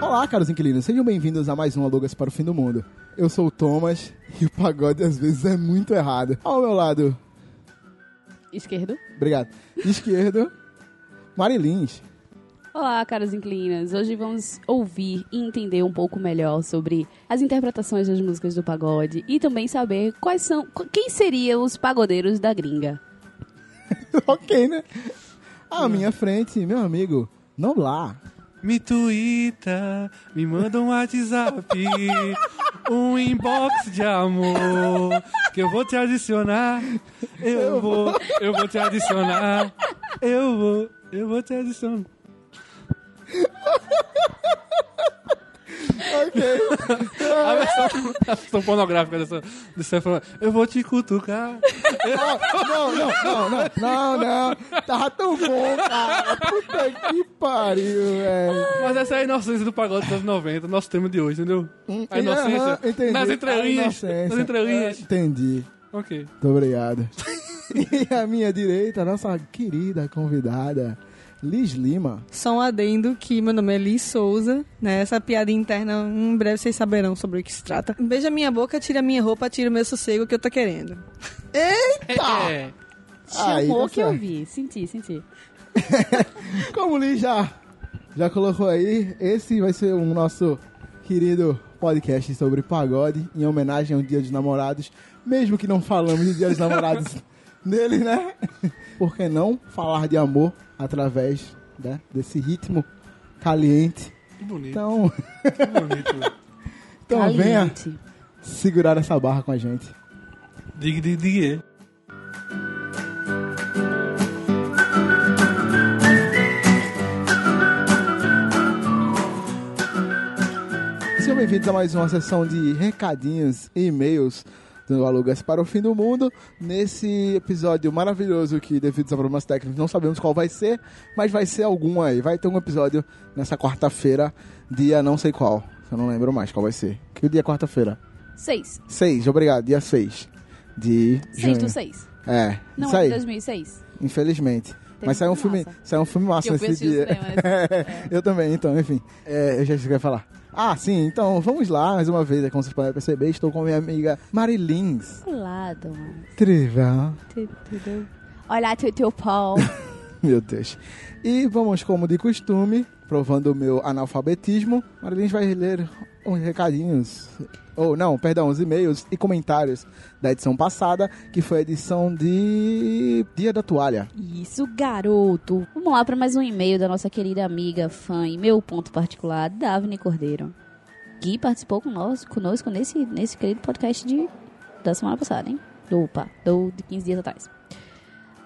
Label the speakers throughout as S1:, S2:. S1: Olá, caros inquilinos, sejam bem-vindos a mais um Alugas para o Fim do Mundo. Eu sou o Thomas e o pagode às vezes é muito errado. Ao meu lado,
S2: Esquerdo.
S1: obrigado, esquerdo, Marilins.
S2: Olá, caros inclinas. Hoje vamos ouvir e entender um pouco melhor sobre as interpretações das músicas do pagode e também saber quais são, qu- quem seriam os pagodeiros da gringa.
S1: ok, né? À minha frente, meu amigo, não lá.
S3: Me tuita, me manda um WhatsApp, um inbox de amor, que eu vou te adicionar, eu vou, eu vou te adicionar, eu vou, eu vou te adicionar.
S1: Ok.
S3: A versão, a versão pornográfica dessa, dessa forma, eu vou te cutucar.
S1: não, não, não, não, não, não. Tava tão bom, cara. Puta que pariu, velho.
S3: Mas essa é a inocência do pagode dos anos 90, nosso tema de hoje, entendeu? A
S1: Aham,
S3: inocência,
S1: entendi.
S3: nas
S1: A
S3: entrelinhas,
S1: inocência. É.
S3: nas entrelinhas.
S1: Entendi.
S3: Ok.
S1: Muito obrigado. e à minha direita, nossa querida convidada, Liz Lima.
S4: Só um adendo que meu nome é Liz Souza, né? Essa piada interna, em breve vocês saberão sobre o que se trata. Beija minha boca, tira minha roupa, tira meu sossego que eu tô querendo.
S1: Tá.
S3: É,
S1: Aí,
S2: Chamou
S1: tá
S2: que eu
S1: certo.
S2: vi. Senti, senti.
S1: Como Liz já, já colocou aí, esse vai ser o nosso querido podcast sobre pagode, em homenagem ao Dia dos Namorados. Mesmo que não falamos de Dia dos Namorados nele, né? Por que não falar de amor através né, desse ritmo caliente?
S3: que bonito,
S1: Então,
S3: que bonito.
S1: então venha
S2: Caliente.
S1: segurar essa barra com a gente.
S3: Dig, dig, dig. é.
S1: Sejam bem-vindos a mais uma sessão de recadinhos e e-mails do Alugas para o Fim do Mundo. Nesse episódio maravilhoso que, devido a problemas técnicos, não sabemos qual vai ser, mas vai ser algum aí. Vai ter um episódio nessa quarta-feira, dia não sei qual. Eu não lembro mais qual vai ser. Que dia é quarta-feira?
S2: Seis.
S1: 6, obrigado, dia 6 de
S2: Seis
S1: junho.
S2: do seis.
S1: É,
S2: Não
S1: isso
S2: é de
S1: aí,
S2: 2006.
S1: infelizmente.
S2: Tem
S1: mas saiu um
S2: filme
S1: filme,
S2: massa.
S1: saiu um filme
S2: Que
S1: massa
S2: eu fui
S1: nesse
S2: assistir
S1: dia.
S2: no cinema. né?
S1: Eu também, então, enfim. É, eu já esqueci o que eu ia falar. Ah, sim, então vamos lá, mais uma vez, é como vocês podem perceber, estou com minha amiga Marilins.
S2: É. Olá, Dona.
S1: Trivial.
S2: Tudo. Olá, teu, teu pau.
S1: Meu Deus. E vamos, como de costume, provando o meu analfabetismo, Marilins vai ler uns recadinhos. Ou não, perdão, os e-mails e comentários da edição passada, que foi a edição de Dia da Toalha.
S2: Isso, garoto. Vamos lá para mais um e-mail da nossa querida amiga, fã e meu ponto particular, Daphne Cordeiro. Gui participou com nós, conosco nesse, nesse querido podcast de, da semana passada, hein? Do, opa, do, de 15 dias atrás.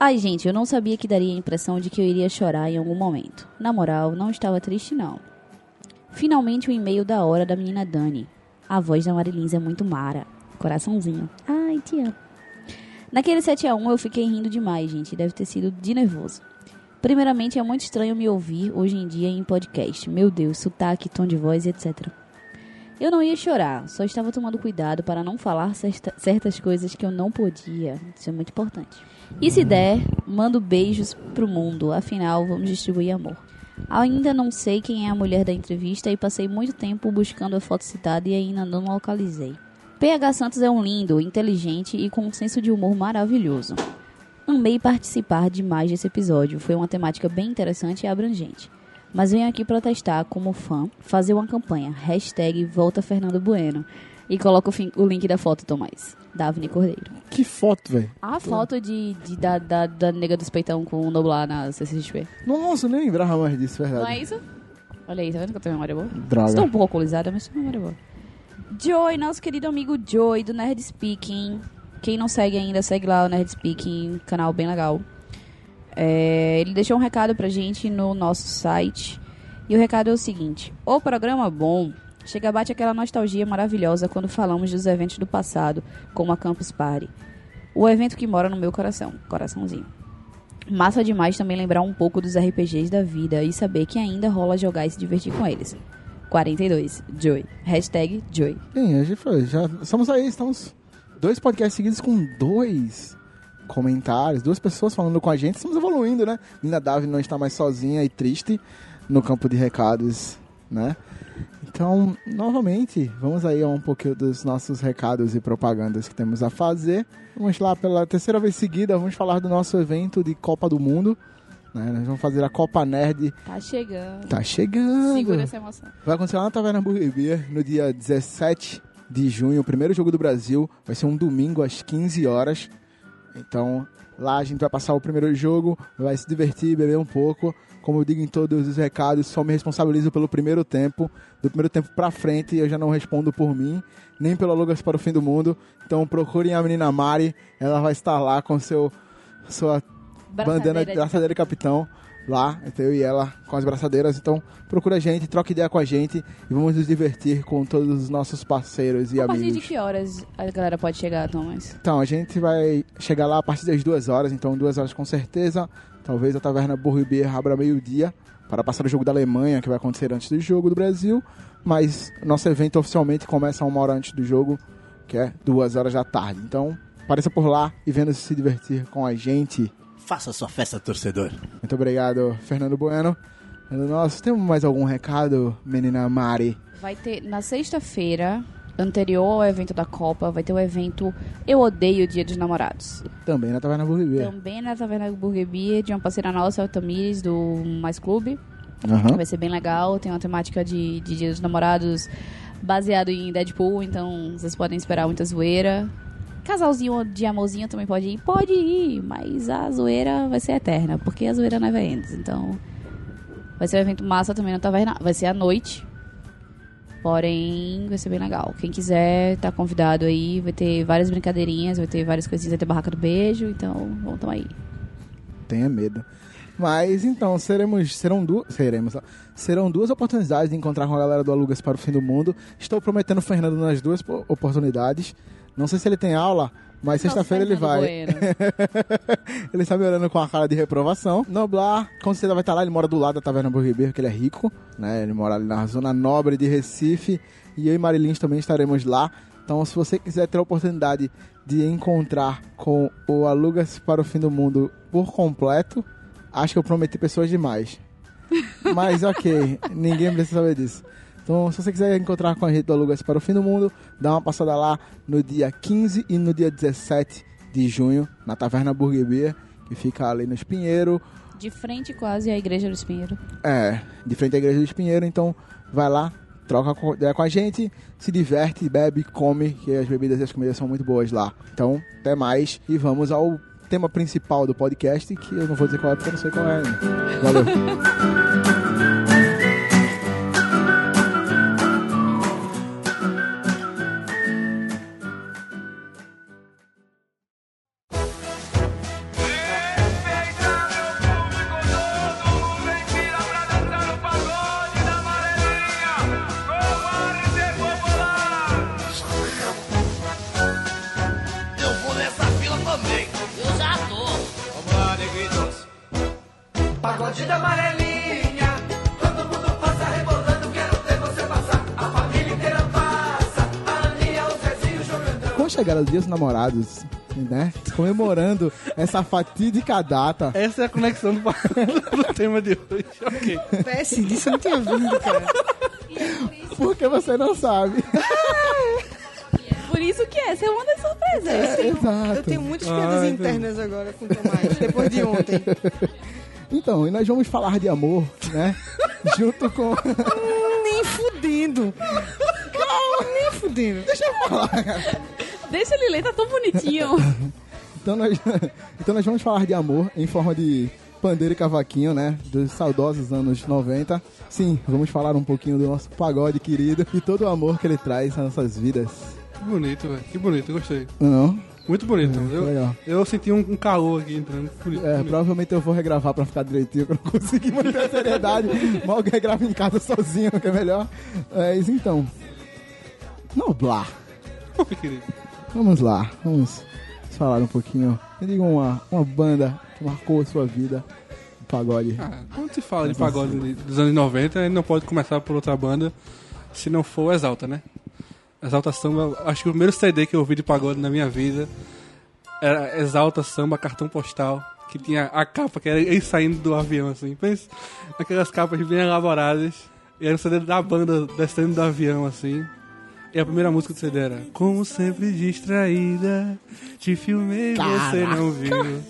S2: Ai, gente, eu não sabia que daria a impressão de que eu iria chorar em algum momento. Na moral, não estava triste, não. Finalmente o e-mail da hora da menina Dani. A voz da Marilins é muito mara. Coraçãozinho. Ai, te amo. Naquele 7x1 eu fiquei rindo demais, gente. Deve ter sido de nervoso. Primeiramente, é muito estranho me ouvir hoje em dia em podcast. Meu Deus, sotaque, tom de voz, etc. Eu não ia chorar, só estava tomando cuidado para não falar certa- certas coisas que eu não podia. Isso é muito importante. E se der, mando beijos pro mundo, afinal, vamos distribuir amor. Ainda não sei quem é a mulher da entrevista e passei muito tempo buscando a foto citada e ainda não localizei. PH Santos é um lindo, inteligente e com um senso de humor maravilhoso. Amei participar demais desse episódio, foi uma temática bem interessante e abrangente. Mas venho aqui protestar como fã, fazer uma campanha, hashtag Volta Fernando Bueno. E coloca o, fim- o link da foto, Tomás. Daphne Cordeiro.
S1: Que foto, velho.
S2: A foto de, de- da, da, da nega dos peitão com o Noblar na CCXP.
S1: Nossa, eu nem lembrava mais disso,
S2: Não é
S1: verdade.
S2: isso? Olha aí, tá vendo que eu tenho memória boa? Estou
S1: Droga.
S2: um pouco alcoolizada, mas tenho memória boa. Joy, nosso querido amigo Joy, do Nerd Speaking. Quem não segue ainda, segue lá o Nerd Speaking, canal bem legal. É, ele deixou um recado pra gente no nosso site. E o recado é o seguinte: O programa bom chega bate aquela nostalgia maravilhosa quando falamos dos eventos do passado, como a Campus Party. O evento que mora no meu coração, coraçãozinho. Massa demais também lembrar um pouco dos RPGs da vida e saber que ainda rola jogar e se divertir com eles. 42, Joy. Hashtag Joy.
S1: Bem, a gente foi. Já estamos aí, estamos dois podcasts seguidos com dois comentários, duas pessoas falando com a gente. Estamos evoluindo, né? Nina Davi não está mais sozinha e triste no campo de recados, né? Então, novamente, vamos aí a um pouquinho dos nossos recados e propagandas que temos a fazer. Vamos lá, pela terceira vez seguida, vamos falar do nosso evento de Copa do Mundo. né? Nós vamos fazer a Copa Nerd.
S2: Tá chegando.
S1: Tá chegando!
S2: Segura essa emoção.
S1: Vai acontecer lá na Taverna Burger Beer no dia 17 de junho. O primeiro jogo do Brasil vai ser um domingo às 15 horas. Então, lá a gente vai passar o primeiro jogo, vai se divertir, beber um pouco. Como eu digo em todos os recados, só me responsabilizo pelo primeiro tempo. Do primeiro tempo pra frente, eu já não respondo por mim, nem pelo Lucas para o fim do mundo. Então, procurem a menina Mari, ela vai estar lá com seu sua bandana de
S2: Braçadeira de-
S1: braçadeira de capitão lá, entre eu e ela, com as braçadeiras. Então, procura a gente, troca ideia com a gente e vamos nos divertir com todos os nossos parceiros e
S2: A partir de
S1: amigos.
S2: que horas a galera pode chegar, Thomas?
S1: Então, a gente vai chegar lá a partir das duas horas, então duas horas com certeza. Talvez a Taverna Burro e Beer abra meio-dia para passar o jogo da Alemanha, que vai acontecer antes do jogo do Brasil. Mas nosso evento oficialmente começa uma hora antes do jogo, que é duas horas da tarde. Então, apareça por lá e venha se divertir com a gente.
S5: Faça sua festa, torcedor.
S1: Muito obrigado, Fernando Bueno. Nós temos mais algum recado, menina Mari?
S2: Vai ter na sexta-feira, anterior ao evento da Copa, vai ter o evento Eu Odeio o Dia dos Namorados.
S1: Também né? na Taverna Burribeira.
S2: Também na Taverna Burger Beer, de uma parceira nossa, o Tamires, do Mais Clube. Vai ser bem legal, tem uma temática de, de Dia dos Namorados baseado em Deadpool, então vocês podem esperar muita zoeira. Casalzinho de amorzinho também pode ir? Pode ir, mas a zoeira vai ser eterna, porque a zoeira never ends. Então, vai ser um evento massa também na taverna. Vai ser à noite, porém vai ser bem legal. Quem quiser tá convidado aí, vai ter várias brincadeirinhas, vai ter várias coisinhas, vai ter barraca do beijo, então vamos tamo aí.
S1: Tenha medo. Mas então, seremos, serão, du seremos, ó. serão duas oportunidades de encontrar com a galera do Alugas para o Fim do Mundo. Estou prometendo o Fernando nas duas po- oportunidades. Não sei se ele tem aula, mas sexta-feira ele vai. Ele está me olhando com a cara de reprovação. Noblar, com certeza vai estar lá. Ele mora do lado da Taverna Burro Ribeiro, que ele é rico, né? Ele mora ali na zona nobre de Recife. E eu e Marilins também estaremos lá. Então, se você quiser ter a oportunidade de encontrar com o Alugas para o Fim do Mundo por completo, acho que eu prometi pessoas demais. Mas ok, ninguém precisa saber disso. Então, se você quiser encontrar com a gente do Alugas para o Fim do Mundo, dá uma passada lá no dia 15 e no dia 17 de junho, na Taverna Burger Beer, que fica ali no Espinheiro.
S2: De frente quase à Igreja do Espinheiro.
S1: É, de frente à Igreja do Espinheiro. Então, vai lá, troca co- ideia com a gente, se diverte, bebe, come, que as bebidas e as comidas são muito boas lá. Então, até mais e vamos ao tema principal do podcast, que eu não vou dizer qual é, porque eu não sei qual é ainda. Valeu.
S6: Eu vou nessa fila também. Eu já tô. Vamos lá, negritos. Pagode da amarelinha. Todo mundo passa rebolando. Quero ter você passar. A família inteira passa. A Aninha, o Zezinho, o Jogandão.
S1: Com a chegada do Dia dos Namorados, né? Comemorando essa fatídica data.
S3: Essa é a conexão do, do tema de hoje. Ok.
S4: Péssimo, disso eu não tinha vindo, cara.
S1: Porque você não sabe.
S2: Por isso que essa é uma das surpresas.
S4: Eu tenho
S1: Exato.
S4: muitas piadas
S3: Ai,
S4: internas agora com o Tomás, depois de ontem.
S1: Então, e nós vamos falar de amor, né? Junto com.
S4: Nem fudendo. Nem fudendo.
S2: Deixa ele ler, tá tão bonitinho.
S1: Então nós... então nós vamos falar de amor em forma de pandeiro e cavaquinho, né? Dos saudosos anos 90. Sim, vamos falar um pouquinho do nosso pagode querido e todo o amor que ele traz às nossas vidas.
S3: Que bonito, velho. Que bonito, gostei.
S1: Não?
S3: Muito bonito. eu,
S1: legal.
S3: eu senti um, um calor aqui entrando. Bonito,
S1: É,
S3: bonito.
S1: provavelmente eu vou regravar pra ficar direitinho, que eu não consegui manter a seriedade. Mal que eu gravo em casa sozinho, que é melhor. Mas então. Noblar.
S3: Oi, querido.
S1: Vamos lá, vamos falar um pouquinho. Me diga uma, uma banda que marcou a sua vida. Um pagode.
S3: Ah, quando se fala de pagode de- dos anos 90, ele não pode começar por outra banda se não for Exalta, né? Exalta Samba, acho que o primeiro CD que eu ouvi de pagode na minha vida era Exalta Samba Cartão Postal, que tinha a capa que era ele saindo do avião, assim. Pensa, aquelas capas bem elaboradas. E era o CD da banda descendo do avião, assim. E a primeira música do CD era Como sempre distraída, te filmei, você não viu.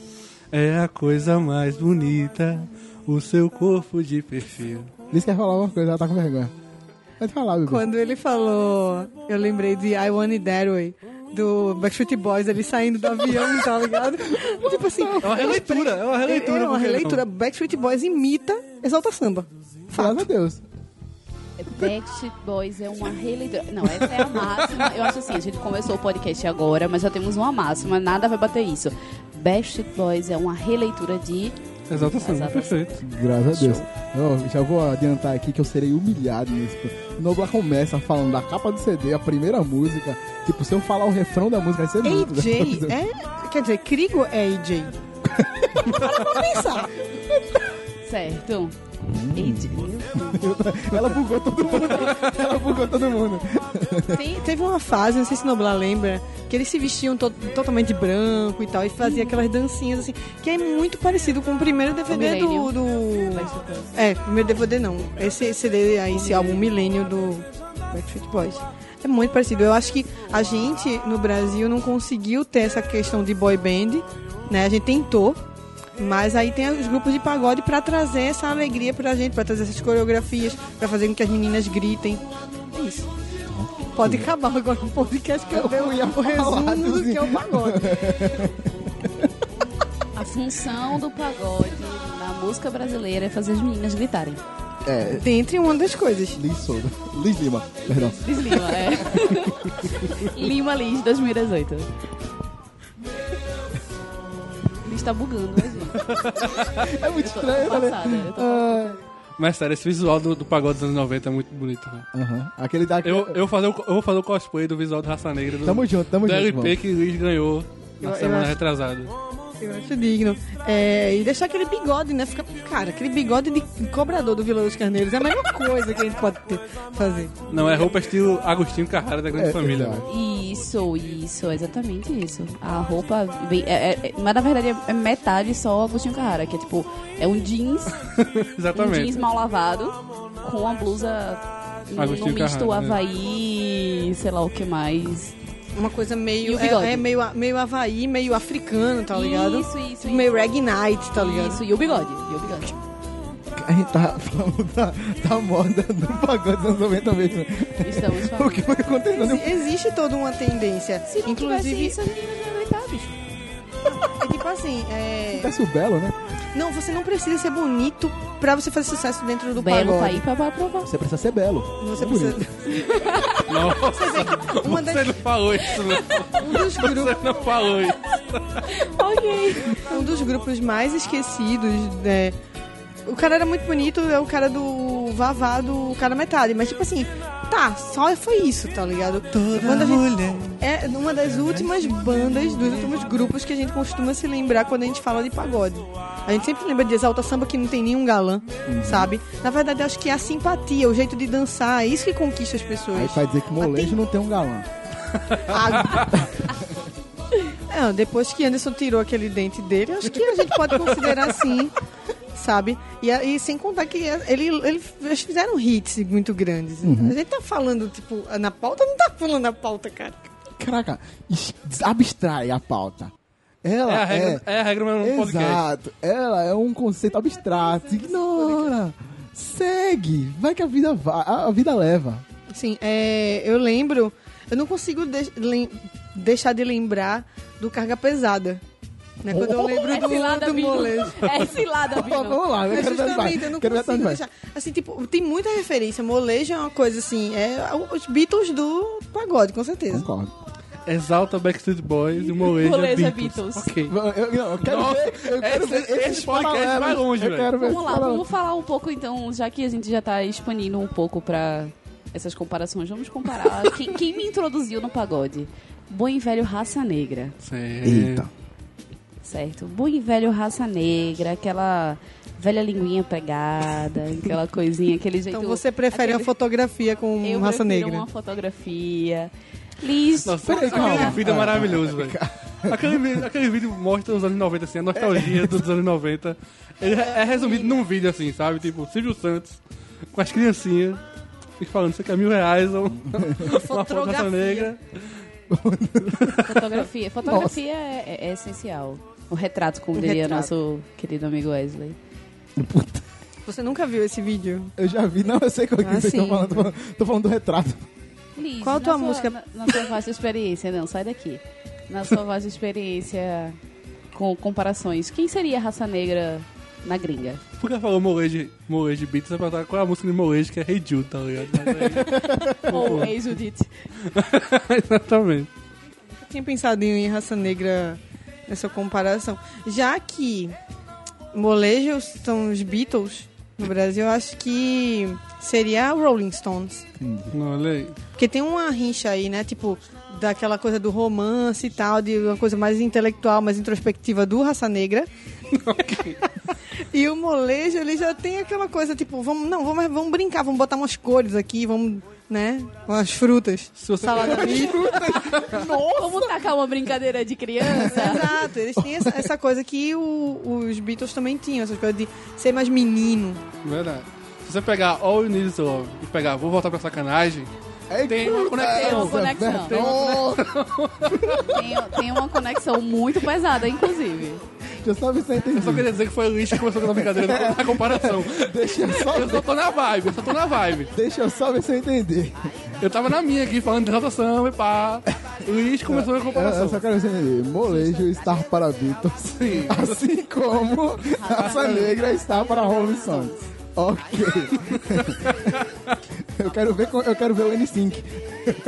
S3: É a coisa mais bonita, o seu corpo de perfil.
S1: Liz quer falar alguma coisa, ela tá com vergonha. Pode falar, bebê.
S4: Quando ele falou, eu lembrei de I Want It That Way, do Backstreet Boys, ele saindo do avião, tá ligado? tipo assim,
S3: É uma releitura, é uma releitura.
S4: é uma
S3: por que não?
S4: releitura. Backstreet Boys imita Exalta Samba.
S1: Graças a Deus.
S2: Backstreet Boys é uma releitura. Não, essa é a máxima. Eu acho assim, a gente começou o podcast agora, mas já temos uma máxima, nada vai bater isso. Backstreet Boys é uma releitura de...
S3: Exalta Samba,
S2: Exalta
S3: perfeito.
S1: Graças a Deus. Ó, já vou adiantar aqui que eu serei humilhado nisso. Nobla começa falando da capa do CD, a primeira música. Tipo, se eu falar o refrão da música, vai ser dúvida.
S4: AJ é. Quer dizer, Krigo é AJ. Para pra pensar.
S2: Certo. Eita, meu Deus.
S1: Ela bugou todo mundo. Ela bugou todo mundo.
S4: Tem- teve uma fase, não sei se Noblar lembra, que eles se vestiam to- totalmente de branco e tal, e fazia aquelas dancinhas assim, que é muito parecido com o primeiro DVD do.
S2: Millennium.
S4: do- É, primeiro DVD não. Esse CD aí, esse álbum Milênio do Backstreet Boys. É muito parecido. Eu acho que a gente no Brasil não conseguiu ter essa questão de boy band, né? A gente tentou, mas aí tem os grupos de pagode pra trazer essa alegria pra gente, pra trazer essas coreografias, pra fazer com que as meninas gritem. É isso. Pode acabar agora o podcast que eu dei
S1: ia
S4: o
S1: falar
S4: resumo do
S1: assim.
S4: que é o pagode.
S2: A função do pagode na música brasileira é fazer as meninas gritarem.
S1: É,
S4: Dentre uma das coisas.
S1: Liz Souza. Liz Lima, perdão.
S2: Diz Lima, é. Lima Liz, 2018. Liz tá bugando, né, gente?
S1: É muito
S2: Eu tô-
S1: estranho,
S2: tô
S1: né?
S2: passada, eu tô
S1: Ah,
S3: Mas sério, esse visual do, do pagode dos anos 90 é muito bonito. velho.
S1: Aham. Aquele da.
S3: Eu, eu, fazer o, co- eu vou fazer o cosplay do visual do Raça Negra do,
S1: Tamo junto, tamo
S3: do
S1: junto.
S3: LP
S1: irmão.
S3: que o Luiz ganhou
S4: Eu-
S3: na
S4: eu
S3: semana
S4: acho-
S3: retrasada.
S4: Eu acho digno. É, e deixar aquele bigode, né? Fica, cara, aquele bigode de cobrador do Vila dos Carneiros é a melhor coisa que a gente pode ter, fazer.
S3: Não, é roupa estilo Agostinho Carrara da Grande
S1: É,
S3: Família.
S1: exato.
S2: Isso, isso, exatamente isso. A roupa. Bem, é- é- é- mas na verdade é metade só Agostinho Carrara, que é tipo, é um jeans, um
S3: Exatamente.
S2: jeans mal lavado, com uma blusa num
S3: Agostinho
S2: num misto
S3: Carrara, né?
S2: Havaí, sei lá o que mais.
S4: Uma coisa
S2: E
S4: meio.
S2: o bigode?
S4: É, é meio, a- meio Havaí, meio africano, tá ligado?
S2: Isso, isso, isso.
S4: meio Rag Night, tá ligado?
S2: Isso, e o bigode. E o bigode.
S1: A gente tá falando da, da moda do pagode dos anos 90 mesmo.
S2: Estamos falando.
S1: O que foi acontecendo?
S4: Exi- Existe toda uma tendência.
S2: Se não tivesse
S4: Inclusive,
S2: isso, as meninas não iam aguentar, bicho.
S4: é tipo assim, é.
S1: Acontece o Belo, né?
S4: Não, você não precisa ser bonito pra você fazer sucesso dentro do
S2: Belo tá
S4: pagode.
S2: aí pra, pra provar.
S1: Você precisa ser belo.
S4: Você
S1: É
S4: precisa.
S1: bonito.
S3: Nossa,
S4: Você vê que uma
S3: você
S4: das,
S3: não falou isso, não.
S4: um dos grupos.
S3: Você não falou isso.
S2: ok.
S4: um dos grupos mais esquecidos, né? O cara era muito bonito, é o cara do Vavá do Cara Metade, mas tipo assim, tá, só foi isso, tá ligado? Quando a gente- é uma das últimas bandas, dos últimos grupos que a gente costuma se lembrar quando a gente fala de pagode. A gente sempre lembra de Exalta Samba que não tem nenhum galã, sabe? Na verdade, eu acho que é a simpatia, o jeito de dançar, é isso que conquista as
S1: Aí
S4: pessoas.
S1: vai dizer que molejo
S4: Mas tem-
S1: não tem um galã.
S4: Ah, Não, É, depois que Anderson tirou aquele dente dele, acho que a gente pode considerar assim, sabe? E, a- e sem contar que ele, ele, eles fizeram hits muito grandes.
S1: Uhum.
S4: A gente tá falando, tipo, na pauta, não tá falando na pauta, cara.
S1: Caraca, es- abstrai a pauta. Ela
S3: É
S1: é.
S3: a regra, é a regra mesmo no podcast.
S1: Exato. Ela é um conceito abstrato. Ignora. Segue. Vai que a vida vai. A a vida leva.
S4: Sim, é, eu lembro, eu não consigo de- lem- deixar de lembrar do Carga Pesada. Né? Quando
S1: Oh,
S4: eu lembro
S2: É
S4: do,
S2: cilada,
S4: do
S2: Bino.
S4: molejo.
S2: É cilada,
S1: Ó,
S2: Bino.
S1: vamos lá, tá eu
S4: É
S1: quero ver
S4: justamente,
S1: demais.
S4: eu não
S1: Quero ver
S4: consigo
S1: demais.
S4: deixar. Assim, tipo, tem muita referência. Molejo é uma coisa assim, é os Beatles do pagode, com certeza.
S1: Concordo.
S3: Exalta Backstreet Boys e Moleja
S2: Moleja
S3: Beatles.
S2: Beatles.
S3: Ok.
S1: Eu, eu- eu quero
S3: Nossa,
S1: ver. Eu quero
S3: esse-
S1: ver esses
S3: esse podcast vai
S1: paralelos.
S3: longe,
S1: Eu
S3: velho.
S1: quero ver
S2: Vamos lá,
S1: esses
S2: vamos falar um pouco então, já que a gente já tá expandindo um pouco pra essas comparações, vamos comparar. quem, quem me introduziu no pagode? Bom e velho Raça Negra,
S1: paralelos.
S3: Sim.
S1: Eita.
S2: certo? Bom e velho Raça Negra, aquela velha linguinha pregada, aquela coisinha, aquele jeito...
S4: Então você prefere
S2: aquele-
S4: uma fotografia com
S2: Eu
S4: raça
S2: prefiro
S4: negra?
S2: uma fotografia. Liz,
S3: Nossa,
S1: Peraí,
S3: aquele
S1: calma.
S3: vídeo é maravilhoso, velho. Aquele, vi- aquele vídeo mostra os anos 90, assim, a nostalgia dos anos 90. Ele é é resumido num vídeo, assim, sabe? Tipo, Silvio Santos com as criancinhas. E falando, você quer mil reais ou uma
S7: Fotografia.
S3: foto negra.
S2: Fotografia. Fotografia é, é- é essencial. O retrato, como
S4: Um
S2: diria
S4: retrato.
S2: nosso querido amigo Wesley.
S4: Você nunca viu esse vídeo?
S1: Eu já vi, não, eu sei qual que
S4: Ah,
S1: vocês estão
S4: sim.
S1: falando. Tô falando- Tô falando do retrato.
S2: Liz,
S4: Qual a
S2: na
S4: tua
S2: sua-
S4: música?
S2: Na, na sua vasta experiência, não, sai daqui. Na sua vasta experiência com comparações, quem seria a raça negra na gringa?
S3: Por que falou Molejo, Molejo Beats? Eu perguntar qual é a música de Molejo, que é Hey Jude, tá ligado?
S2: Ou ex-Judite?
S3: Exatamente.
S4: Eu tinha pensado em raça negra nessa comparação. Já que molejos são os Beatles no Brasil, eu acho que seria Rolling Stones.
S3: Não, olha aí.
S4: Porque tem uma rincha aí, né? Tipo, daquela coisa do romance e tal, de uma coisa mais intelectual, mais introspectiva do Raça Negra. e o molejo, ele já tem aquela coisa, tipo, vamos, não, vamos, vamos brincar, vamos botar umas cores aqui, vamos, né? Umas frutas.
S3: Se você
S4: Salada mista.
S2: Como tacar uma brincadeira de criança?
S4: Exato, eles têm essa, essa coisa que o- os Beatles também tinham, essa coisa de ser mais menino.
S3: Verdade. Se você pegar All You Need Is Love e pegar Vou Voltar Pra Sacanagem,
S1: É
S3: tem uma
S2: Tem uma
S3: conexão.
S2: conexão. Tem, tem uma conexão muito pesada, inclusive.
S1: Deixa eu só ver se eu
S3: Eu só
S1: entendi.
S3: queria dizer que foi o Luiz que começou com essa brincadeira na comparação.
S1: Deixa eu só,
S3: Eu só tô na vibe, eu só tô na vibe.
S1: deixa eu só ver se eu entendi.
S3: Eu tava na minha aqui, falando de rotação e pá. O Luiz começou
S1: Eu,
S3: a
S1: É, eu
S3: comparação.
S1: só quero ver se eu entendi. Molejo está para Beatles.
S3: Sim.
S1: Assim como raça negra está para Rolling Stones. Ok. eu, quero ver, co- eu quero ver o N5.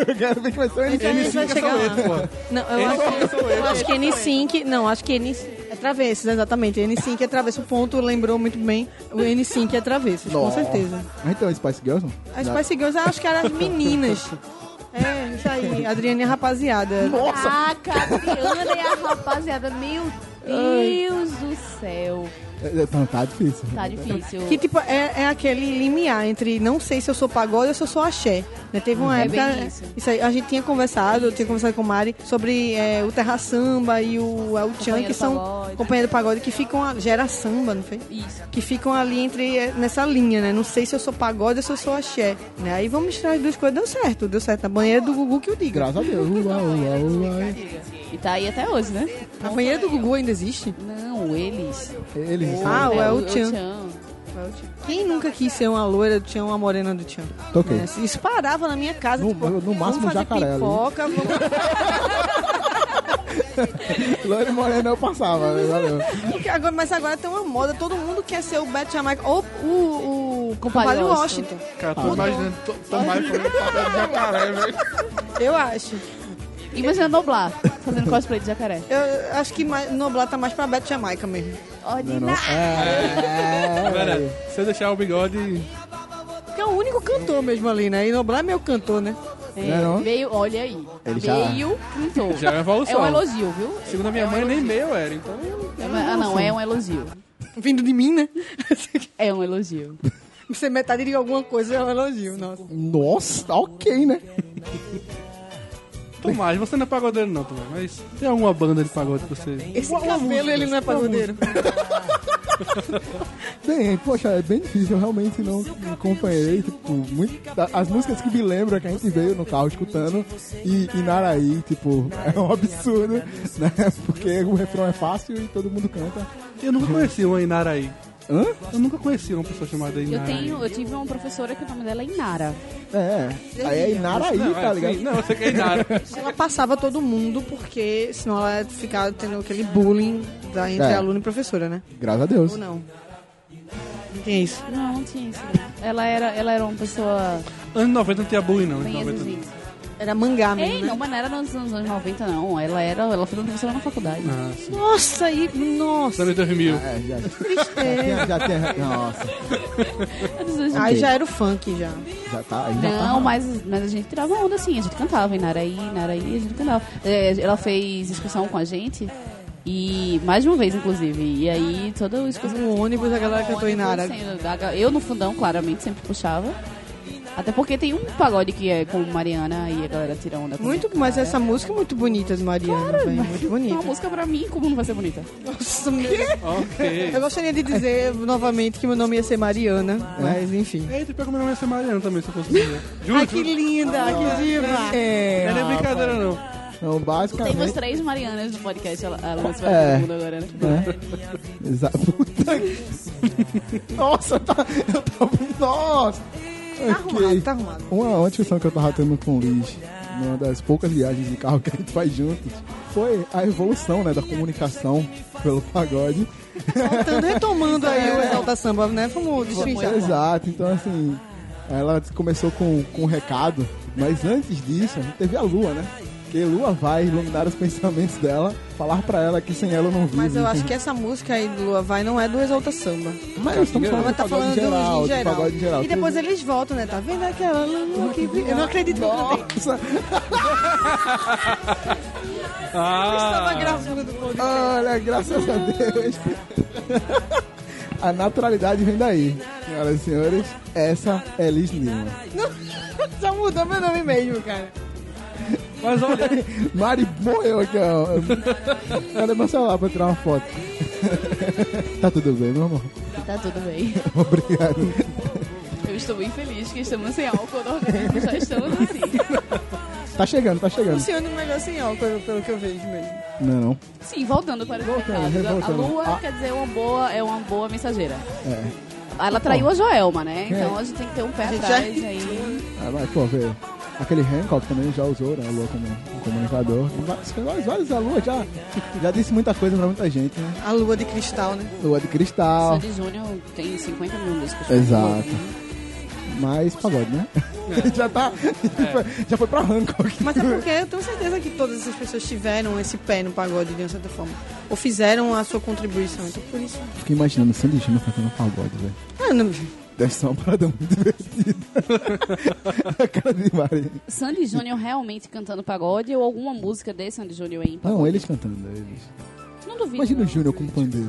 S1: Eu quero ver que vai ser o N5.
S4: Ele vai chegar lá. Não, eu acho, eu acho que N5. Não, acho que N. É travessos, exatamente. N5 é travesso. O ponto lembrou muito bem o N5 é travessos, com certeza.
S1: Mas então, Spice Girls? não?
S4: As Spice Girls, eu acho que eram as meninas. É, isso aí. Adriane é rapaziada.
S2: Caraca, a Adriana e a rapaziada, meu Deus do céu.
S1: É, é, Não, tá difícil.
S2: Tá difícil.
S4: Que tipo, é, é aquele limiar entre não sei se eu sou pagode ou se eu sou axé. Né? Teve uma
S2: É
S4: época.
S2: bem isso.
S4: aí, a gente tinha conversado, eu tinha conversado com o Mari sobre é, o Terra Samba e o El Chan,
S2: Companhia
S4: que
S2: do
S4: são
S2: Pagode.
S4: companhia do pagode que ficam. a- Gera samba, não foi?
S2: Isso.
S4: Que ficam ali entre é, nessa linha, né? Não sei se eu sou pagode ou se eu sou axé. Né? Aí vamos misturar as duas coisas, deu certo, deu certo. Na banheira do Gugu que eu diga.
S1: Graças a Deus. Ua, ua, ua.
S2: E tá aí até hoje, né?
S4: A banheira do Gugu ainda existe?
S2: Não, eles.
S1: Eles.
S4: Ah, o
S2: É,
S4: El
S2: El
S4: Chan. Quem nunca quis ser uma loira do Tchan, uma morena do Tchan?
S1: Toquei.
S4: Né? Isso parava na minha casa,
S1: No-
S4: tipo,
S1: no máximo
S4: vamos fazer
S1: jacaré ali.
S4: pipoca, vamos...
S1: Loira e Morena eu passava. né? Valeu.
S4: Porque agora- mas agora tem uma moda, todo mundo quer ser o Beto Jamaica ou o, o
S2: Compadre
S4: compadre
S2: Washington.
S4: Washington.
S3: Cara, tô imaginando Tomás falando papel de jacaré, velho.
S4: Eu acho.
S2: Imagina doblar, fazendo cosplay de jacaré.
S4: Eu acho que mais- Noblar tá mais pra Beto Jamaica mesmo.
S1: é
S2: Ordinário.
S3: Cara, se eu deixar o bigode,
S4: Porque é o único cantor mesmo ali, né? E Noblar é meu cantor, né?
S1: Não é não?
S2: Meio, olha aí.
S1: Ele já-
S2: meio quinto.
S3: já é uma
S2: É
S3: evolução.
S2: um elogio, viu?
S3: Segundo a minha mãe, nem meu era, então.
S2: É uma- ah, não, é um elogio.
S4: Vindo de mim, né?
S2: É um elogio.
S4: Você metade de alguma coisa é um elogio, nossa.
S1: Nossa, ok, né?
S3: Tomás, você não é pagodeiro, não, Tomás, mas tem alguma banda de pagode que você.
S4: Esse cabelo, ele não é pagodeiro.
S1: Bem, poxa, é bem difícil, eu realmente não acompanhei, tipo, muito, da- as músicas que me lembram é que a gente veio no carro escutando e Inaraí, tipo, é um absurdo, né? Porque o refrão é fácil e todo mundo canta.
S3: Eu nunca conheci uma Inaraí.
S1: Hã?
S3: Eu nunca conheci uma pessoa chamada
S2: Eu
S3: Inaraí.
S2: tenho, eu tive uma professora que o nome dela é Inara.
S1: É, aí é Inaraí,
S3: Não, é
S1: tá ligado?
S3: assim, Não, eu sei que é Inara.
S4: Ela passava todo mundo, porque senão ela ia ficar tendo aquele bullying da, entre
S1: É.
S4: aluno e professora, né?
S1: Graças a Deus.
S4: Ou não? Não tem isso.
S2: Não, não tinha isso. né? Ela era, ela era uma pessoa
S3: Anos 90 não tinha bullying, não.
S2: bem
S3: Anos 90.
S2: exigente.
S4: Era mangá mesmo,
S2: Ei,
S4: né?
S2: não, mas não era nos anos 90, não. Ela era, ela foi uma professora na faculdade.
S3: Ah, sim.
S4: Nossa, aí, nossa,
S3: Anos 2000.
S1: É, já, já
S4: tristeza.
S1: tinha, já tinha- nossa,
S4: Aí já era o funk, já.
S1: já tá, aí já
S2: Não,
S1: tá.
S2: mas, mas a gente tirava onda assim, a gente cantava em Naraí, Naraí, a gente cantava. É, ela fez excursão com a gente, e mais de uma vez, inclusive. E aí,
S4: um
S2: toda a excursão.
S4: No ônibus, a galera cantou em Nara.
S2: Ônibus, assim, Eu no fundão, claramente, sempre puxava. Até porque tem um pagode que é com Mariana e a galera tira onda com
S4: Muito,
S2: ela.
S4: mas essa música é muito bonita de Mariana, velho. Muito
S2: Uma
S4: bonita.
S2: música pra mim, como não vai ser bonita?
S4: Nossa, meu
S3: Ok.
S4: Eu gostaria de dizer novamente que meu nome ia ser Mariana,
S1: É?
S4: mas enfim.
S3: Eita, pior que meu nome ia ser Mariana também, se eu fosse mulher.
S4: Ai,
S3: Juro,
S4: que
S3: juro.
S4: linda, que diva.
S1: É,
S3: Não é nem brincadeira, não.
S1: então,
S2: Temos
S1: basicamente...
S2: três Marianas no podcast, ela, ela vai
S1: É.
S2: todo mundo agora, né?
S1: É. Exa- Puta que- Nossa, tá... Eu tava... Nossa!
S4: Tá arrumado, tá arrumado.
S1: Uma, uma discussão que eu tava tendo com o Luiz, numa das poucas viagens de carro que a gente faz juntos, foi a evolução, né, da comunicação pelo pagode.
S4: Voltando, retomando aí
S1: É.
S4: o Exalta Samba, né? Vamos despinchar.
S1: Exato, então assim, ela começou com, com um recado, mas antes disso, a gente teve a lua, né? Porque lua vai iluminar os pensamentos dela, falar pra ela que sem ela eu não vivo.
S4: Mas eu acho
S1: enfim.
S4: que essa música aí do Lua Vai não é do Exalta Samba.
S1: Mas nós estamos falando
S4: Ela
S1: do
S4: tá
S1: pagode
S4: falando
S1: em geral,
S4: em
S1: do
S4: geral.
S1: pagode em geral.
S4: E depois eles voltam, né? Tá vendo aquela lua que brilha? Eu não acredito que eu cantei.
S1: Nossa,
S4: Eu estava
S3: Ah,
S4: gravando.
S1: olha, graças a Deus. A naturalidade vem daí, senhoras e senhores. Essa é Liz Lima.
S4: Já mudou meu nome mesmo, cara.
S3: mas olha,
S1: Mari morreu aqui, ó. Cadê meu celular pra tirar uma foto? tá tudo bem, meu amor?
S4: É.
S2: Tá tudo bem.
S1: Obrigado.
S2: Eu estou muito feliz que estamos sem álcool no organismo, já estamos assim.
S1: Tá chegando, tá chegando.
S4: Funciona melhor sem álcool, assim, pelo que eu vejo mesmo.
S1: Não, não.
S2: Sim, voltando para os
S1: Voltando,
S2: pecados. A- A
S1: voltando.
S2: lua,
S1: Ah.
S2: quer dizer, uma boa, é uma boa mensageira.
S1: É.
S2: Ela traiu a Joelma, né?
S1: Quem é?
S2: Então a gente tem que ter um pé
S4: gente
S2: atrás
S4: já- é.
S2: aí.
S1: Ah, mas, pô, vê. Aquele Hancock também já usou, né? A lua como um comunicador. Vários, vários, vários a lua já, já disse muita coisa pra muita gente, né?
S4: A lua de cristal, né?
S1: Lua de cristal.
S2: Sandy Júnior tem 50 mil músicas.
S1: Exato. Mas pagode, né? já tá. Já foi pra Hancock.
S4: Mas é porque eu tenho certeza que todas essas pessoas tiveram esse pé no pagode, de uma certa forma. Ou fizeram a sua contribuição. Então, por isso.
S1: Fiquei imaginando o Sandy Júnior cantando pagode, velho.
S4: Ah, não.
S1: Deve ser uma parada muito divertida. a cara de Mari.
S2: Sandy Júnior realmente cantando pagode ou alguma música de Sandy Júnior aí?
S1: Não, Tá eles cantando, né, eles.
S2: Não duvido.
S1: Ah, Imagina o
S2: não.
S1: Júnior com pandeiro.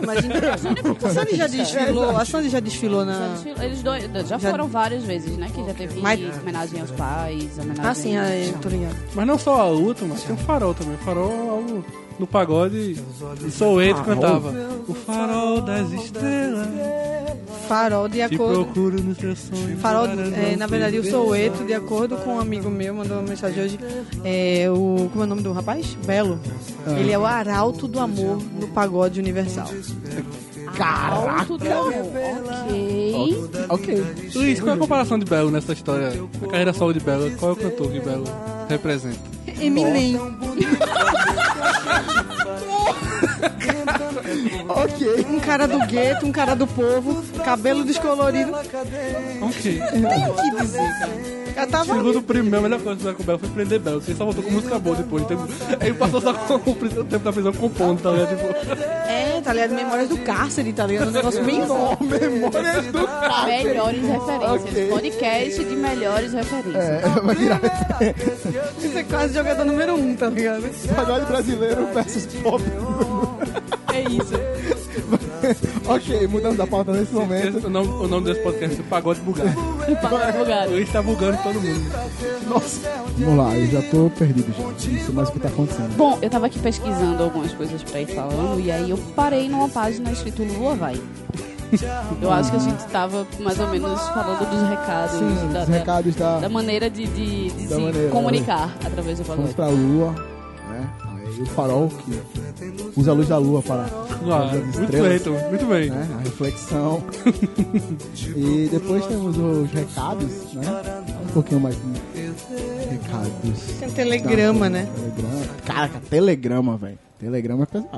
S4: Imagina. A Sandy já desfilou. A Sandy já desfilou
S2: Já
S4: na.
S2: desfilou- é Eles dois já,
S4: Já-
S2: foram várias vezes, né? Que já teve
S4: Mas-
S2: homenagem aos pais, homenagem...
S4: Ah, sim, aí, tô ligado.
S3: mas não só a luta, mas tem o farol também. O farol é algo no pagode. E Soueto cantava. O farol das estrelas.
S4: Farol de
S3: Te
S4: acordo.
S3: procuro nos teus sonhos.
S4: Farol,
S3: para
S4: é,
S3: não
S4: na
S3: te
S4: verdade, o
S3: ver.
S4: Soueto, de acordo com um amigo meu, mandou uma mensagem hoje. É, o, como é o nome do rapaz? Belo. Ele é o arauto do amor no pagode universal. Ah,
S2: Caraca!
S4: tá.
S2: Ok.
S1: Ok.
S3: Luiz, qual é a comparação de Belo nessa história? A carreira solo de Belo, qual é o cantor que Belo representa?
S4: Eminem.
S1: Ok.
S4: Um cara do gueto, um cara do povo, cabelo descolorido.
S3: Ok.
S4: O que dizer, cara? Já tava ali.
S3: Segundo o primeiro, a melhor coisa que fizeram com o Belo foi prender Belo. Ele só voltou com música boa depois. Então, ele passou só com o pris- o tempo da prisão compondo, tá ligado? Tipo,
S4: É, tá ligado? Memórias do cárcere, tá ligado? Um negócio bem bom.
S1: Memórias do cárcere.
S2: Melhores referências.
S1: Ok.
S2: Podcast de melhores referências.
S1: É, vai virar
S4: Você é quase jogador número um, tá ligado?
S1: pagode brasileiro versus pop.
S4: É isso.
S1: ok, mudando da pauta nesse
S3: esse-
S1: momento.
S3: o, nome, o nome desse podcast é Pagode Bugado.
S1: É.
S2: Palavra
S3: O
S2: bugada.
S3: Luiz tá bugando todo mundo.
S1: Nossa. Vamos lá, eu já tô perdido já. Não sei mais o que tá acontecendo.
S2: Bom, eu tava aqui pesquisando algumas coisas pra ir falando e aí eu parei numa página escrito Lua Vai. Eu acho que a gente tava mais ou menos falando dos recados,
S1: Sim,
S2: da,
S1: os
S2: da-
S1: recados da.
S2: da maneira de, de- de
S1: Da
S2: se
S1: maneira, né?
S2: comunicar através do pagode.
S1: Vamos pra lua, né? Aí o farol que usa a luz da lua para.
S3: Ah,
S1: das
S3: muito
S1: estrelas.
S3: bem, então. Muito bem.
S1: né? A reflexão. e depois temos os recados, né? Um pouquinho mais. de Recados.
S4: Tem telegrama, né?
S1: Telegrama. Caraca, telegrama, velho. Telegrama é pesado.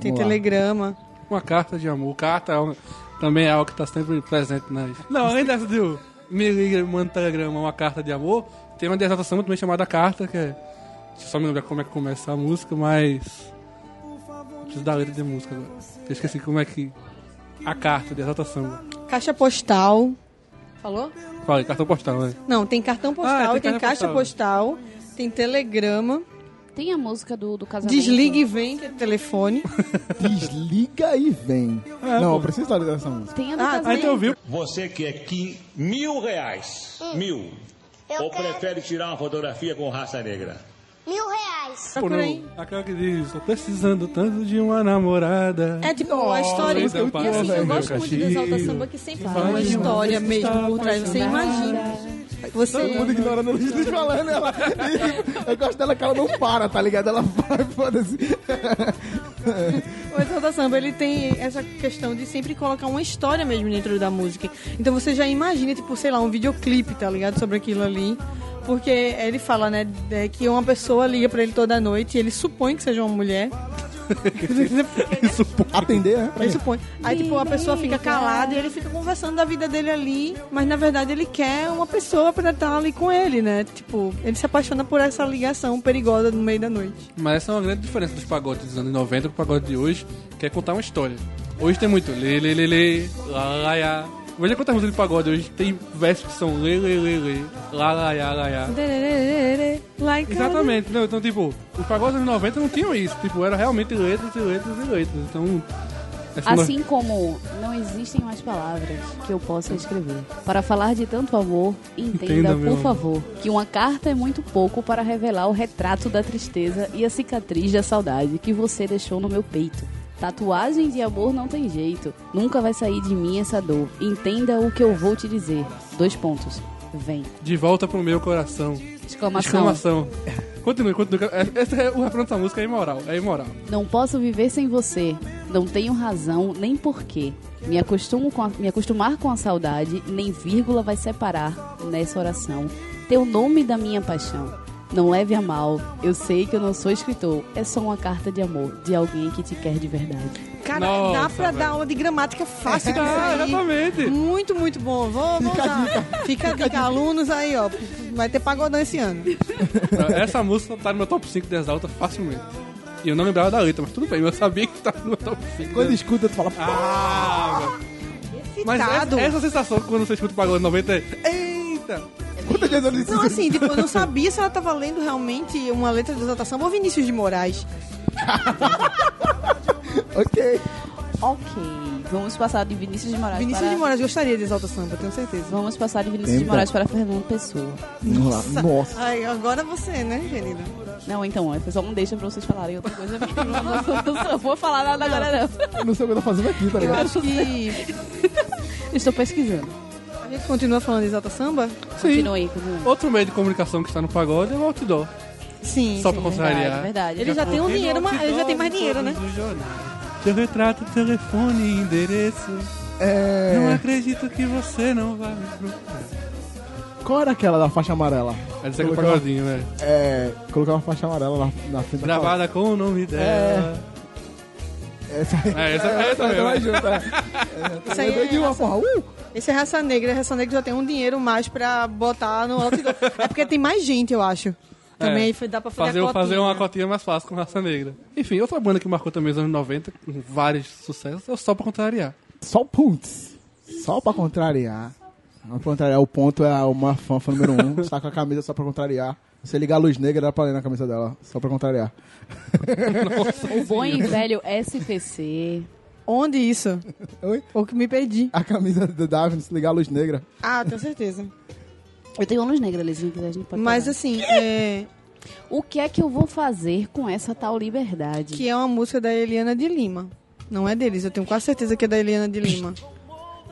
S4: Tem
S1: Vamos lá.
S4: telegrama.
S3: Uma carta de amor. Carta é um- também é algo que tá sempre presente nas. Não, além dessa de eu me liga, manda um telegrama, uma carta de amor, tem uma desatração também chamada carta, que é. Deixa eu só me lembrar como é que começa a música, mas. Preciso da letra de música agora. Eu esqueci como é que. A carta de exaltação.
S4: Caixa postal. Falou?
S3: Falei, cartão postal, né?
S4: Não, tem cartão postal,
S3: Ah,
S4: tem,
S3: tem
S4: caixa
S3: cartão
S4: postal. tem telegrama,
S2: Tem a música do, do casamento.
S4: Desliga e vem, que é telefone.
S1: Desliga e vem. não, eu preciso saber dessa música.
S2: Tem a do
S4: Ah,
S2: casamento.
S3: Aí tu ouviu?
S7: Você quer que é mil reais?
S8: Hum.
S7: Mil.
S9: Eu
S7: Ou
S9: quero.
S7: prefere tirar uma fotografia com raça negra?
S9: Mil reais.
S4: Procura aí.
S3: né? Aquela que diz, tô precisando tanto de uma namorada.
S4: É tipo uma história.
S3: Nossa,
S4: E
S8: eu
S3: velho,
S4: assim,
S8: gosto
S3: meu
S8: muito do Exalta
S3: cachimbo.
S8: Samba, que sempre
S3: Fala
S8: tem uma
S4: uma
S3: de
S8: história.
S4: história
S3: Você
S4: mesmo
S3: está
S4: por trás. Você imagina. Você.
S1: Todo mundo ignorando a Luiz falando. né? Ela... Eu gosto dela que ela não para, tá ligado? Ela vai, foda-se.
S4: O Exalta Samba, ele tem essa questão de sempre colocar uma história mesmo dentro da música. Então você já imagina, tipo, sei lá, um videoclipe, tá ligado? Sobre aquilo ali. Porque ele fala, né, é que uma pessoa liga pra ele toda noite e ele supõe que seja uma mulher.
S1: Atender, né?
S4: Ele supõe. Aí, tipo, a pessoa fica calada e ele fica conversando da vida dele ali, mas na verdade ele quer uma pessoa pra estar ali com ele, né? Tipo, ele se apaixona por essa ligação perigosa no meio da noite.
S3: Mas essa é uma grande diferença dos pagodes dos anos 90 pro pagode de hoje, que é contar uma história. Hoje tem muito lê, lê, lê, lê, lá, lá, lá. Veja quantas músicas de pagode hoje tem versos que são lê, lê, lê, lê, lá, lá, lá, lá, lá.
S4: Like
S3: Exatamente, entendeu? Então, tipo, os pagodes dos anos 90 não tinham isso. Tipo, era realmente letras e letras e letras. Então... essa no-
S2: Assim como não existem mais palavras que eu possa escrever. Para falar de tanto amor, entenda,
S3: Entenda, meu
S2: por
S3: amor.
S2: favor, que uma carta é muito pouco para revelar o retrato da tristeza e a cicatriz da saudade que você deixou no meu peito. Tatuagem de amor não tem jeito. Nunca vai sair de mim essa dor. Entenda o que eu vou te dizer. Dois pontos. Vem.
S3: De volta pro meu coração.
S2: Exclamação.
S3: Exclamação. Continue, continue. Essa é, o refrão dessa música é imoral, é imoral.
S2: Não posso viver sem você. Não tenho razão nem porquê. Me, acostumo com a- me acostumar com a saudade, nem vírgula vai separar nessa oração. Teu nome da minha paixão. Não leve a mal, eu sei que eu não sou escritor. É só uma carta de amor de alguém que te quer de verdade.
S4: Cara,
S3: Nossa,
S4: dá pra
S3: velho.
S4: dar aula de gramática fácil com
S3: Tá,
S4: isso aí.
S3: exatamente.
S4: Muito, muito bom. Vou, vou usar. Fica a dica, alunos aí, ó. Vai ter pagodão esse ano.
S3: Essa música tá no meu top 5 de Exalta facilmente. E eu não lembrava da letra, mas tudo bem, eu sabia que tá no meu top 5.
S1: Quando escuta, tu fala, pô,
S3: Ah,
S4: Esse
S3: mas é,
S4: dado.
S3: essa, essa sensação quando você escuta o pagode 90 é. Eita!
S1: quantas vezes eu disse
S4: Não,
S1: isso?
S4: assim, tipo, eu não sabia se ela tava lendo realmente uma letra de exaltação ou Vinícius de Moraes.
S1: Ok.
S2: Ok, vamos passar de Vinícius de Moraes
S4: Vinícius
S2: para...
S4: de Moraes gostaria de Exalta Samba, tenho certeza.
S2: Vamos passar de Vinícius de
S1: Eita.
S2: Moraes para Fernando Pessoa.
S1: Vamos lá. Nossa.
S4: Ai, agora você, né, querida?
S2: Não, então, eu só não deixa pra vocês falarem outra coisa. porque eu não- não vou falar nada agora, não.
S1: Eu não sei o que eu tô fazendo aqui, tá
S4: Eu
S1: ligado?
S4: acho que
S2: Estou pesquisando.
S4: a gente continua falando de Exalta Samba?
S2: Continue aí, continue.
S3: Outro meio de comunicação que está no pagode é o outdoor.
S4: Sim.
S3: só
S4: sim.
S2: Verdade,
S3: pra contrariar.
S2: verdade.
S4: Ele já tem um
S3: Porque no
S4: dinheiro, mas ele já
S3: outdoor
S4: tem mais
S3: de
S4: dinheiro, né?
S3: todos os jornais. Teu retrato, telefone, endereço. Não
S1: É...
S3: acredito que você não vai me procurar.
S1: Qual era aquela da faixa amarela?
S3: Aí você é o
S1: Colocar-
S3: pagodinho, velho.
S1: É... Colocar uma faixa amarela na, na frente da
S3: Gravada com o nome dela.
S1: Essa
S3: É, essa- essa mesmo.
S1: vai junto, é.
S4: Isso aí
S1: Eu dei de
S4: é
S1: uma porra. Uh!
S4: Esse é raça negra, raça negra já tem um dinheiro mais pra botar no outdoor. é porque tem mais gente, eu acho. Também aí foi- dá pra fazer,
S3: Fazer,
S4: a é cotinha.
S3: fazer uma cotinha mais fácil com raça negra. Enfim, outra banda que marcou também os anos 90, com vários sucessos, é o só pra contrariar.
S1: Só putz. Só pra contrariar. Pra contrariar o ponto é uma fanfa número um. Está com a camisa só pra contrariar. Se ligar a luz negra, dá pra ler na camisa dela. Só pra contrariar.
S2: O bom e velho SPC.
S4: Onde isso?
S1: Oi?
S4: Ou que me perdi.
S1: A camisa do Davi, se ligar a luz negra.
S4: Ah, tenho certeza.
S2: Eu tenho anos negras, Lizinho, que a gente pode
S4: Mas
S2: falar.
S4: assim, é,
S2: O que é que eu vou fazer com essa tal liberdade?
S4: que é uma música da Eliana de Lima. Não é deles, eu tenho quase certeza que é da Eliana de Lima.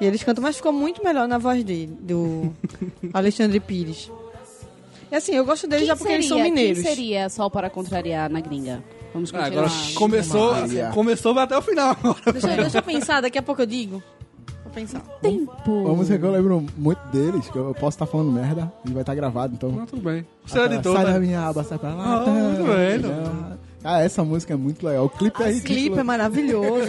S4: E eles cantam, mas ficou muito melhor na voz dele, do Alexandre Pires. E assim, eu gosto deles
S2: Quem
S4: já porque eles são
S2: seria-
S4: mineiros.
S2: Quem seria só para contrariar na gringa? Vamos
S3: Ah,
S2: continuar.
S3: agora começou,
S1: Maria.
S3: começou até o final.
S4: Deixa, eu- deixa eu pensar, daqui a pouco eu digo. Vou pensar.
S2: Tempo.
S1: Uma música que eu lembro muito deles, que eu posso estar falando merda e vai estar gravado, então.
S3: Não, tudo bem. Você é
S1: Aquela,
S3: editor,
S1: sai
S3: né?
S1: da minha aba, sai pra lá.
S3: Ah,
S1: tá,
S3: muito bem,
S1: tá.
S3: não.
S1: Ah, essa música é muito legal. O clipe é
S4: Esse clipe
S1: ridículo.
S4: é maravilhoso.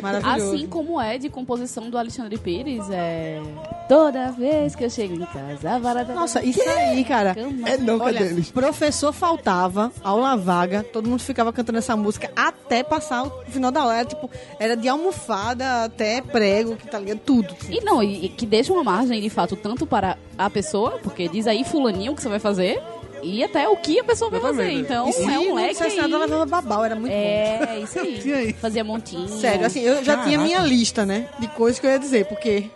S4: Maravilhoso.
S2: Assim como é de composição do Alexandre Pires, é. Toda vez que eu chego em casa, a varada.
S4: Nossa, isso aí, cara.
S1: É não, que é
S4: Olha,
S1: deles.
S4: professor faltava, aula vaga, todo mundo ficava cantando essa música até passar o final da aula. Era, tipo, era de almofada até prego, que tá ligado, tudo.
S2: E não, e, e que deixa uma margem, de fato, tanto para a pessoa, porque diz aí fulaninho o que você vai fazer, E até o que a pessoa vai fazer.
S3: Exatamente.
S2: Então,
S4: E se
S2: é um
S4: não
S2: leque.
S4: dissesse nada, ela
S2: aí.
S4: levava babau, era muito bom.
S2: É, isso aí.
S3: Tinha isso.
S2: Fazia montinho.
S4: Sério, assim, eu já tinha minha lista, né? De coisas que eu ia dizer, porque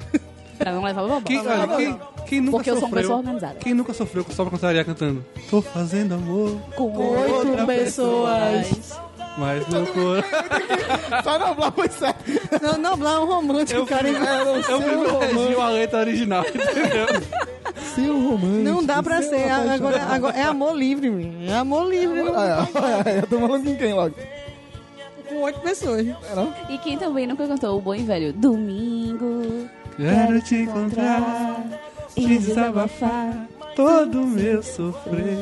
S2: Pra não levar o babão.
S3: Quem, olha, quem, quem nunca
S2: Porque eu sou uma
S3: sofreu?
S2: pessoa organizada.
S3: Quem nunca sofreu com só pra contrariar cantando? Tô fazendo amor,
S2: Com
S4: oito
S3: outra
S4: pessoas.
S3: mas meu coração.
S1: Só não, blá, pois é.
S4: Não, não, lá é um romântico, cara.
S3: Eu
S2: um
S3: privilegio a letra original, entendeu?
S1: Seu romance.
S4: Não dá pra ser. Agora, agora é amor livre, menino. É amor livre não-
S1: Ah, é, eu tô falando com quem logo?
S4: com oito pessoas.
S2: E quem também nunca cantou o bom e velho Domingo.
S3: Quero te encontrar, te desabafar, todo o meu sofrer.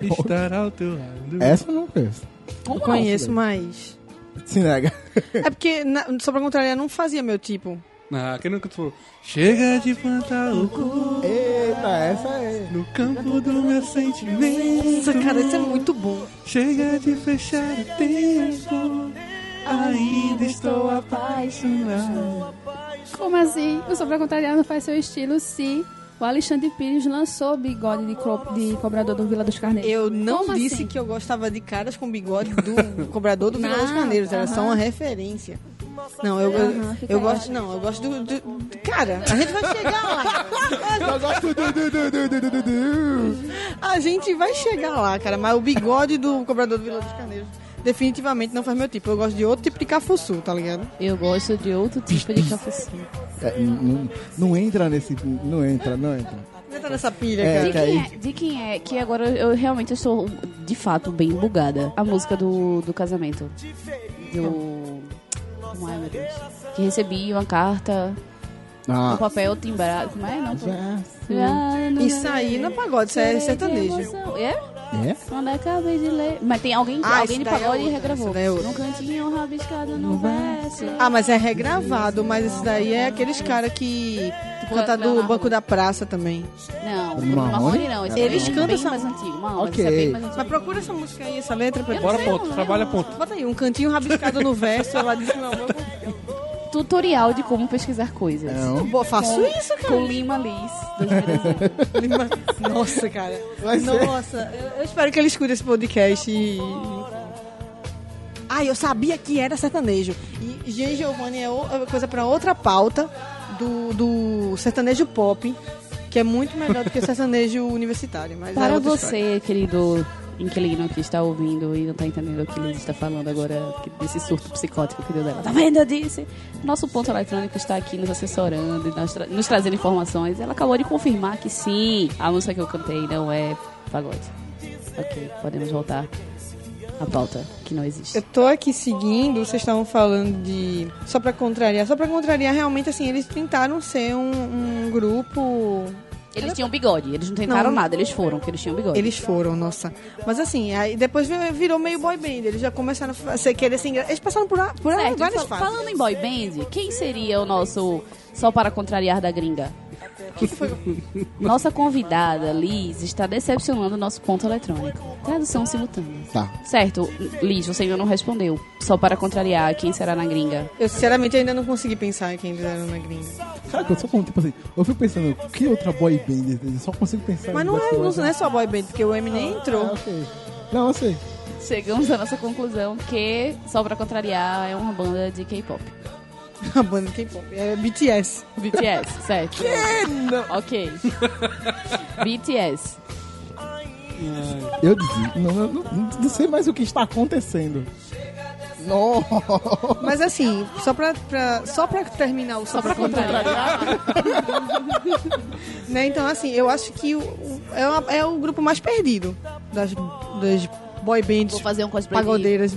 S3: Estar ao teu lado.
S1: Essa eu não conheço.
S2: Como não?
S4: Conheço, mas.
S1: Se nega.
S4: É porque, na, só pra contrariar, não fazia meu tipo.
S3: Ah, quem nunca sofreu? Chega de plantar o cu
S1: Eita, essa é.
S3: no campo do meu sentimento.
S4: Nossa, cara, isso é muito bom.
S3: Chega de fechar o tempo. Ainda estou apaixonado.
S9: Como assim? O Sobre Contrariar não faz seu estilo se o Alexandre Pires lançou o bigode de, cro- de cobrador do Vila dos Carneiros.
S4: Eu não
S9: Como
S4: disse
S9: assim?
S4: que eu gostava de caras com bigode do cobrador do
S9: Ah,
S4: Vila dos Carneiros. Era só uma referência. Não, eu, eu,
S9: Aham, fica
S4: eu
S9: aí.
S4: gosto. Não, eu gosto do, do- do- Cara, a gente vai chegar lá.
S1: Eu gosto do, do, do, do, do, do, do.
S4: A gente vai chegar lá, cara. Mas o bigode do cobrador do Vila dos Carneiros definitivamente não faz meu tipo. Eu gosto de outro tipo de cafuçu, tá ligado?
S2: Eu gosto de outro tipo de cafucinho.
S1: É, não, não entra nesse. Não entra, não entra.
S4: Você tá nessa pilha,
S1: É,
S2: De
S4: cara.
S1: cara.
S2: quem é, de quem é que agora eu realmente estou, de fato, bem bugada. A música do, do casamento. Do... Como é, meu Deus? Que recebi uma carta, um
S1: Ah.
S2: papel timbrado. Como é? Não, tô...
S4: Isso aí não é pagode, isso é sertanejo.
S2: É?
S1: É?
S2: Quando acabei de ler. Mas tem alguém,
S4: Ah,
S2: alguém
S4: esse
S2: de
S4: daí é
S2: pagode
S4: outra,
S2: regravou.
S4: esse daí é outra.
S2: Num cantinho rabiscado no verso.
S4: Ah, mas é regravado, mas esse daí é aqueles caras que canta do
S2: Leonardo.
S4: Banco da Praça também.
S2: Não,
S1: Marrone?
S2: Marrone não. Esse
S4: Eles
S2: é
S4: cantam
S2: bem
S4: essa-
S2: mais antigo. Marrone,
S1: Ok.
S2: esse é bem mais
S4: Mas
S2: antigo.
S4: procura essa música aí, essa letra pra
S3: Bora, ponto. Trabalha, ponto.
S4: Bota aí, um cantinho rabiscado no verso, ela diz, não, eu
S2: Tutorial de como pesquisar coisas.
S1: Não.
S4: vou- faço
S2: É. Com-
S4: isso, cara.
S2: Com Lima Liz. 2018.
S4: Lima- Nossa, cara.
S1: Vai ser.
S4: Nossa, eu, eu espero que ele escute esse podcast e... Ai, eu sabia que era sertanejo. E Jean Giovanni é o- é coisa pra outra pauta do, do sertanejo pop, que é muito melhor do que o sertanejo universitário. Mas é
S2: Para
S4: outra
S2: você, querido inquilino que está ouvindo e não está entendendo o que Liz está falando agora, que- desse surto psicótico que deu dela. Tá vendo? Eu disse. Nosso ponto eletrônico está aqui nos assessorando, e nos, tra- nos trazendo informações. Ela acabou de confirmar que sim, a música que eu cantei não é pagode. Ok, podemos voltar à pauta, que não
S4: Eu
S2: existe.
S4: tô aqui seguindo, vocês estavam falando de. Só pra contrariar. Só pra contrariar, realmente, assim, eles tentaram ser um, um grupo.
S2: Eles tinham bigode, eles não tentaram
S4: Não.
S2: nada, eles foram, porque eles tinham bigode.
S4: Eles foram, nossa. Mas assim, aí depois vi- virou meio boy band. Eles já começaram a ser, querer ser engraçados. Eles passaram por, a- por a-
S2: Certo,
S4: várias
S2: fal-
S4: fases.
S2: falando em boy band, quem seria o nosso só para contrariar da gringa? Nossa convidada, Liz, está decepcionando o nosso ponto eletrônico. Tradução simultânea.
S1: Tá.
S2: Certo, Liz, você ainda não respondeu. Só para contrariar, quem será na gringa?
S4: Eu, sinceramente, ainda não consegui pensar em quem eles eram na gringa.
S1: Cara, eu só como tipo assim. Eu fico pensando, que outra boy band? Eu só consigo pensar.
S4: Mas
S1: em
S4: não é,
S1: Backstreet
S4: não,
S1: Boys,
S4: não é só boy band, porque o Eminem
S1: Ah,
S4: entrou.
S1: ok. Não, eu sei.
S2: Chegamos à nossa conclusão que Só para contrariar é uma banda de K-pop.
S4: A banda K-pop. É BTS.
S2: BTS, certo? Ok. BTS.
S1: Eu desisto. Não, não, não, não sei mais o que está acontecendo. Nossa.
S4: Mas assim, só pra, pra- só pra terminar o
S2: Só para contrariar.
S4: Né, Então, assim, eu acho que o, o- é, uma- é o grupo mais perdido das, das boy bands
S2: Vou fazer um cosplay. de
S4: pagodeiras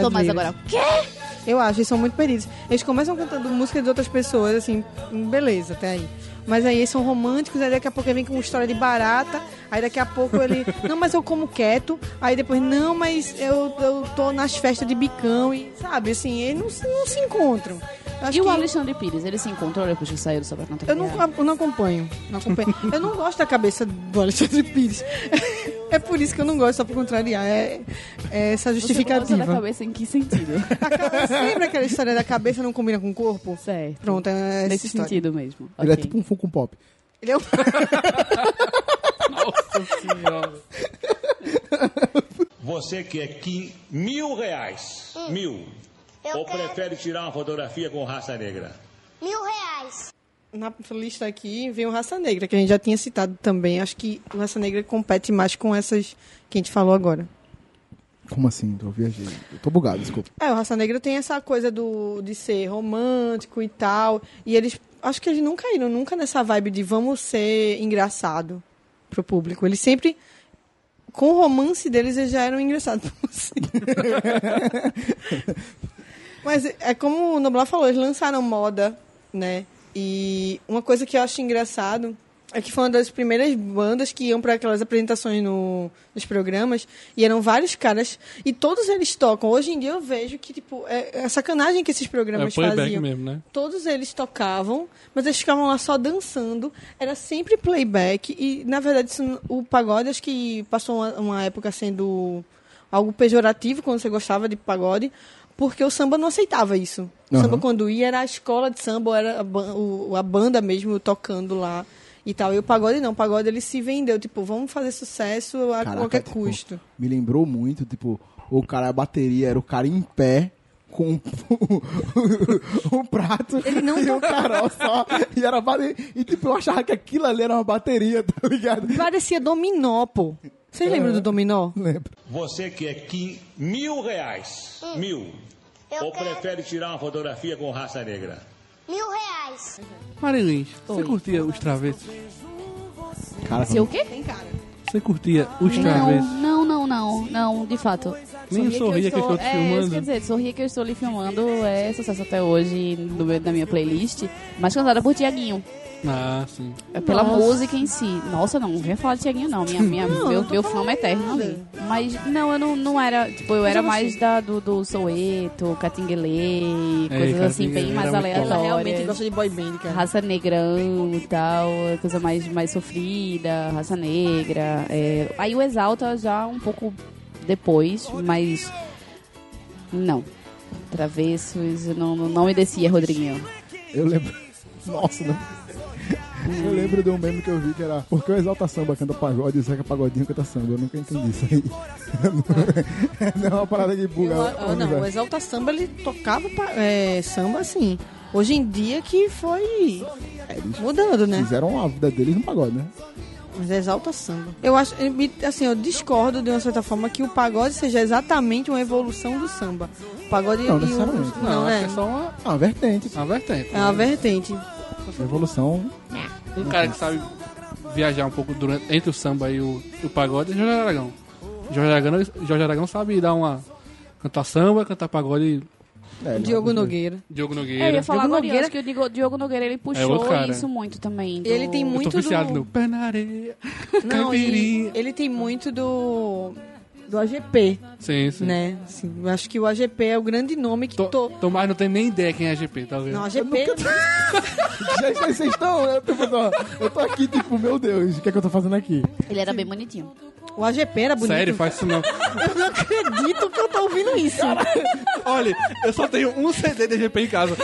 S2: Tomás
S4: brasileiras.
S2: agora.
S4: Eu acho, eles são muito perdidos. Eles começam cantando música de outras pessoas, assim, beleza, até aí. Mas aí eles são românticos, aí daqui a pouco ele vem com uma história de barata, aí daqui a pouco ele, não, mas eu como quieto, aí depois, não, mas eu, eu tô nas festas de bicão, e sabe, assim, eles não, se- não se encontram. Eu acho
S2: E o
S4: que-
S2: Alexandre Pires, ele se encontrou depois que saiu do Só para
S4: eu
S2: contrariar?
S4: não, eu não acompanho. Não acompanho. eu não gosto da cabeça do Alexandre Pires. É por isso que eu não gosto, só pra contrariar. É, é
S2: Você
S4: essa
S2: gosta da
S4: justificativa.
S2: cabeça em que sentido?
S4: A cabeça- Sempre aquela história da cabeça não combina com o corpo?
S2: certo.
S4: Pronto, é essa é
S2: Nesse
S1: é tipo
S4: história.
S1: um
S2: sentido mesmo.
S1: Ele é
S2: Ok.
S1: tipo um Funko Pop.
S4: Ele é um-
S3: senhora.
S7: Você quer que é mil reais? Mil.
S8: Hum. Eu
S7: Ou
S8: quero.
S7: prefere tirar uma fotografia com raça negra?
S8: Mil reais.
S4: Na lista aqui vem o Raça Negra, que a gente já tinha citado também. Acho que o Raça Negra compete mais com essas que a gente falou agora.
S1: Como assim? Tô viajando. Eu Tô bugado, desculpa.
S4: É, o Raça Negra tem essa coisa do, de ser romântico e tal. E eles. Acho que eles nunca iram, nunca nessa vibe de vamos ser engraçado pro público. Eles sempre. Com o romance deles, eles já eram engraçados. Mas é como o Noblar falou, eles lançaram moda, né? E uma coisa que eu acho engraçado é que foi uma das primeiras bandas que iam para aquelas apresentações no, nos programas e eram vários caras e todos eles tocam. Hoje em dia eu vejo que, tipo, é, é sacanagem que esses
S3: É
S4: programas
S3: playback
S4: faziam.
S3: mesmo, né?
S4: Todos eles tocavam, mas eles ficavam lá só dançando. Era sempre playback. E, na verdade, isso n- o pagode acho que passou uma, uma época sendo algo pejorativo quando você gostava de pagode, porque o samba não aceitava isso. O
S1: Aham.
S4: samba, quando ia, era a escola de samba, ou era a, ban- o- a banda mesmo tocando lá e tal. E o pagode não. O pagode ele se vendeu. Tipo, vamos fazer sucesso a
S1: Caraca,
S4: qualquer
S1: tipo,
S4: custo.
S1: Me lembrou muito, tipo, o cara, a bateria era o cara em pé com um prato Ele não e um
S4: tá-
S1: carol só. E era bateria. E tipo, eu achava que aquilo ali era uma bateria, tá ligado?
S4: Parecia dominó, pô. Vocês lembram do dominó?
S1: Lembra?
S7: Você quer que é mil reais? Mil.
S8: Hum. Eu
S7: Ou
S8: quero.
S7: prefere tirar uma fotografia com raça negra?
S8: Mil reais.
S3: Marilins, você curtia os travessos?
S1: Cara,
S2: Ser o quê?
S3: Você curtia os travessos?
S2: Não, não, não, não, não, de fato.
S3: Nem
S2: Sorria
S3: sorria que eu estou te
S2: é, isso quer
S3: filmando.
S2: dizer, sorria que eu estou lhe filmando é sucesso até hoje no meio da minha playlist, mas cantada por Tiaguinho.
S3: Ah, sim.
S2: É pela música em si. Nossa, não, não vinha falar de Tiaguinho, não. Minha, minha, meu, meu fama é eterno ali. Mas não, eu não, não era. Tipo, eu era mais da, do, do Soweto, Catinguelê,
S3: É,
S2: coisas assim,
S3: Catinguelê
S2: bem
S3: era
S2: mais
S3: muito bom.
S4: Ela realmente
S2: aleatórias.
S4: gosta de boy band, cara.
S2: Raça negrão e tal, coisa mais, mais sofrida, raça negra. é. Aí o Exalta já um pouco depois, mas. Não. Travessos, não, não não me descia, Rodriguinho.
S1: Eu lembro. Nossa, né? Eu lembro de um meme que eu vi que era Por que o Exalta Samba canta pagode e o Zeca Pagodinho canta samba? Eu nunca entendi isso aí. Não é uma parada que buga.
S4: Eu-
S1: o
S4: ah, não, o
S1: universo.
S4: Exalta Samba ele tocava pa- é, samba assim. Hoje em dia que foi mudando, né?
S1: Fizeram a vida deles no pagode, né?
S4: Mas é Exalta Samba. Eu acho, eh, me- assim, eu discordo de uma certa forma que o pagode seja exatamente uma evolução do samba. O pagode
S1: Não,
S4: e o,
S1: necessariamente.
S4: não,
S3: acho que
S4: né?
S3: é só uma,
S1: Ah, vertente.
S3: uma vertente.
S4: É uma vertente.
S1: Evolução.
S3: Um cara que sabe viajar um pouco durante, entre o samba e o, o pagode é Jorge Aragão. Jorge Aragão. Jorge Aragão sabe dar uma. cantar samba, cantar pagode
S1: É,
S4: Diogo Nogueira.
S3: Diogo
S2: É, eu
S3: Nogueira.
S2: ia falar
S4: Diogo
S2: agora,
S4: Nogueira-
S2: Nogueira... que o Digo- Diogo Nogueira ele puxou
S3: É outro cara.
S2: isso muito também. do-
S4: Ele tem
S3: eu
S4: muito
S3: tô viciado
S4: do...
S3: no pé na areia.
S4: Não, ele,
S3: Caipirinha.
S4: ele tem muito do do AGP,
S3: Sim, sim.
S4: né? Assim, eu acho que o AGP é o grande nome que
S3: To-
S4: to...
S3: Tomás não tem nem ideia quem é GP, tá vendo?
S4: Não, AGP
S1: Gente, vocês estão. Eu tô, fazendo- eu tô aqui, tipo, meu Deus, o que é que eu tô fazendo aqui?
S2: Ele era bem bonitinho.
S4: O AGP era bonito.
S3: Sério, faz isso não.
S4: Eu não acredito que eu tô ouvindo isso.
S3: Olha, eu só tenho um CD de GP em casa.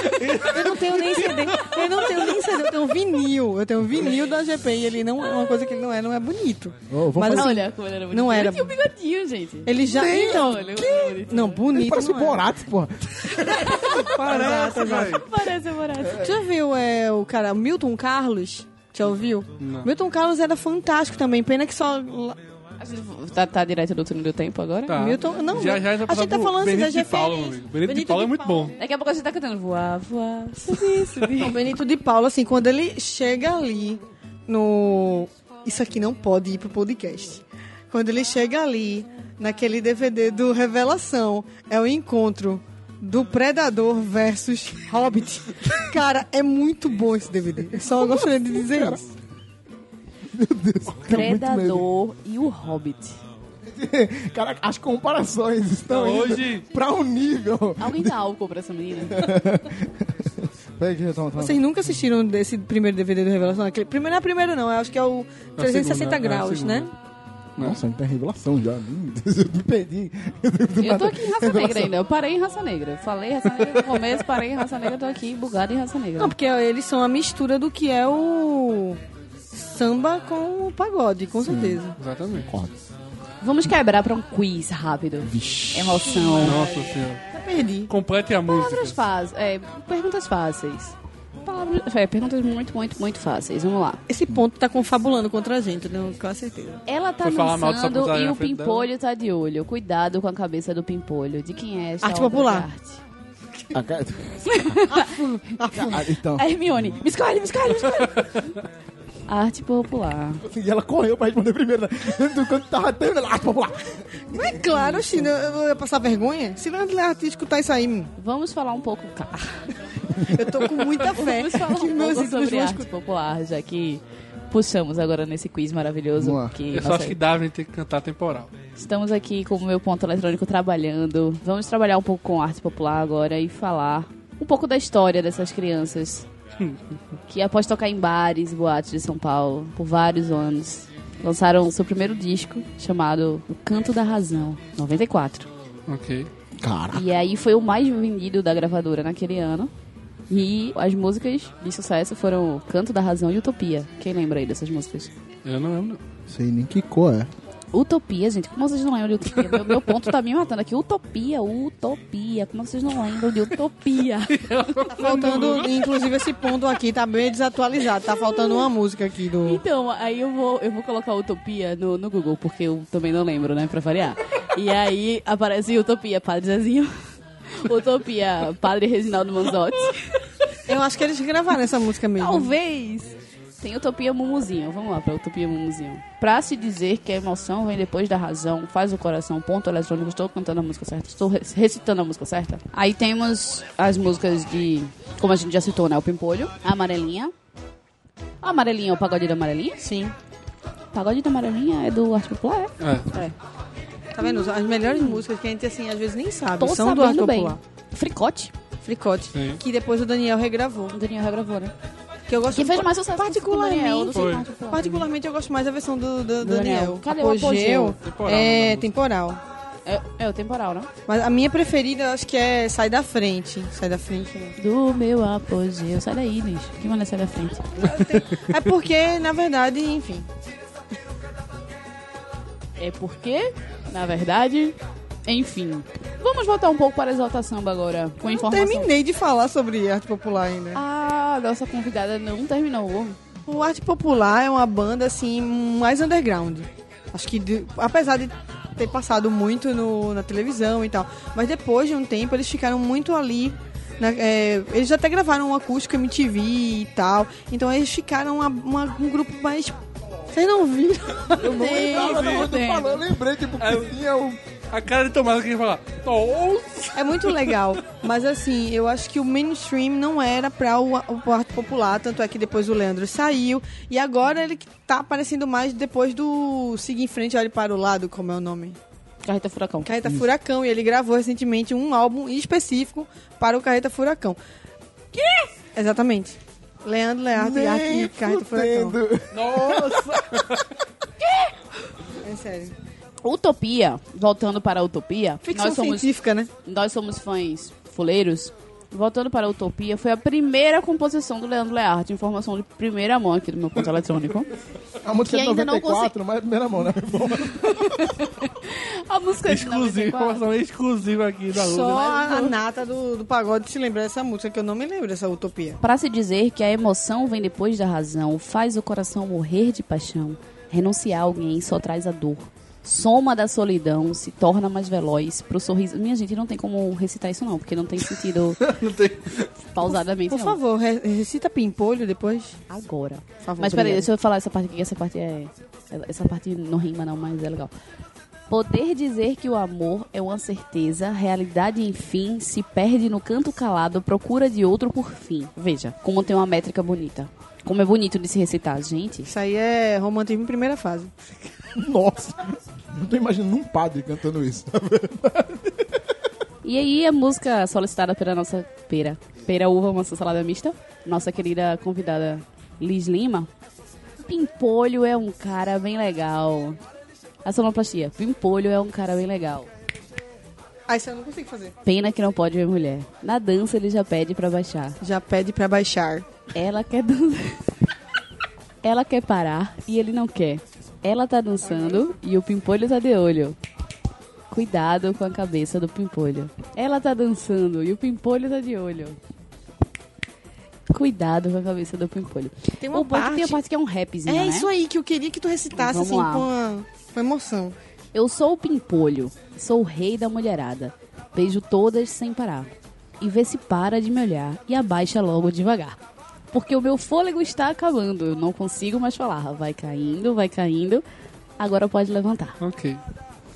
S4: Eu não tenho nem CD. Eu não tenho nem CD, eu tenho vinil. Eu tenho vinil da GP e ele não é uma coisa que ele não é, não é bonito.
S1: Ô, vamos
S4: Mas
S1: fazer-
S4: assim,
S2: Olha como ele era bonito.
S4: não era.
S2: Ele tinha um bigodinho, gente.
S4: ele já. então,
S2: olha,
S4: que-
S2: olha, bonito.
S4: Não,
S1: Ele
S4: bonito.
S1: parece um
S4: não é.
S1: Borato, porra.
S3: Parece, velho.
S2: Parece amoroso.
S4: Tu já viu é, o cara, Milton Carlos? Já ouviu?
S3: Não.
S4: Milton Carlos era fantástico também. Pena que só.
S2: A gente Tá, tá direto do túnel do tempo agora?
S3: Tá.
S4: Milton- não,
S3: já, já,
S4: a gente
S3: passar
S4: tá
S3: pro
S4: falando assim
S3: Benito
S4: da
S3: de
S4: GP.
S3: Paulo, meu amigo. Benito de
S4: Benito
S3: Paulo é
S4: de
S3: muito
S4: Paulo.
S3: bom.
S2: Daqui a pouco a gente tá cantando voar, voar, subir, subir.
S4: O Benito de Paula, assim, quando ele chega ali no. Isso aqui não pode ir pro podcast. Quando ele chega ali, naquele DVD do Revelação, é o encontro do Predador versus Hobbit. Cara, é muito bom esse DVD. Eu só gostaria de dizer isso.
S2: Predador e o Hobbit.
S1: Cara, as comparações estão
S3: Hoje-
S1: indo pra um nível.
S2: Alguém dá álcool pra essa menina?
S1: Peraí, que eu tô- tô-
S4: Vocês nunca assistiram desse primeiro DVD do Revelação? Aquele, primeiro, não é a primeira, não. Eu acho que é o 360
S3: segunda, é a
S4: graus,
S3: segunda.
S4: né?
S1: Nossa, não tem revelação já. Hum, Eu me perdi.
S2: Eu tô aqui em raça negra ainda. Eu parei em raça negra. Falei raça negra no começo, parei em raça negra, tô aqui bugada em raça negra.
S4: Não, porque eles são a mistura do que é o. samba com o pagode, com certeza.
S3: Exatamente.
S2: Vamos quebrar pra um quiz rápido. Emoção.
S3: Nossa senhora.
S4: Já perdi.
S3: Complete a
S2: Palavras
S3: música.
S2: fáceis. É, perguntas fáceis. Palavras, é, perguntas muito, muito, muito fáceis. Vamos lá.
S4: Esse ponto tá confabulando contra a gente, né? com certeza.
S2: Ela tá
S3: Foi falar mal de
S2: dançando
S3: Sapucaí
S2: e
S3: na
S2: o
S3: frente dela.
S2: pimpolho tá de olho. Cuidado com a cabeça do pimpolho. De quem é esta
S4: Arte
S2: obra de
S4: popular.
S2: arte?
S1: A ca- Ah, então.
S2: A É, Hermione. Me escolhe, me escolhe, me escolhe. Arte popular.
S1: E assim, ela correu pra responder primeiro. né? Do quando tava tendo ela. Ah, vamos lá.
S4: Não é claro, China, eu vou passar vergonha. Se não é artista escutar isso aí, menino.
S2: Vamos falar um pouco, cara.
S4: eu tô com muita fé
S2: Vamos falar
S4: que
S2: um
S4: meus
S2: pouco
S4: ídolos
S2: sobre
S4: vão
S2: arte
S4: escutar.
S2: popular, já que puxamos agora nesse quiz maravilhoso.
S1: Vamos lá.
S2: Que,
S3: Eu só
S2: nossa,
S3: acho que Davi tem que cantar temporal.
S2: Estamos aqui com o meu ponto eletrônico trabalhando. Vamos trabalhar um pouco com arte popular agora e falar um pouco da história dessas crianças. que após tocar em bares e boates de São Paulo por vários anos, lançaram seu primeiro disco chamado O Canto da Razão, 94.
S3: Ok.
S1: Cara.
S2: E aí foi o mais vendido da gravadora naquele ano. E as músicas de sucesso foram Canto da Razão e Utopia. Quem lembra aí dessas músicas?
S3: Eu não lembro. não.
S1: Sei nem que cor é.
S2: Utopia, gente, como vocês não lembram de Utopia? Meu, meu ponto tá me matando aqui. Utopia, Utopia. Como vocês não lembram de Utopia?
S4: Tá faltando, inclusive, esse ponto aqui tá bem desatualizado. Tá faltando uma música aqui do.
S2: Então, aí eu vou, eu vou colocar Utopia no, no Google, porque eu também não lembro, né? Pra variar. E aí aparece Utopia, Padre Zezinho. Utopia, Padre Reginaldo Manzotti.
S4: Eu acho que eles gravaram essa música
S2: Uhum.
S4: mesmo.
S2: Talvez. Tem Utopia Mumuzinho. Vamos lá pra Utopia Mumuzinho. Pra se dizer que a emoção vem depois da razão, faz o coração, ponto eletrônico. Estou cantando a música certa, estou re- recitando a música certa. Aí temos as músicas de, como a gente já citou, né? O Pimpolho, a Amarelinha. A Amarelinha é o Pagode da Amarelinha? Sim. Pagode da Amarelinha é do Arte Popular, é?
S3: É.
S4: Tá vendo? As melhores músicas que a gente, assim, às vezes nem sabe.
S2: Tô
S4: são do arte
S2: sabendo bem.
S4: popular.
S2: Fricote.
S4: Fricote.
S3: Sim.
S4: Que depois o Daniel regravou.
S2: O Daniel regravou, né?
S4: Que eu gosto
S2: Quem fez mais sucesso?
S4: particularmente,
S2: Daniel, do
S3: Foi.
S2: Arte Popular.
S4: Particularmente eu gosto mais da versão do, do
S2: Do Daniel.
S4: Daniel.
S2: Então, Cadê o apogeu?
S3: Temporal, né?
S4: É, temporal.
S2: É, é o temporal, né?
S4: Mas a minha preferida eu acho que é Sai da Frente. Sai da Frente. né?
S2: Do meu apogeu. Sai daí, bicho. Que manda sai da frente.
S4: É porque, na verdade, enfim.
S2: É porque, na verdade, enfim. Vamos voltar um pouco para a Exalta Samba agora, com
S4: Não
S2: informação.
S4: terminei de falar sobre arte popular ainda.
S2: Ah, nossa convidada não terminou.
S4: O Arte Popular é uma banda assim mais underground. Acho que de- apesar de ter passado muito no- na televisão e tal, mas depois de um tempo eles ficaram muito ali. na- é, eles até gravaram um acústico MTV e tal. Então eles ficaram uma- uma- um grupo mais. Vocês não viram?
S2: Eu não
S1: eu um tô falando, eu lembrei, tipo, que tinha É, o.
S3: A cara de Tomás que ia falar. Nossa!
S4: É muito legal. Mas assim, eu acho que o mainstream não era pra o, o arte popular, tanto é que depois o Leandro saiu. E agora ele que tá aparecendo mais depois do Siga em Frente, Olhe para o Lado, como é o nome?
S2: Carreta Furacão.
S4: Carreta Furacão, e ele gravou recentemente um álbum específico para o Carreta Furacão. Que? Exatamente. Leandro Learte e Arte e Carreta Furacão.
S1: Nossa!
S4: É sério.
S2: Utopia, voltando para a Utopia,
S4: Ficção
S2: nós somos,
S4: científica, né?
S2: nós somos fãs fuleiros. Voltando para a Utopia, foi a primeira composição do Leandro Learte, informação de primeira mão aqui do meu ponto eletrônico.
S1: A música
S2: Que
S1: é de
S2: ainda não
S1: 94, mas é primeira mão, né? Bom,
S2: A música de
S3: Exclusivo,
S2: 94.
S3: informação exclusiva aqui da Luz.
S4: Só
S2: né?
S4: a, a nata do, do pagode se lembrar dessa música, que eu não me lembro dessa utopia.
S2: Pra se dizer que a emoção vem depois da razão, faz o coração morrer de paixão. Renunciar a alguém só traz a dor. Soma da solidão se torna mais veloz pro sorriso. Minha gente, não tem como recitar isso não, porque não tem sentido
S3: Não tem.
S2: pausadamente.
S4: Por
S2: não.
S4: favor, re- recita Pimpolho depois.
S2: Agora.
S4: favor,
S2: mas peraí,
S4: obrigada.
S2: deixa eu falar essa parte aqui, essa parte é. Essa parte não rima, não, mas é legal. Poder dizer que o amor é uma certeza, realidade enfim, se perde no canto calado, procura de outro por fim. Veja, como tem uma métrica bonita. Como é bonito de se recitar, gente.
S4: Isso aí é romantismo em primeira fase.
S1: Nossa! Não tô imaginando um padre cantando isso.
S2: E aí a música solicitada pela nossa pera, pera uva, maçã salada mista, nossa querida convidada Liz Lima. Pimpolho é um cara bem legal. A sonoplastia. Pimpolho é um cara bem legal.
S4: Ah, isso eu não consigo fazer.
S2: Pena que não pode ver mulher. Na dança ele já pede pra baixar.
S4: Já pede pra baixar.
S2: Ela quer dançar. Ela quer parar e ele não quer. Ela tá dançando e o pimpolho tá de olho. Cuidado com a cabeça do pimpolho. Ela tá dançando e o pimpolho tá de olho. Cuidado com a cabeça do pimpolho.
S4: Tem uma
S2: o bom é que
S4: parte-
S2: Tem a parte que é um rapzinho,
S4: É
S2: né?
S4: isso aí que eu queria que tu recitasse
S2: Vamos
S4: assim
S2: lá.
S4: com a- com emoção.
S2: Eu sou o Pimpolho, sou o rei da mulherada. Beijo todas sem parar. E vê se para de me olhar e abaixa logo devagar. Porque o meu fôlego está acabando, eu não consigo mais falar. Vai caindo, vai caindo. Agora pode levantar.
S3: Ok.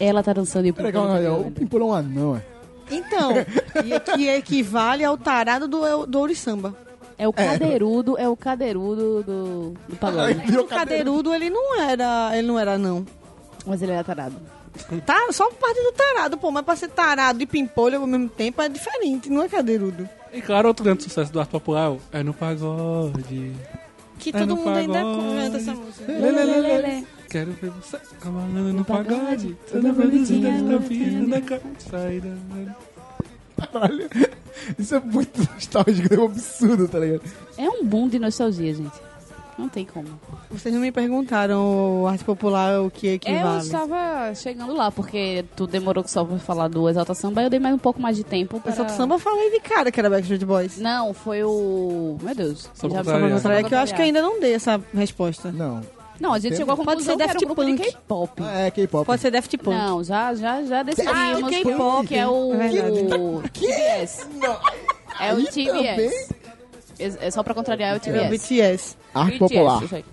S2: Ela tá dançando e o
S1: Peraí,
S2: Pimpolho.
S1: calma,
S2: tá
S1: aí, ó,
S2: olhando.
S1: o Pimpolho é um anão, é.
S4: Então, e é que equivale ao tarado do, do Ouro Samba.
S2: É o cadeirudo, é o cadeirudo do, do pagode.
S4: O cadeirudo, ele não era, ele não era não.
S2: Mas ele era tarado.
S4: Tá, só parte do tarado, pô, mas pra ser tarado e pimpolho ao mesmo tempo é diferente, não é cadeirudo.
S3: E claro, outro grande sucesso do Arte Popular é no pagode.
S4: Que
S3: É
S4: todo
S3: no
S4: mundo ainda
S3: pagode.
S4: canta essa música.
S3: Lelelelele. Quero ver você cavalando no pagode. Toda bonitinha, na filha da ca- saída.
S1: Caralho. Isso é muito nostálgico, é um absurdo, tá ligado?
S2: É um boom de nostalgia, gente. Não tem como.
S4: Vocês não me perguntaram o arte popular É, o que
S2: É, eu
S4: equivale.
S2: estava chegando lá, porque tu demorou só pra falar do Exalta Samba, eu dei mais um pouco mais de tempo para...
S4: Essa do samba eu falei de cara que era Backstreet Boys.
S2: Não, foi o... Meu Deus.
S3: Samba
S2: Já-
S3: Contrariado.
S2: Samba
S4: Será é que eu acho que ainda não dei essa resposta?
S1: Não.
S2: Não, a gente chegou à
S4: Pode
S2: conclusão
S4: ser
S2: que era um
S4: Daft
S2: grupo de
S4: Punk.
S2: K-pop.
S1: Ah, É K-pop.
S4: Pode ser Daft Punk.
S2: Não, já, já, já
S4: Ah, é
S2: decidimos
S4: o
S2: que,
S4: K-pop.
S2: é o...
S4: É verdade.
S2: o TBS. É o
S1: Aí
S2: TBS. É é só pra contrariar, é o
S4: Era
S2: TBS.
S4: o BTS.
S1: Arte
S2: BTS,
S1: popular.
S2: isso aí.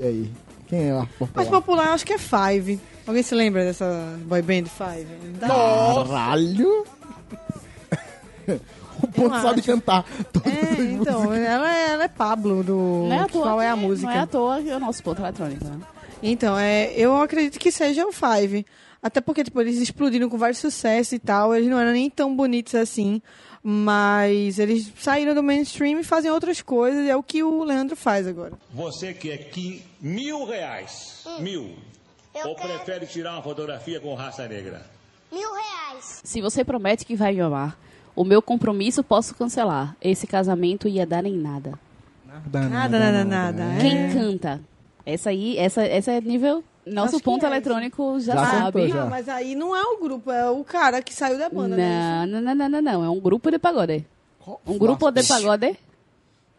S1: E aí? Quem é o arte popular?
S4: Arte popular eu acho que é Five. Alguém se lembra dessa boy band Five?
S1: Caralho! o
S4: Eu
S1: ponto sabe
S4: acho.
S1: cantar todas as
S4: É, então,
S1: músicas.
S4: ela é, ela é Pablo do
S2: Não é à toa
S4: Qual é a
S2: que- Não é à
S4: música.
S2: toa que é o nosso ponto eletrônico, né?
S4: Então, é, eu acredito que seja o Five. Até porque, tipo, eles explodiram com vários sucessos e tal. Eles não eram nem tão bonitos assim. Mas eles saíram do mainstream e fazem outras coisas. e É o que o Leandro faz agora.
S7: Você quer que é mil reais? Mil.
S8: Hum. Eu
S7: Ou
S8: quero.
S7: prefere tirar uma fotografia com raça negra?
S8: Mil reais.
S2: Se você promete que vai me amar, o meu compromisso posso cancelar. Esse casamento ia dar em nada.
S4: Nada, nada, nada. né?
S2: Quem canta? Essa aí, essa, essa é nível. Nosso
S4: Acho que
S2: ponto
S4: é.
S2: eletrônico já,
S1: Já
S2: sabe.
S1: acertou, já.
S4: Ah, mas aí não é o grupo, é o cara que saiu da banda, né?
S2: Não, não, não, não, não, não. É um grupo de pagode. Um grupo de pagode.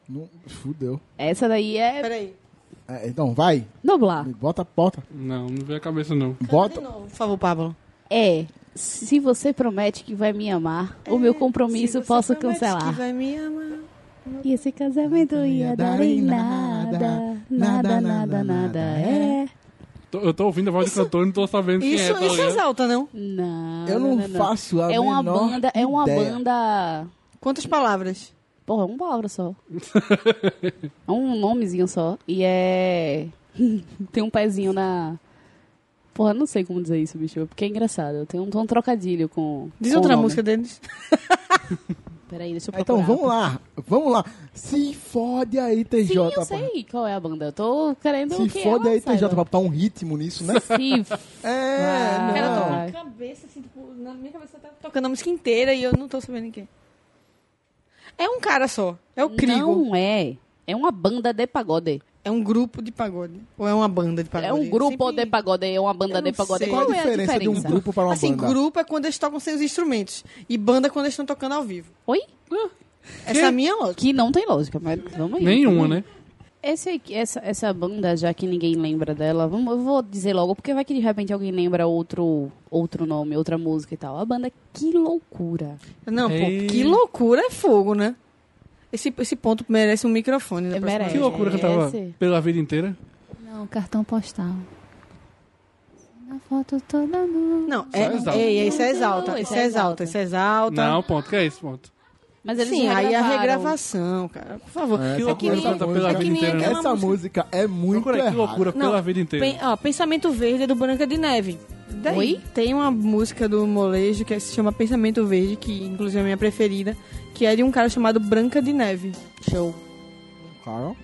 S1: Não, fudeu.
S2: Essa daí é
S4: Peraí.
S1: É, então, vai.
S2: doblar.
S1: Bota a porta.
S3: Não, não veio a cabeça, não.
S1: Bota.
S4: Não, por favor, Pablo.
S2: É. Se você promete que vai me amar, o meu compromisso
S4: É, Se você
S2: posso
S4: promete
S2: cancelar.
S4: Que vai me amar.
S2: E esse casamento ia dar em nada. Nada, nada, nada. É.
S3: Tô- Eu tô ouvindo a voz do cantor e não tô sabendo quem é.
S4: Isso,
S3: tá
S1: né?
S4: isso
S3: ligado?
S4: exalta, não?
S2: Não.
S1: Eu não,
S2: não.
S1: faço a
S2: É uma
S1: menor
S2: banda, é uma
S1: ideia.
S2: banda.
S4: Quantas palavras?
S2: Porra, é uma palavra só. é um nomezinho só. E é. Tem um pezinho na. Porra, não sei como dizer isso, bicho. Porque é engraçado. Tem um, um trocadilho com.
S4: Diz
S2: com o
S4: outra
S2: nome.
S4: música deles.
S2: Peraí, deixa eu
S1: Ah,
S2: procurar.
S1: Então, vamos lá. Vamos lá. Se fode aí, TJ.
S2: Sim, eu
S1: pra-
S2: sei qual é a banda. Eu tô querendo
S1: Se
S2: que é,
S1: fode
S2: ela
S1: aí, TJ,
S2: saiba.
S1: pra botar um ritmo nisso, né?
S2: Se
S1: É, não.
S2: vai.
S4: cabeça, assim, tipo, na minha cabeça tá tocando a música inteira e eu não tô sabendo quem. É um cara só. É o Crigo.
S2: Não é. É uma banda de pagode.
S4: É um grupo de pagode. Ou é uma banda de pagode?
S2: É um grupo
S4: Sempre-
S2: de pagode, é uma banda
S4: Eu
S2: de
S4: não
S2: pagode.
S4: sei.
S2: Qual,
S1: Qual a
S2: é a
S1: diferença de um grupo para uma
S4: Assim,
S1: banda?
S4: grupo é quando eles tocam sem os instrumentos. E banda é quando eles estão tocando ao vivo.
S2: Oi?
S4: Essa é a minha lógica.
S2: Que não tem lógica, mas vamos aí.
S3: Nenhuma, né?
S2: Esse, aqui- essa, essa banda, já que ninguém lembra dela, vamos, eu vou dizer logo, porque vai que de repente alguém lembra outro, outro nome, outra música e tal. A banda Que Loucura.
S4: Não, pô,
S3: Ei.
S4: que loucura é fogo, né? Esse, esse ponto merece um microfone. né,
S2: É,
S4: pra-
S2: merece.
S3: Que loucura que eu tava pela vida inteira.
S10: Não, cartão postal. Na foto toda nua.
S4: Não,
S3: é
S4: é,
S3: exalta.
S4: é, isso é exalta. Isso é exalta, isso é exalta.
S3: Não, ponto. Que é isso, ponto.
S2: Mas eles
S4: Sim, aí a
S2: regravaram.
S4: regravação, cara. Por favor.
S1: É,
S3: Que
S1: essa
S3: loucura
S1: música-
S3: canta pela
S1: é que
S3: vida
S4: nem
S3: inteira, né?
S4: aquela-
S1: Essa música é muito
S3: Procura aí, que
S1: errada.
S3: loucura pela vida inteira.
S4: Pen- ó, Pensamento Verde é do Branca de Neve. Daí,
S2: Oi?
S4: Tem uma música do Molejo que é, se chama Pensamento Verde, que inclusive é a minha preferida, que é de um cara chamado Branca de Neve.
S2: Show.
S1: Claro.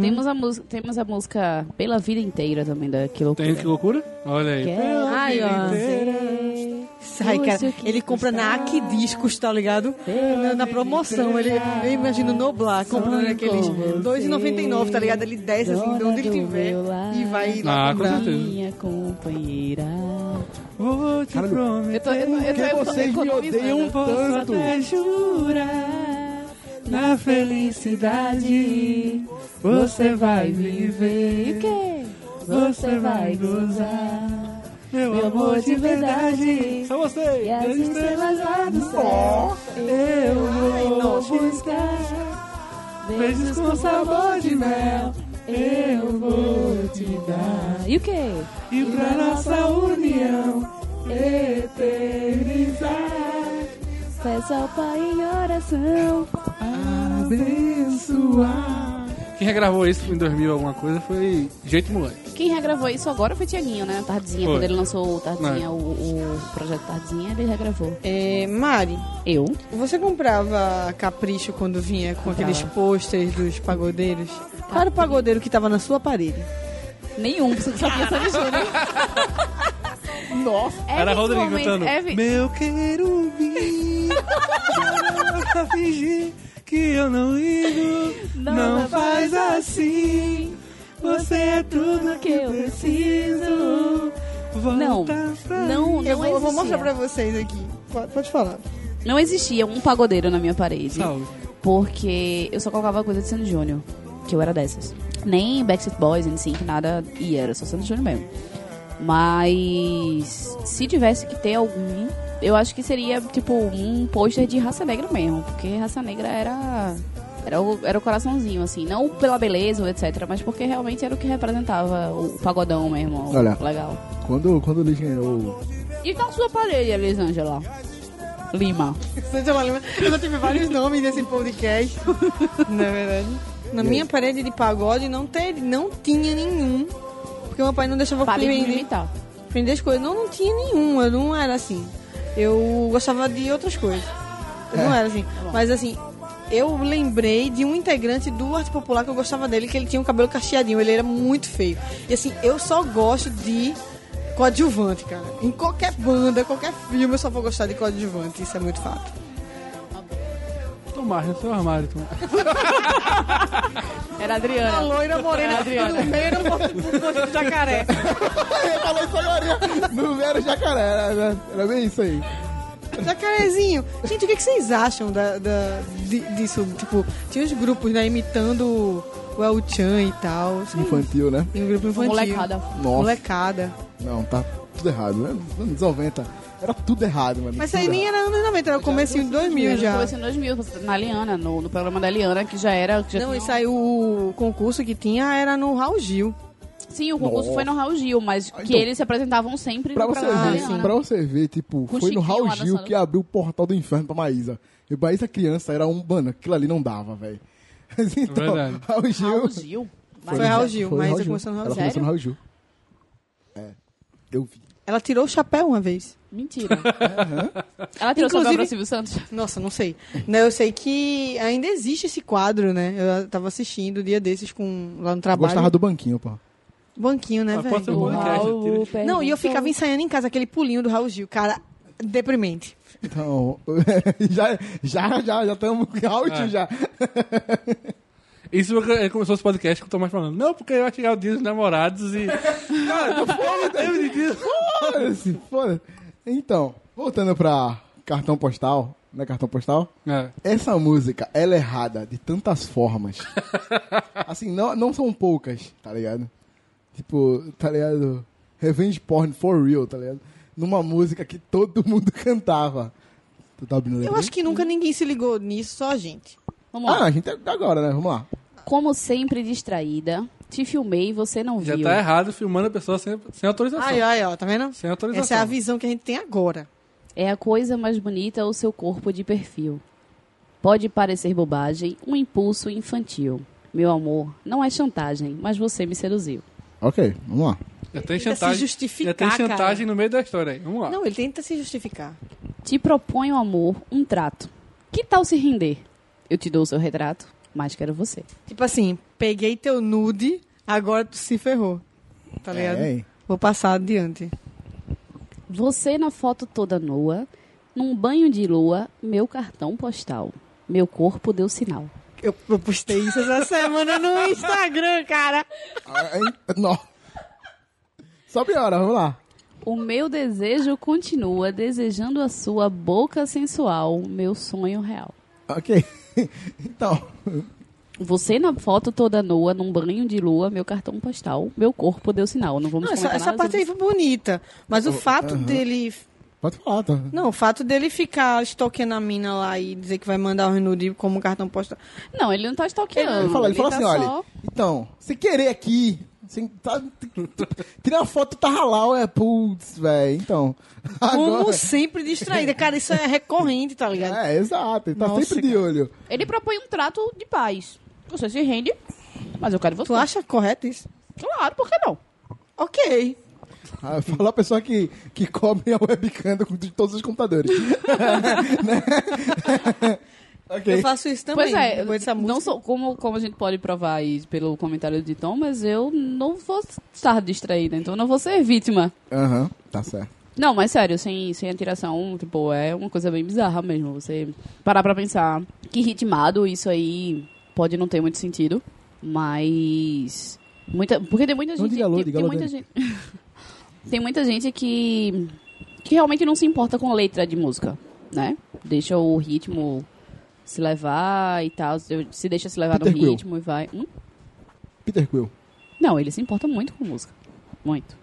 S2: Temos, a música, temos a música Pela Vida Inteira também da Que Loucura. É
S3: Tem que loucura? Olha aí.
S2: Que
S3: Pela
S4: Ai,
S3: vida
S4: ó.
S3: inteira.
S4: Sai, cara.
S6: Isso que
S4: Ele compra na Aki Discos, tá ligado? Na, na promoção. Ele, eu imagino Noblar comprando aqueles R$2,99, tá ligado? Ele desce assim, de onde ele tiver e vai lá
S6: Ah, com
S4: comprar.
S6: certeza.
S4: Minha companheira.
S3: Vou te prometer.
S6: eu tô- eu tô- eu tô- eu tô
S1: vocês me
S6: economizando.
S1: odeiam
S6: Posso
S1: tanto.
S6: até jurar na felicidade você vai viver. Você vai gozar. Meu amor de verdade.
S3: Só você.
S6: E as estrelas lá do céu. Eu vou buscar. Beijos com sabor de mel. Eu vou te dar.
S2: E o quê?
S6: E pra nossa união eternizar.
S2: Peça ao Pai em oração.
S6: Abençoar.
S3: Quem regravou isso em 2000 alguma coisa foi Jeito Moleque.
S2: Quem regravou isso agora foi Tiaguinho, né? Tardezinha,
S3: Foi.
S2: quando ele lançou o Tardezinha,
S3: É.
S2: o, o projeto Tardezinha, ele regravou.
S4: É, Mari.
S2: Eu?
S4: Você comprava capricho quando vinha com aqueles pôsteres dos pagodeiros? Qual era o pagodeiro que tava na sua parede?
S2: Nenhum, você né? só tinha Sandy Júnior.
S1: Nossa.
S4: É
S6: Era Rodrigo cantando. Meu querubim, pra fingir que eu não ligo. Não, faz assim. Você é tudo que eu preciso. Volta
S2: Não,
S6: pra
S2: não, não
S6: mim.
S4: Eu vou
S2: existia.
S4: mostrar pra vocês aqui. Pode, pode falar.
S2: Não existia um pagodeiro na minha parede.
S4: Salve.
S2: Porque eu só colocava coisa de Sandy Júnior, que eu era dessas. Nem Backstreet Boys, NSYNC, nada ia, era só Sandy Júnior mesmo. Mas se tivesse que ter algum, eu acho que seria tipo um pôster de raça negra mesmo, porque raça negra era era o, era o coraçãozinho assim, não pela beleza ou etc, mas porque realmente era o que representava o pagodão mesmo, o
S1: Olha.
S2: legal.
S1: Quando, quando o Luiz ganhou.
S2: E tá na sua parede, Elisângela? Lima.
S4: Sanja Malima. Eu já tive vários nomes nesse podcast. Na verdade. Na
S1: E aí?
S4: minha parede de pagode não, teve, não tinha nenhum. Porque meu pai não deixava
S2: Parem de me
S4: prender-
S2: imitar.
S4: prender as coisas. Não, não tinha nenhum. Eu não era assim. Eu gostava de outras coisas. Eu não
S6: É.
S4: era assim. Mas assim, eu lembrei de um integrante do Arte Popular que eu gostava dele, que ele tinha um cabelo cacheadinho. Ele era muito feio. E assim, eu só gosto de coadjuvante, cara. Em qualquer banda, qualquer filme, eu só vou gostar de coadjuvante. Isso é muito fato.
S3: Tomar, no né? seu armário, Tomar.
S2: Era Adriana.
S4: Uma loira morena,
S6: Era Adriana.
S4: no meio do porto- do porto de jacaré.
S1: Ele falou isso agora. Não era jacaré, era, era bem isso aí.
S4: Jacarezinho. Gente, o que, que vocês acham da, da- di- disso? Tipo, tinha os grupos, né, imitando o El Chan e tal.
S1: Infantil, né?
S4: Em grupo infantil.
S2: Molecada.
S1: Nossa.
S4: Molecada.
S1: Não, tá tudo errado, né? Anos 90. Era tudo errado, mano.
S4: Mas isso
S1: tudo
S4: aí nem
S1: errado.
S4: era anos 90, era o comecinho de 2000 já.
S2: Começou em 2000, na Liana, no, no programa da Liana, que já era... que já
S4: Não,
S2: tinha-
S4: isso é- aí o concurso que tinha era no Raul Gil.
S2: um- Sim, o concurso
S1: Nossa.
S2: foi no Raul Gil, mas que
S1: então-
S2: eles se apresentavam
S4: é
S2: sempre
S1: Pra
S2: no
S1: você,
S2: programa da
S1: ver,
S4: né?
S2: Liana.
S1: pra você ver, tipo, foi
S2: Com
S1: no
S2: Chiquinho
S1: Raul
S2: lá
S1: Gil
S2: dançando.
S1: que abriu o portal do inferno pra Maísa. E pra essa criança era um, mano, aquilo ali não dava, velho. Mas então,
S6: verdade.
S1: Raul Gil.
S2: Raul Gil?
S4: Foi Raul Gil,
S1: foi
S4: Maísa começou no Raul
S1: Ela começou no
S4: Gil. Sério?
S1: Raul Gil. É, eu vi.
S4: Ela tirou o chapéu uma vez.
S2: Mentira. Ela tirou o chapéu pra Silvio Santos?
S4: Nossa, não sei. Não, eu sei que ainda existe esse quadro, né? Eu tava assistindo dia desses com, lá no trabalho.
S1: Gostava do banquinho, pô.
S4: Banquinho, né,
S1: Mas
S4: velho?
S1: pode ser um podcast, Raul tira de-
S4: Não, e eu ficava ensaiando em casa aquele pulinho do Raul Gil. Cara, deprimente.
S1: Então, já, já, já, já estamos com Raul Gil já.
S3: Isso ele começou esse podcast com o Tomás falando. Não, porque vai chegar o dia dos namorados e. Cara, foda-se.
S1: Foda-se, foda-se. Então, voltando pra cartão postal, né? Cartão postal?
S3: É,
S1: Essa música, ela é errada de tantas formas. assim, não, não são poucas, tá ligado? Tipo, tá ligado? Revenge porn for real, tá ligado? Numa música que todo mundo cantava. Tu tá abrindo
S4: Eu acho que nunca ninguém se ligou nisso, só a gente.
S2: Vamos lá.
S1: Ah, a gente é agora, né? Vamos lá.
S2: Como sempre distraída, te filmei e você não
S3: Já
S2: viu.
S3: tá errado filmando a pessoa sem, sem autorização.
S4: Ai, ai, ó, tá vendo?
S3: Sem autorização.
S4: Essa é a visão que a gente tem agora.
S2: É a coisa mais bonita o seu corpo de perfil. Pode parecer bobagem, um impulso infantil. Meu amor, não é chantagem, mas você me seduziu.
S1: Ok, vamos lá.
S3: Já tem
S2: Tenta se
S3: chantagem.
S2: justificar,
S3: já tem
S2: cara.
S3: chantagem no meio da história aí.
S1: Ah.
S3: Vamos lá.
S4: Não, ele tenta se justificar.
S2: Te proponho, amor, um trato. Que tal se render? Eu te dou o seu retrato, mas quero você.
S4: Tipo assim, peguei teu nude, agora tu se ferrou. Tá ligado?
S2: É.
S4: Vou passar adiante.
S2: Você na foto toda nua, num banho de lua, meu cartão postal. Meu corpo deu sinal.
S4: Eu, eu postei isso essa semana no Instagram, cara.
S1: Ai, Ah, não. Só piora, vamos lá.
S2: O meu desejo continua desejando a sua boca sensual, meu sonho real.
S1: Ok. Então,
S2: Você na foto toda nua, num banho de lua, meu cartão postal, meu corpo deu sinal. Não vamos
S4: Não, essa,
S2: comentar
S4: essa
S2: nada
S4: parte
S2: sobre
S4: aí foi bonita. Mas o fato dele.
S1: pode falar, tá?
S4: Não, o fato dele ficar estoqueando a mina lá e dizer que vai mandar o nude como cartão postal.
S2: Não, ele não tá stalkeando.
S1: Ele falou, ele falou
S2: tá
S1: assim, olha,
S2: só-
S1: então, se querer aqui, assim, tá, tirar uma foto, tá ralau, é, putz, velho, então.
S4: Como
S1: Agora,
S4: um sempre distraída. Cara, isso é recorrente, tá ligado?
S1: é, exato, ele tá
S4: Nossa,
S1: sempre de olho.
S2: Ele propõe um trato de paz. Você se rende, mas eu quero você.
S4: Tu acha correto isso?
S2: Claro, por que não?
S4: Ok.
S1: Ah, Falou a pessoa que, que cobre a webcam do- de todos os computadores. Né?
S4: Eu
S1: ok.
S4: faço isso também.
S2: Pois é,
S4: depois dessa música.
S2: não sou, como, como a gente pode provar aí pelo comentário de Tom, mas eu não vou estar distraída, então eu não vou ser vítima.
S1: Aham, tá certo.
S2: Não, mas sério, sem, sem atiração, tipo, é uma coisa bem bizarra mesmo. Você parar pra pensar que ritmado isso aí pode não ter muito sentido, mas. Muita, porque tem muita
S1: Não
S2: gente.
S1: diga alô,
S2: tem,
S1: diga
S2: tem
S1: alô
S2: muita
S1: dele.
S2: gente. tem muita gente que. que realmente não se importa com letra de música, né? Deixa o ritmo se levar e tal, se se deixa se levar
S1: Peter
S2: no
S1: Quill.
S2: ritmo e vai. Hum?
S1: Peter Quill.
S2: Não, ele se importa muito com música. Muito.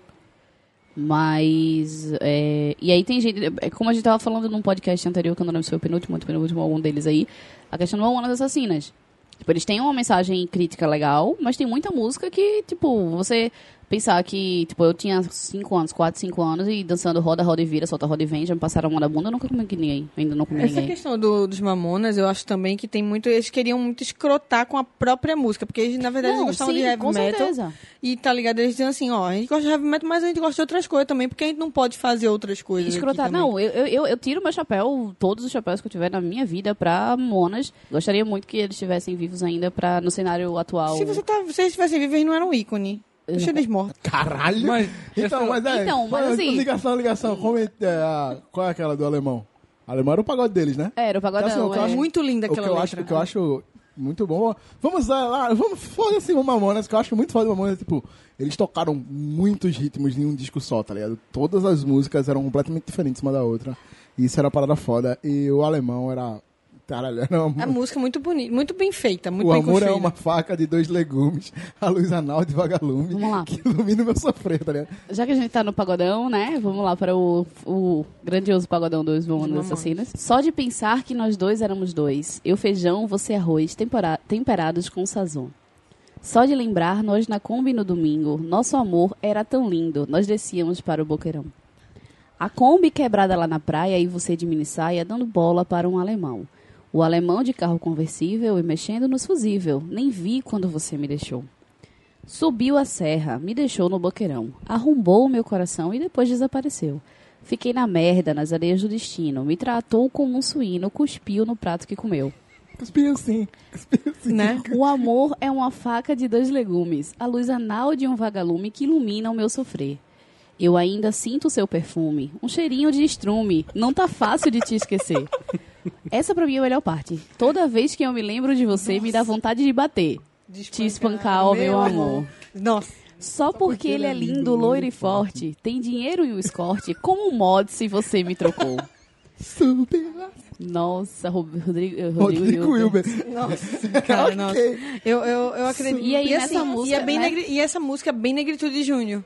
S2: Mas. é, e aí tem gente. é Como a gente tava falando num podcast anterior, que eu não lembro se foi o penúltimo, outro penúltimo, algum deles aí, a questão do One das Assassinas. Tipo, eles têm uma mensagem crítica legal, mas tem muita música que, tipo, você pensar que, tipo, eu tinha 5 anos, 4, 5 anos, e dançando roda, roda e vira, solta, roda e vem, já me passaram a mão na bunda, eu nunca comi que ninguém. Ainda não comi
S4: Essa
S2: ninguém.
S4: questão do- dos mamonas, eu acho também que tem muito. Eles queriam muito escrotar com a própria música, porque eles, na verdade, eles gostavam de heavy
S2: com
S4: metal.
S2: certeza.
S4: E tá ligado? Eles dizem assim, ó, a gente gosta de heavy metal, mas a gente gosta de outras coisas também, porque a gente não pode fazer outras coisas.
S2: Escrotar.
S4: aqui também.
S2: Não, eu, eu- eu, eu tiro meu chapéu, todos os chapéus que eu tiver na minha vida, pra Monas. Gostaria muito que eles estivessem vivos ainda pra, no cenário atual.
S4: Se você tá, se eles tivessem vivos, eles não eram ícone. Deixa eles mortos.
S1: Caralho!
S3: Mas-
S1: então, mas é.
S2: Então, mas
S1: foi-
S2: assim-
S1: Ligação, ligação. Como é- é, a- qual é aquela do alemão? Alemão era o pagode deles, né?
S2: Era
S4: Então,
S2: o pagodão.
S1: Tá, senhor,
S2: é.
S1: que eu acho
S4: assim, Muito linda
S1: O que
S4: aquela
S1: eu
S4: letra. é.
S1: acho, o que eu acho muito bom. Vamos lá, lá, vamos foda-se assim, o Mamonas, que eu acho muito foda o Mamonas, tipo, eles tocaram muitos ritmos em um disco só, tá ligado? Todas as músicas eram completamente diferentes uma da outra. E isso era uma parada foda. E o alemão era. Caralho, era uma-
S4: A música é muito bonita, muito bem feita, muito
S1: o
S4: bem
S1: amor é
S4: construída.
S1: uma faca de dois legumes, a luz anal de vagalume,
S2: Vamos lá.
S1: que ilumina o meu sofrer, tá ligado?
S2: Já que a gente tá no pagodão, né? Vamos lá para o, o grandioso pagodão dos Mamonas Assassinas. Só de pensar que nós dois éramos dois. Eu feijão, você arroz, tempora- temperados com sazon. Só de lembrar, nós na Kombi no domingo, nosso amor era tão lindo, nós descíamos para o Boqueirão. A Kombi quebrada lá na praia e você de minissaia dando bola para um alemão. O alemão de carro conversível e mexendo nos fusível. Nem vi quando você me deixou. Subiu a serra, me deixou no boqueirão, arrombou o meu coração e depois desapareceu. Fiquei na merda, nas areias do destino, me tratou como um suíno, cuspiu no prato que comeu.
S1: Cuspiu
S3: assim,
S1: sim, cuspiu sim.
S4: Né?
S2: O amor é uma faca de dois legumes, a luz anal de um vagalume que ilumina o meu sofrer. Eu ainda sinto o seu perfume, um cheirinho de estrume, não tá fácil de te esquecer. Essa pra mim é a melhor parte. Toda vez que eu me lembro de você, me dá vontade de bater. te espancar, ó, meu amor.
S4: Nossa.
S2: Só porque ele é lindo, loiro e forte, tem dinheiro e um escorte, como um mod se você me trocou.
S1: Super.
S2: Nossa, Ro- Rodrigo, eh, Rodrigo,
S1: Rodrigo Wilber.
S4: Nossa, cara,
S1: Ok.
S4: nossa. Eu, eu, eu acredito.
S2: E aí, nessa
S4: assim, e, é
S2: música,
S4: bem
S2: né?
S4: negri- e essa música é bem negritude júnior.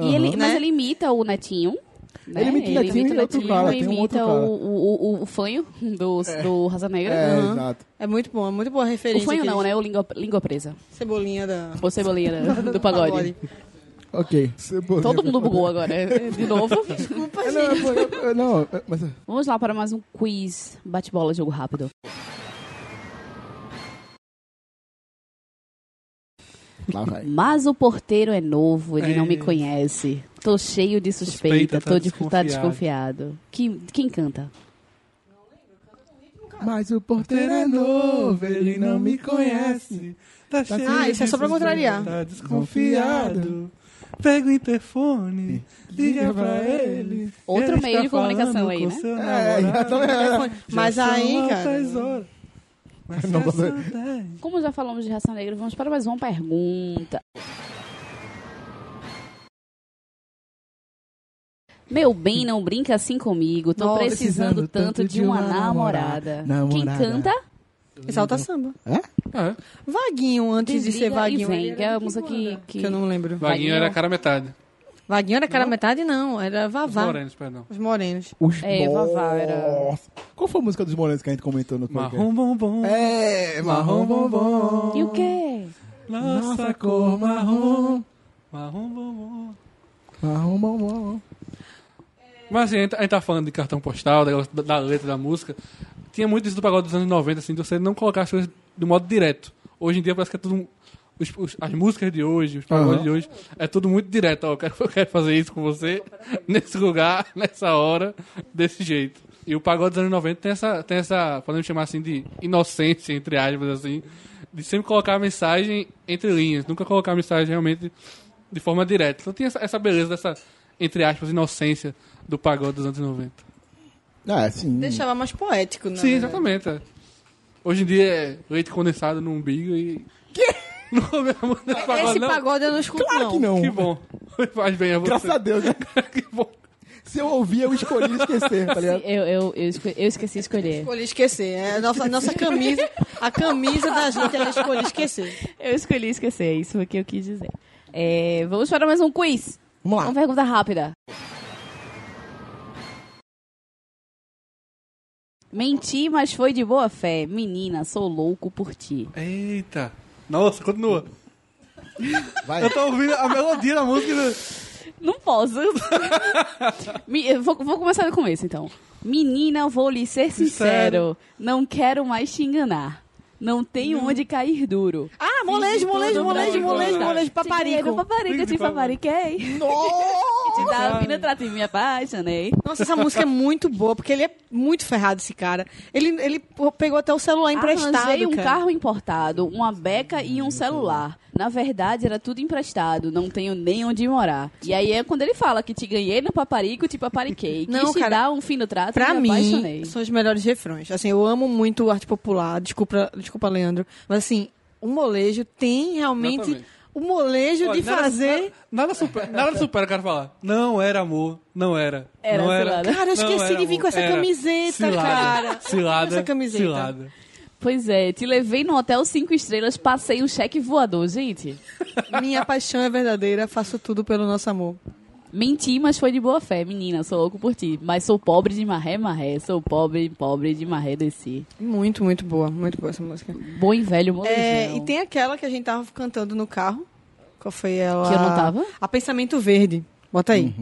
S2: E ele, Mas
S4: Né?
S2: ele imita o Netinho. né?
S1: Ele imita o Netinho e outro cara, tem um
S2: imita
S1: outro cara.
S2: o, o, o, o fanho do, do Raça Negra.
S1: É,
S2: Aham.
S1: exato.
S4: É muito bom, é muito boa a
S2: O
S4: referência.
S2: fanho
S4: que
S2: não,
S4: eles-
S2: né? O língua, língua presa.
S4: Cebolinha da.
S2: Ou cebolinha né? do pagode.
S1: Ok. Cebolinha
S2: Todo mundo
S1: pra-
S2: bugou agora. é, De novo.
S1: É, Não, é, porque- é, não, é, mas.
S2: Vamos lá para mais um quiz bate-bola, jogo rápido.
S1: Lá vai.
S2: Mas o porteiro é novo, ele não me
S3: É.
S2: conhece. Tô cheio de suspeita,
S3: Suspeita, tá
S2: tô de, tá
S3: desconfiado.
S2: desconfiado. Quem, quem canta?
S1: Mas o porteiro é novo, ele não me conhece.
S3: Tá
S4: Ah, isso é só pra contrariar.
S3: Tá desconfiado. Pega o interfone, liga pra ele.
S2: Outro
S3: ele
S2: meio
S3: está
S2: de comunicação
S3: falando
S2: aí,
S3: com
S2: né?
S3: seu
S1: É,
S3: namorado.
S1: também é.
S3: Já
S4: Mas
S3: são
S4: aí, cara-
S3: altas horas. Mas é-
S1: Não,
S3: que
S1: mas aí-
S3: saudade.
S2: Como já falamos de raça negra, vamos para mais uma pergunta. Meu bem, não brinca assim comigo. Tô
S1: Nossa,
S2: precisando
S1: precisando
S2: tanto de uma namorada.
S1: namorada.
S2: Quem
S1: Namorada.
S2: canta?
S4: Exalta samba.
S3: Ah,
S4: Vaguinho, antes de ser
S2: Desliga e
S4: Vaguinho. tipo
S2: vem. Que é a música
S9: que
S2: que,
S9: manda?
S2: que-
S4: Que eu não lembro.
S3: Vaguinho era cara metade.
S4: Vaguinho era cara metade, não. Era
S3: Os
S4: Vavá.
S3: morenos, perdão.
S4: Os morenos.
S1: Os
S2: É, Vavá era-
S1: Nossa. Qual foi a música dos Morenos que a gente comentou no podcast?
S3: Marrom bombom,
S1: É, marrom bombom.
S2: E o quê?
S3: nossa cor marrom, marrom bombom.
S1: Marrom bombom.
S3: Mas assim, a gente- a gente tá falando de cartão postal, da, da letra da música. Tinha muito isso do pagode dos anos 90, assim, de você não colocar as coisas do modo direto. Hoje em dia parece que é tudo. um- os- os- as músicas de hoje, os pagodes
S1: Aham.
S3: de hoje, é tudo muito direto. Ó, eu, quero, eu quero fazer isso com você, nesse lugar, nessa hora, desse jeito. E o pagode dos anos 90 tem essa, tem essa, podemos chamar assim, de inocência, entre aspas, assim, de sempre colocar a mensagem entre linhas, nunca colocar a mensagem realmente de forma direta. Então tem essa, essa beleza dessa, entre aspas, inocência do pagode dos anos 90.
S1: Ah, sim.
S4: Deixava mais poético, né?
S3: Sim, exatamente. é. Hoje em dia é leite condensado no umbigo e. Que? Não come a música desse pagode,
S4: Esse
S3: não?
S4: pagode eu não escuto,
S1: Claro que não.
S3: Que bom. Faz bem a você.
S1: Graças a Deus, né?
S3: que bom.
S1: Se eu ouvir, eu escolhi esquecer, tá ligado?
S2: Eu, eu, eu, esco- eu esqueci de escolher.
S4: Escolhi esquecer. É a nossa, nossa camisa, a camisa da gente, ela escolhe esquecer.
S2: Eu escolhi esquecer, isso foi o que eu quis dizer. É, vamos para mais um quiz.
S1: Vamos
S2: Uma
S1: lá.
S2: pergunta rápida. Menti, mas foi de boa fé. Menina, sou louco por ti.
S3: Eita. Nossa, continua.
S1: Vai.
S3: Eu tô ouvindo a melodia da música. né?
S2: Não posso. Me- eu vou, vou começar com esse, então. Menina, vou lhe ser sincero.
S3: Sincero.
S2: Não quero mais te enganar. Não tenho onde cair duro.
S4: Ah, molejo, molejo, molejo, molejo, molejo,
S2: Te
S4: paparico.
S2: paparico, te papariquei. Te dava vida, trato me apaixonei.
S4: Nossa, essa música é muito boa, porque ele é muito ferrado, esse cara. Ele, ele pegou até o celular emprestado,
S2: Arranjei um
S4: cara.
S2: carro importado, uma beca e um celular. Na verdade, era tudo emprestado, não tenho nem onde morar. E aí é quando ele fala que te ganhei no paparico, te papariquei. Quis
S4: Não,
S2: te
S4: cara,
S2: dar um fim no trato,
S4: Pra
S2: me
S4: mim,
S2: apaixonei.
S4: são os melhores refrões. Assim, eu amo muito arte popular. Desculpa, desculpa Leandro. Mas, assim, o molejo tem realmente
S3: Exatamente.
S4: o molejo
S3: Olha,
S4: de fazer...
S3: Nada, nada, supera, nada supera o cara falar. Não era amor, não era.
S2: Era
S3: não era.
S2: cilada.
S4: Cara, eu
S3: não
S4: esqueci
S3: era
S4: de vir com
S3: amor,
S4: essa
S3: era
S4: camiseta, cara.
S3: Cilada.
S4: Essa camiseta.
S3: Cilada.
S2: Pois é, te levei no hotel cinco estrelas, passei um cheque voador, gente.
S4: Minha paixão é verdadeira, faço tudo pelo nosso amor.
S2: Menti, mas foi de boa fé, menina, sou louco por ti. Mas sou pobre de marré, marré, sou pobre, pobre de marré desci.
S4: Muito, muito boa. Muito boa essa música.
S2: Bom e velho molejão.
S4: É, e tem aquela que a gente tava cantando no carro. Qual foi ela?
S2: Que eu não tava? Uhum.
S4: A Pensamento Verde. Bota aí.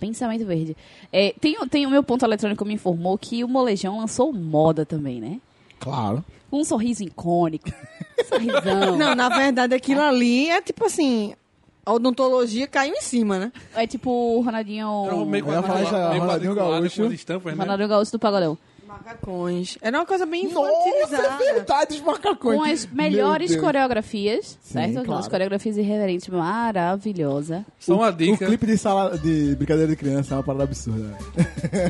S2: Pensamento verde. É, tem, o- tem o meu ponto eletrônico me informou que o molejão lançou moda também, né?
S1: Claro.
S2: Um sorriso icônico. um Sorrisão.
S4: Não, na verdade, aquilo ali é tipo assim... A odontologia caiu em cima, né?
S2: É tipo o Ronaldinho.
S3: Era meio
S1: Eu ia falar isso,
S3: quadriculado, meio
S1: Ronaldinho
S3: quadriculado,
S1: Gaúcho.
S3: com as estampas, né?
S2: Ronaldinho Gaúcho do Pagodão.
S4: Macacões. Era uma coisa bem
S1: Nossa, é
S4: infantilizada.
S1: verdade, os macacões.
S2: Com as
S1: Meu
S2: melhores
S1: Deus.
S2: coreografias, certo? Aquelas
S1: claro.
S2: coreografias irreverentes, maravilhosa.
S3: Só uma
S1: O
S3: dica.
S1: clipe de, sala, de brincadeira de criança é uma parada absurda. né?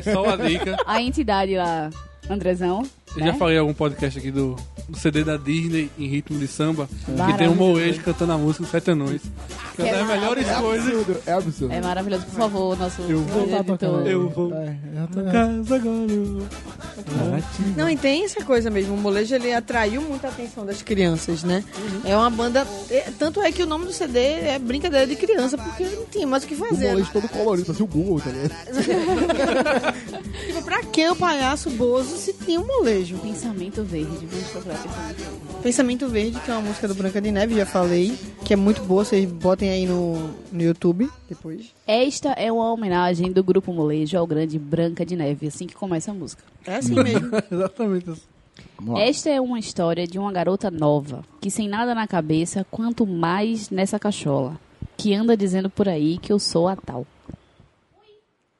S3: Só uma dica.
S2: A entidade lá, Andrezão.
S3: Eu
S2: né?
S3: já falei em algum podcast aqui do, do CD da Disney em ritmo de samba, que tem
S2: Maravilhoso.
S3: um molejo cantando a música Sete Anões. Que é das melhores coisas.
S1: Absurdo, é absurdo.
S2: É maravilhoso, por favor, nosso
S3: Eu vou
S2: nosso
S1: Tá tocando
S2: editor.
S1: aí.
S3: Eu vou.
S1: É, já tô-
S3: Casa agora eu vou.
S4: Não, e tem essa coisa mesmo. O molejo ele atraiu muita atenção das crianças, né?
S1: Uhum.
S4: É uma banda. é, Tanto é que o nome do CD é Brincadeira de Criança, porque não tinha mais o que
S1: O
S4: fazer.
S1: molejo todo colorido, parece o Google, tá ligado?
S4: Tipo, pra que o palhaço Bozo se tinha um molejo?
S2: Pensamento verde. Vamos procurar pensamento verde.
S4: Pensamento Verde, que é uma música do Branca de Neve, já falei, que é muito boa, vocês botem aí no, no YouTube depois.
S2: Esta é uma homenagem do grupo Molejo ao grande Branca de Neve, assim que começa a música.
S4: É assim mesmo.
S3: Exatamente assim.
S1: Vamos lá.
S2: Esta é uma história de uma garota nova, que sem nada na cabeça, quanto mais nessa cachola, que anda dizendo por aí que eu sou a tal.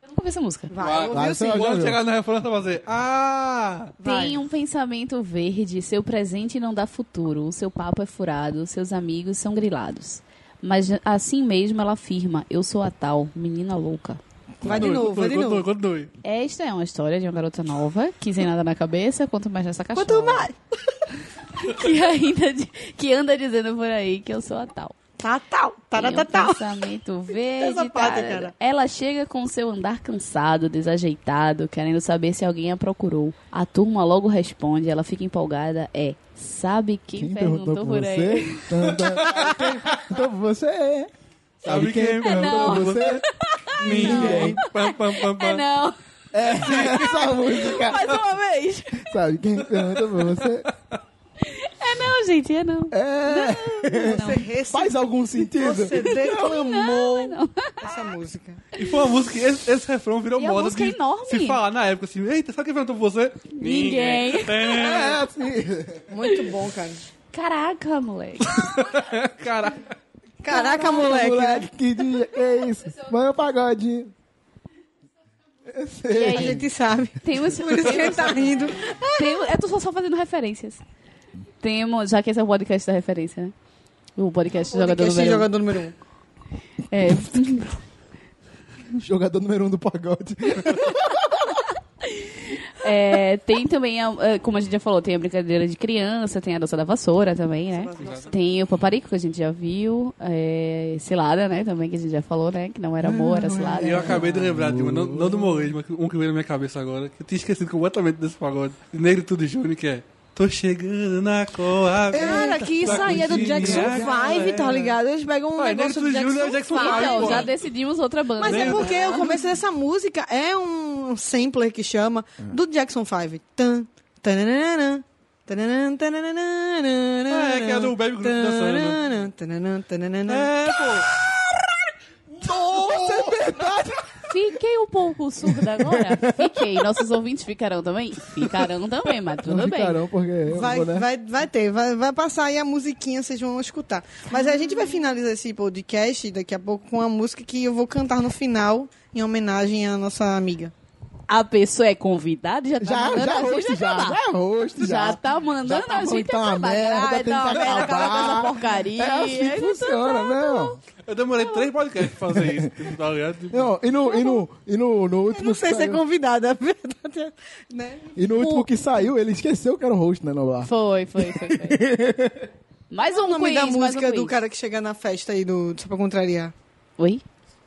S2: Eu nunca ouvi essa música.
S4: Vai,
S1: Vai, você
S4: ouviu sim.
S1: vai-
S3: assim, Quando chegar na refrão, você vai fazer. Ah!
S4: Vai.
S2: Tem um pensamento verde, seu presente não dá futuro, o seu papo é furado, seus amigos são grilados. Mas assim mesmo ela afirma: Eu sou a tal, menina louca.
S4: Vai de novo, vai de novo.
S3: Continue, continue.
S2: Esta é uma história de uma garota nova que sem nada na cabeça, quanto mais nessa caixola. Quanto mais! que ainda di- que anda dizendo por aí que eu sou a tal.
S4: Tá, tal. Tá,
S2: Tem
S4: tá,
S2: um
S4: tal.
S2: pensamento verde.
S4: Essa parte,
S2: tarará.
S4: cara.
S2: Ela chega com seu andar cansado, desajeitado, querendo saber se alguém a procurou. A turma logo responde, ela fica empolgada. É, sabe quem, um
S1: Quem
S2: perguntou,
S1: perguntou
S2: por
S1: pra
S2: aí?
S1: você? Tan, tan. Quem perguntou pra você? é.
S3: Sabe quem
S2: Não.
S3: perguntou pra você? Ninguém. né? Pam, pam, pam,
S2: É
S3: pam.
S2: não,
S1: Essa música.
S4: Mais uma vez.
S1: Sabe quem perguntou pra você?
S2: é não, gente, é não.
S1: É.
S4: Você, rece...
S1: Faz algum sentido?
S4: você declamou essa música.
S3: E foi uma música, esse, esse refrão virou
S2: E a
S3: moda.
S2: música é
S3: de
S2: enorme.
S3: Se falar na época assim, eita, sabe quem perguntou pra você?
S2: Ninguém.
S3: É,
S1: É, assim.
S4: Muito bom, cara.
S2: Caraca, moleque.
S3: Cara,
S4: Caraca, moleque.
S1: Moleque, que dia que é isso? Mano, pagodinho. Eu
S2: E
S1: sei.
S4: A
S2: aí,
S4: gente sabe.
S2: temos,
S4: Por isso que ele tá rindo.
S2: temos, eu um- é, tô só, só fazendo referências. Temos, já que esse é o podcast da referência, né? O podcast, jogador do
S4: Podcast
S2: verão.
S4: é jogador número um.
S2: É,
S1: Jogador número um do pagode.
S2: É, tem também, a- é, como a gente já falou, tem a brincadeira de criança, tem a dança da vassoura também, né? Tem o paparico que a gente já viu, é, cilada, né? Também que a gente já falou, né? Que não era amor, era cilada.
S3: eu acabei de lembrar de uma, não, não do Morrede, mas um que veio na minha cabeça agora, que eu tinha esquecido completamente desse pagode. De Negro Tudo Júnior, que é. Tô chegando na coa.
S4: Cara, que isso aí é do Jackson 5, tá ligado? Eles pegam um
S3: Ué,
S4: negócio do
S3: Nelson Júnior
S4: Jackson,
S3: é Jackson
S4: Five.
S3: Five,
S2: Então,
S3: pô.
S2: já decidimos outra banda.
S4: Mas é
S2: né?
S4: porque o começo dessa música é um sampler que chama do Jackson 5. Tan, tananana, tananana, tananana,
S3: Ah, é, que é do Baby Groot dançando.
S4: tananana, tananana, tananana.
S3: É, pô.
S2: Fiquei um pouco surda agora. Fiquei. Nossos ouvintes ficarão também? Ficarão também, mas tudo
S1: Não
S2: bem.
S1: ficarão, porque eu
S4: Vai,
S1: vou, né?
S4: vai, vai ter, vai, vai passar aí a musiquinha, vocês vão escutar. Mas a gente vai finalizar esse podcast daqui a pouco com uma música que eu vou cantar no final em homenagem à nossa amiga.
S2: A pessoa é convidada e já tá
S1: Já,
S2: mandando
S1: já
S2: a gente
S1: host, já.
S2: acabar.
S1: Já host, já.
S2: Já tá mandando
S1: Já tá
S2: a
S1: bom,
S2: gente
S1: tá uma
S2: acabar.
S1: merda,
S2: Ah,
S1: tem que
S2: tá uma merda,
S1: acabar.
S2: acaba com essa porcaria.
S1: É assim que
S4: tá
S1: funciona, não.
S3: Eu demorei três podcasts pra fazer isso, tá ligado? Tipo,
S1: Não, e no, e no, e no, no último.
S4: Não sei
S1: que
S4: se é
S1: saiu-
S4: convidada, a verdade é, né?
S1: E no último que saiu, ele esqueceu que era o host, né, no bar.
S2: Foi, foi, foi, foi. Mais um
S4: O nome
S2: quiz,
S4: da
S2: mais um
S4: música é do
S2: quiz.
S4: cara que chega na festa aí do Só pra contrariar.
S2: Oi?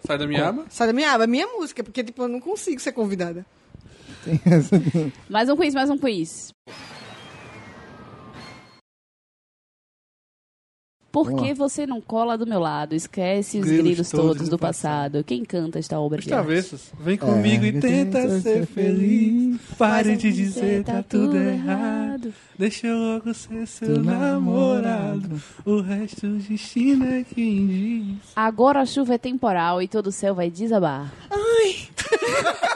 S3: Sai da minha aba.
S4: Sabe, minha, é minha música, porque tipo, eu não consigo ser convidada.
S2: Mais um quiz, mais um quiz. Por
S1: Vamos
S2: que você não cola do meu lado? Esquece os grilos,
S3: Grilos
S2: todos,
S3: todos
S2: do
S3: do
S2: passado. Quem canta esta obra
S3: Os
S2: de arte?
S3: travessos. Vem comigo e tenta É, ser feliz. Pare de dizer tá tudo errado. Deixa eu logo ser seu namorado. O resto o destino é quem diz.
S2: Agora a chuva é temporal e todo o céu vai desabar.
S4: é
S1: é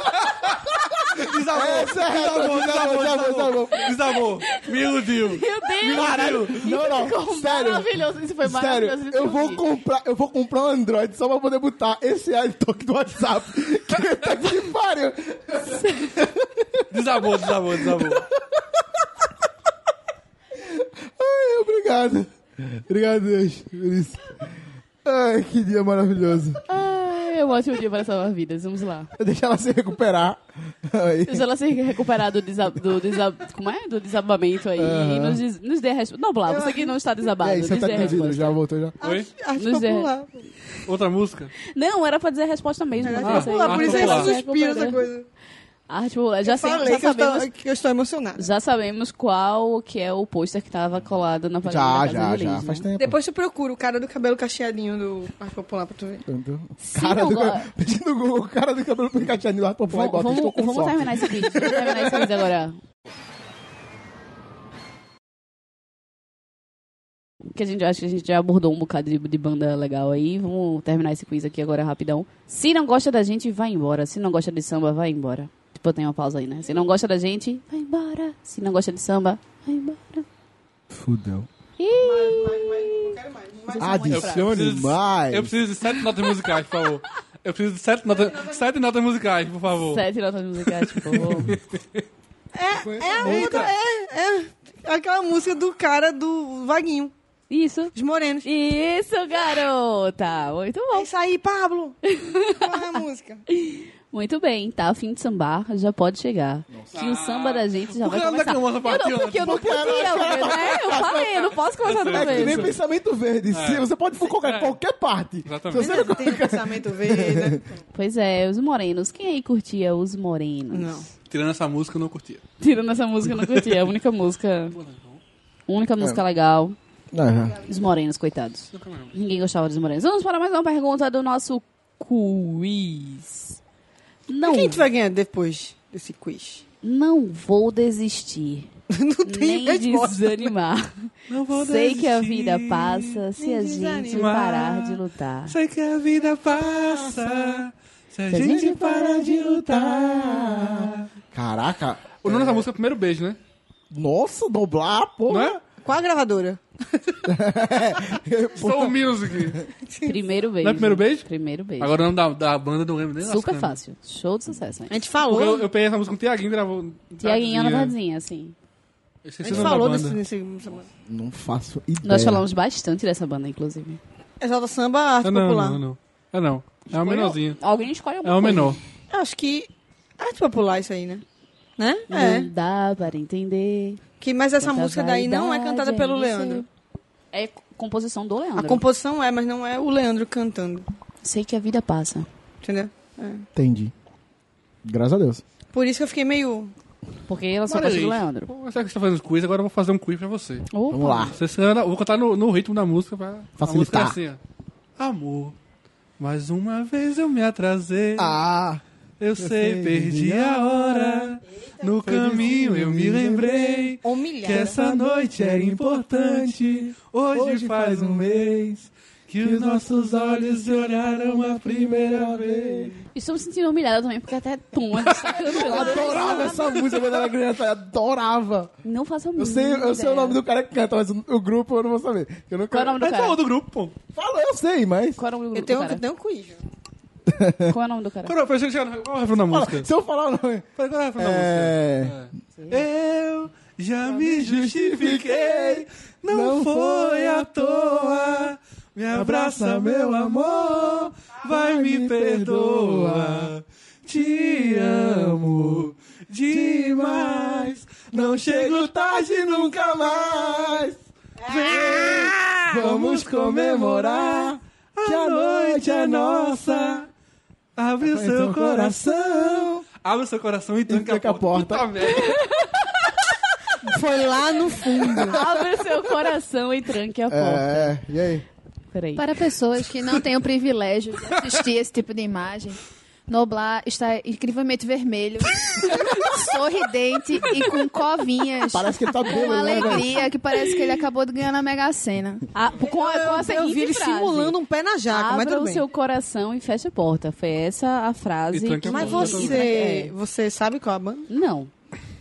S3: Desabou, desabou, desabou. Desabou. Me iludiu.
S2: Meu Deus!
S3: Caralho.
S1: Não, não,
S2: Ficou
S1: sério.
S2: Maravilhoso, isso foi
S1: Sério,
S2: maravilhoso. de
S1: eu vou
S2: ouvir.
S1: comprar, eu vou comprar um Android só pra poder botar esse toque do WhatsApp. Que tá que pariu.
S3: Desabou, desabou, desabou.
S1: Ai, obrigado. Obrigado, Deus, por isso. Ai, que dia maravilhoso.
S2: Ai, é um ótimo dia para salvar vidas. Vamos lá.
S1: Deixa ela se recuperar. Aí.
S2: Deixa ela se recuperar do, desa do, desa como é? do desabamento aí e nos, diz- nos dê a resposta. Não, Blá, você que não está
S4: é
S2: desabado.
S1: E aí, você
S2: nos
S1: tá
S2: dê a
S1: perdido,
S2: resposta.
S1: já voltou já.
S3: Oi?
S4: Arte
S2: Nos é.
S4: popular.
S3: Outra música?
S2: Não, era pra dizer a resposta mesmo. mas
S4: Arte
S2: essa aí-
S4: popular, por isso é
S3: popular.
S4: esse suspiro, essa coisa.
S2: Arte popular. Ah, tipo, Já, sei, já
S4: Falei que eu,
S2: sabemos,
S4: estou, que eu estou emocionada.
S2: já sabemos qual que é o pôster que tava colado na parede
S1: Já,
S2: da casa
S1: já,
S2: de Liz,
S1: já.
S2: né?
S1: Faz tempo.
S4: Depois tu procura o cara do cabelo cacheadinho do Arte Popular pra tu ver.
S1: Tanto.
S2: Se
S1: Cara
S2: não
S1: do,
S2: go-
S1: pedindo no Google, o cara do cabelo picatinho lá, pô, vai,
S2: Vamos,
S1: bota, estou
S2: vamos,
S1: com
S2: vamos
S1: sorte.
S2: terminar esse vídeo. Vamos terminar esse vídeo agora. Que a gente acho que a gente já abordou um bocado de, de banda legal aí. Vamos terminar esse quiz aqui agora rapidão. Se não gosta da gente, vai embora. Se não gosta de samba, vai embora. Tipo, tem uma pausa aí, né? Se não gosta da gente, vai embora. Se não gosta de samba, vai embora.
S1: Fudeu.
S4: Não quero mais.
S1: Adicione mais.
S3: Eu preciso de sete notas musicais, por favor. Eu preciso de sete notas, sete notas musicais, por favor.
S2: Sete notas musicais, por favor.
S4: É, é a outra, é, é aquela música do cara do Vaguinho.
S2: Isso.
S4: Os morenos.
S2: Isso, garota. Muito bom.
S4: É isso aí, Pablo. Qual é a música?
S2: Muito bem, tá? Fim de sambar, já pode chegar. Que o samba da gente já
S3: Por
S2: vai
S3: que ela tá
S2: começar.
S3: clamando pra
S2: eu não,
S3: ti
S2: porque eu não
S1: antes?
S2: podia, né? Eu falei, eu não posso começar do
S1: É que nem
S2: começo.
S1: pensamento verde. Se- Você pode colocar
S3: É.
S1: qualquer parte.
S3: Exatamente.
S1: Se você não-
S4: Tem o pensamento verde. né?
S2: Pois é, os morenos. Quem aí curtia os morenos?
S4: Não.
S3: Tirando essa música, eu não curtia.
S2: Tirando essa música, eu não curtia. A única música... Única música legal.
S1: Aham.
S2: Os morenos, coitados. Ninguém gostava dos morenos. Vamos para mais uma pergunta do nosso quiz. Não,
S4: Quem a gente vai ganhar depois desse quiz?
S2: não vou desistir.
S4: Não
S2: Nem
S4: tem resposta.
S2: desanimar.
S3: Não vou
S2: Sei que a
S3: desistir.
S2: vida passa se
S4: nem
S2: a gente
S4: desanimar.
S2: parar de lutar.
S3: Sei que a vida passa. Se a gente para de lutar.
S1: Caraca.
S3: O nome dessa música é Primeiro Beijo, né?
S1: Nossa, doblar, pô.
S3: Não é?
S4: Qual a gravadora?
S3: Soul Music.
S2: Primeiro beijo.
S3: Não é primeiro beijo?
S2: Primeiro beijo.
S3: Agora o nome da, da banda eu não
S1: é
S3: lembro nem das
S1: assim,
S2: Super
S1: né?
S3: caras.
S2: fácil. Show de sucesso, hein?
S4: A gente
S3: Porque eu,
S4: falou.
S3: eu peguei essa música com o Tiaguinho gravou.
S2: Tiaguinho Ana
S3: Tadinha.
S2: Vadinha, assim.
S3: Eu
S4: A
S3: esqueci o
S4: gente
S3: nome é da
S4: falou
S3: banda.
S4: desse, nesse.
S1: Não faço ideia. É
S2: Nós falamos bastante dessa banda, inclusive.
S4: Exalta samba, arte
S3: Ah, não,
S4: popular.
S3: não, não. Ah, não. É uma menorzinha.
S2: Alguém escolhe
S3: É
S2: alguma
S3: uma
S2: coisa.
S3: menor.
S4: Eu acho que. Arte popular, isso aí, né? Né?
S2: Não
S3: Hum.
S4: É.
S2: dá para entender.
S4: Que, mas essa
S2: Quanta
S4: música daí não é
S2: vaidade
S4: cantada pelo
S2: em
S4: Leandro.
S2: você. É composição do
S4: A
S2: Leandro.
S4: composição é, mas não é o Leandro cantando.
S2: Sei que a vida passa.
S4: Entendeu?
S1: Entendi. Graças a Deus.
S4: Por isso que eu fiquei meio.
S2: Porque ela só
S3: Maravilha.
S2: gosta do Leandro.
S3: Pô, Será que você tá fazendo quiz? Agora eu vou fazer um quiz pra você.
S2: Opa.
S1: Vamos lá.
S3: Você se lembra- eu vou cantar no, no ritmo da música pra
S1: Facilitar.
S3: A música é assim, ó. Amor, mais uma vez eu me atrasei.
S1: Ah.
S3: eu sei, perdi a hora. no caminho eu me lembrei. Que
S4: Humilhada.
S3: essa noite era importante. Hoje, faz um mês que os nossos olhos se olharam a primeira vez.
S2: Estou me sentindo humilhada também, porque até Tom é está cantando.
S1: Ah, Adorava essa música quando era criança. eu Adorava.
S2: Não faça
S1: Eu sei, eu sei o nome do cara que canta, mas o o grupo eu não vou saber. Eu nunca...
S2: Qual é o nome do
S1: Mas
S2: cara?
S3: Qual do grupo, pô?
S1: Fala, eu sei, mas...
S2: Qual é o nome do
S4: Eu
S2: grupo,
S4: tenho,
S2: cara?
S4: eu tenho um quiz.
S2: Qual é o nome do cara?
S3: Qual é o refrão
S1: Fala,
S3: da música?
S1: se eu falar o nome...
S3: Qual é o refrão da música?
S1: É...
S3: Eu já me justifiquei, não
S1: Não
S3: foi
S1: foi
S3: à toa. Me abraça, meu amor, vai me perdoa. Te amo demais, não chego tarde nunca mais. Vem, Ah! vamos comemorar que a noite é nossa. Abre
S1: É.
S3: o seu coração. Abre o seu coração e
S1: tranca a porta.
S3: Puta merda.
S4: Foi lá no fundo.
S2: Abre o seu coração e tranque a porta.
S1: É, e aí?
S2: Peraí.
S10: Para pessoas que não têm o privilégio de assistir esse tipo de imagem, Noblar está incrivelmente vermelho, sorridente e com covinhas.
S1: Parece que
S2: É
S1: ele tá bêbado,
S10: com
S1: né, velho?
S10: alegria que parece que ele acabou de ganhar na Mega Sena.
S2: Ah, com, a- com a seguinte
S4: Eu vi ele
S2: frase.
S4: simulando um pé na jaca, mas
S2: Abra
S4: tudo
S2: o
S4: bem.
S2: seu coração e feche a porta. Foi essa a frase.
S3: E tranque
S2: que-
S3: a
S4: Mas
S3: porta
S4: você,
S2: É.
S4: você sabe qual a banda?
S2: Não.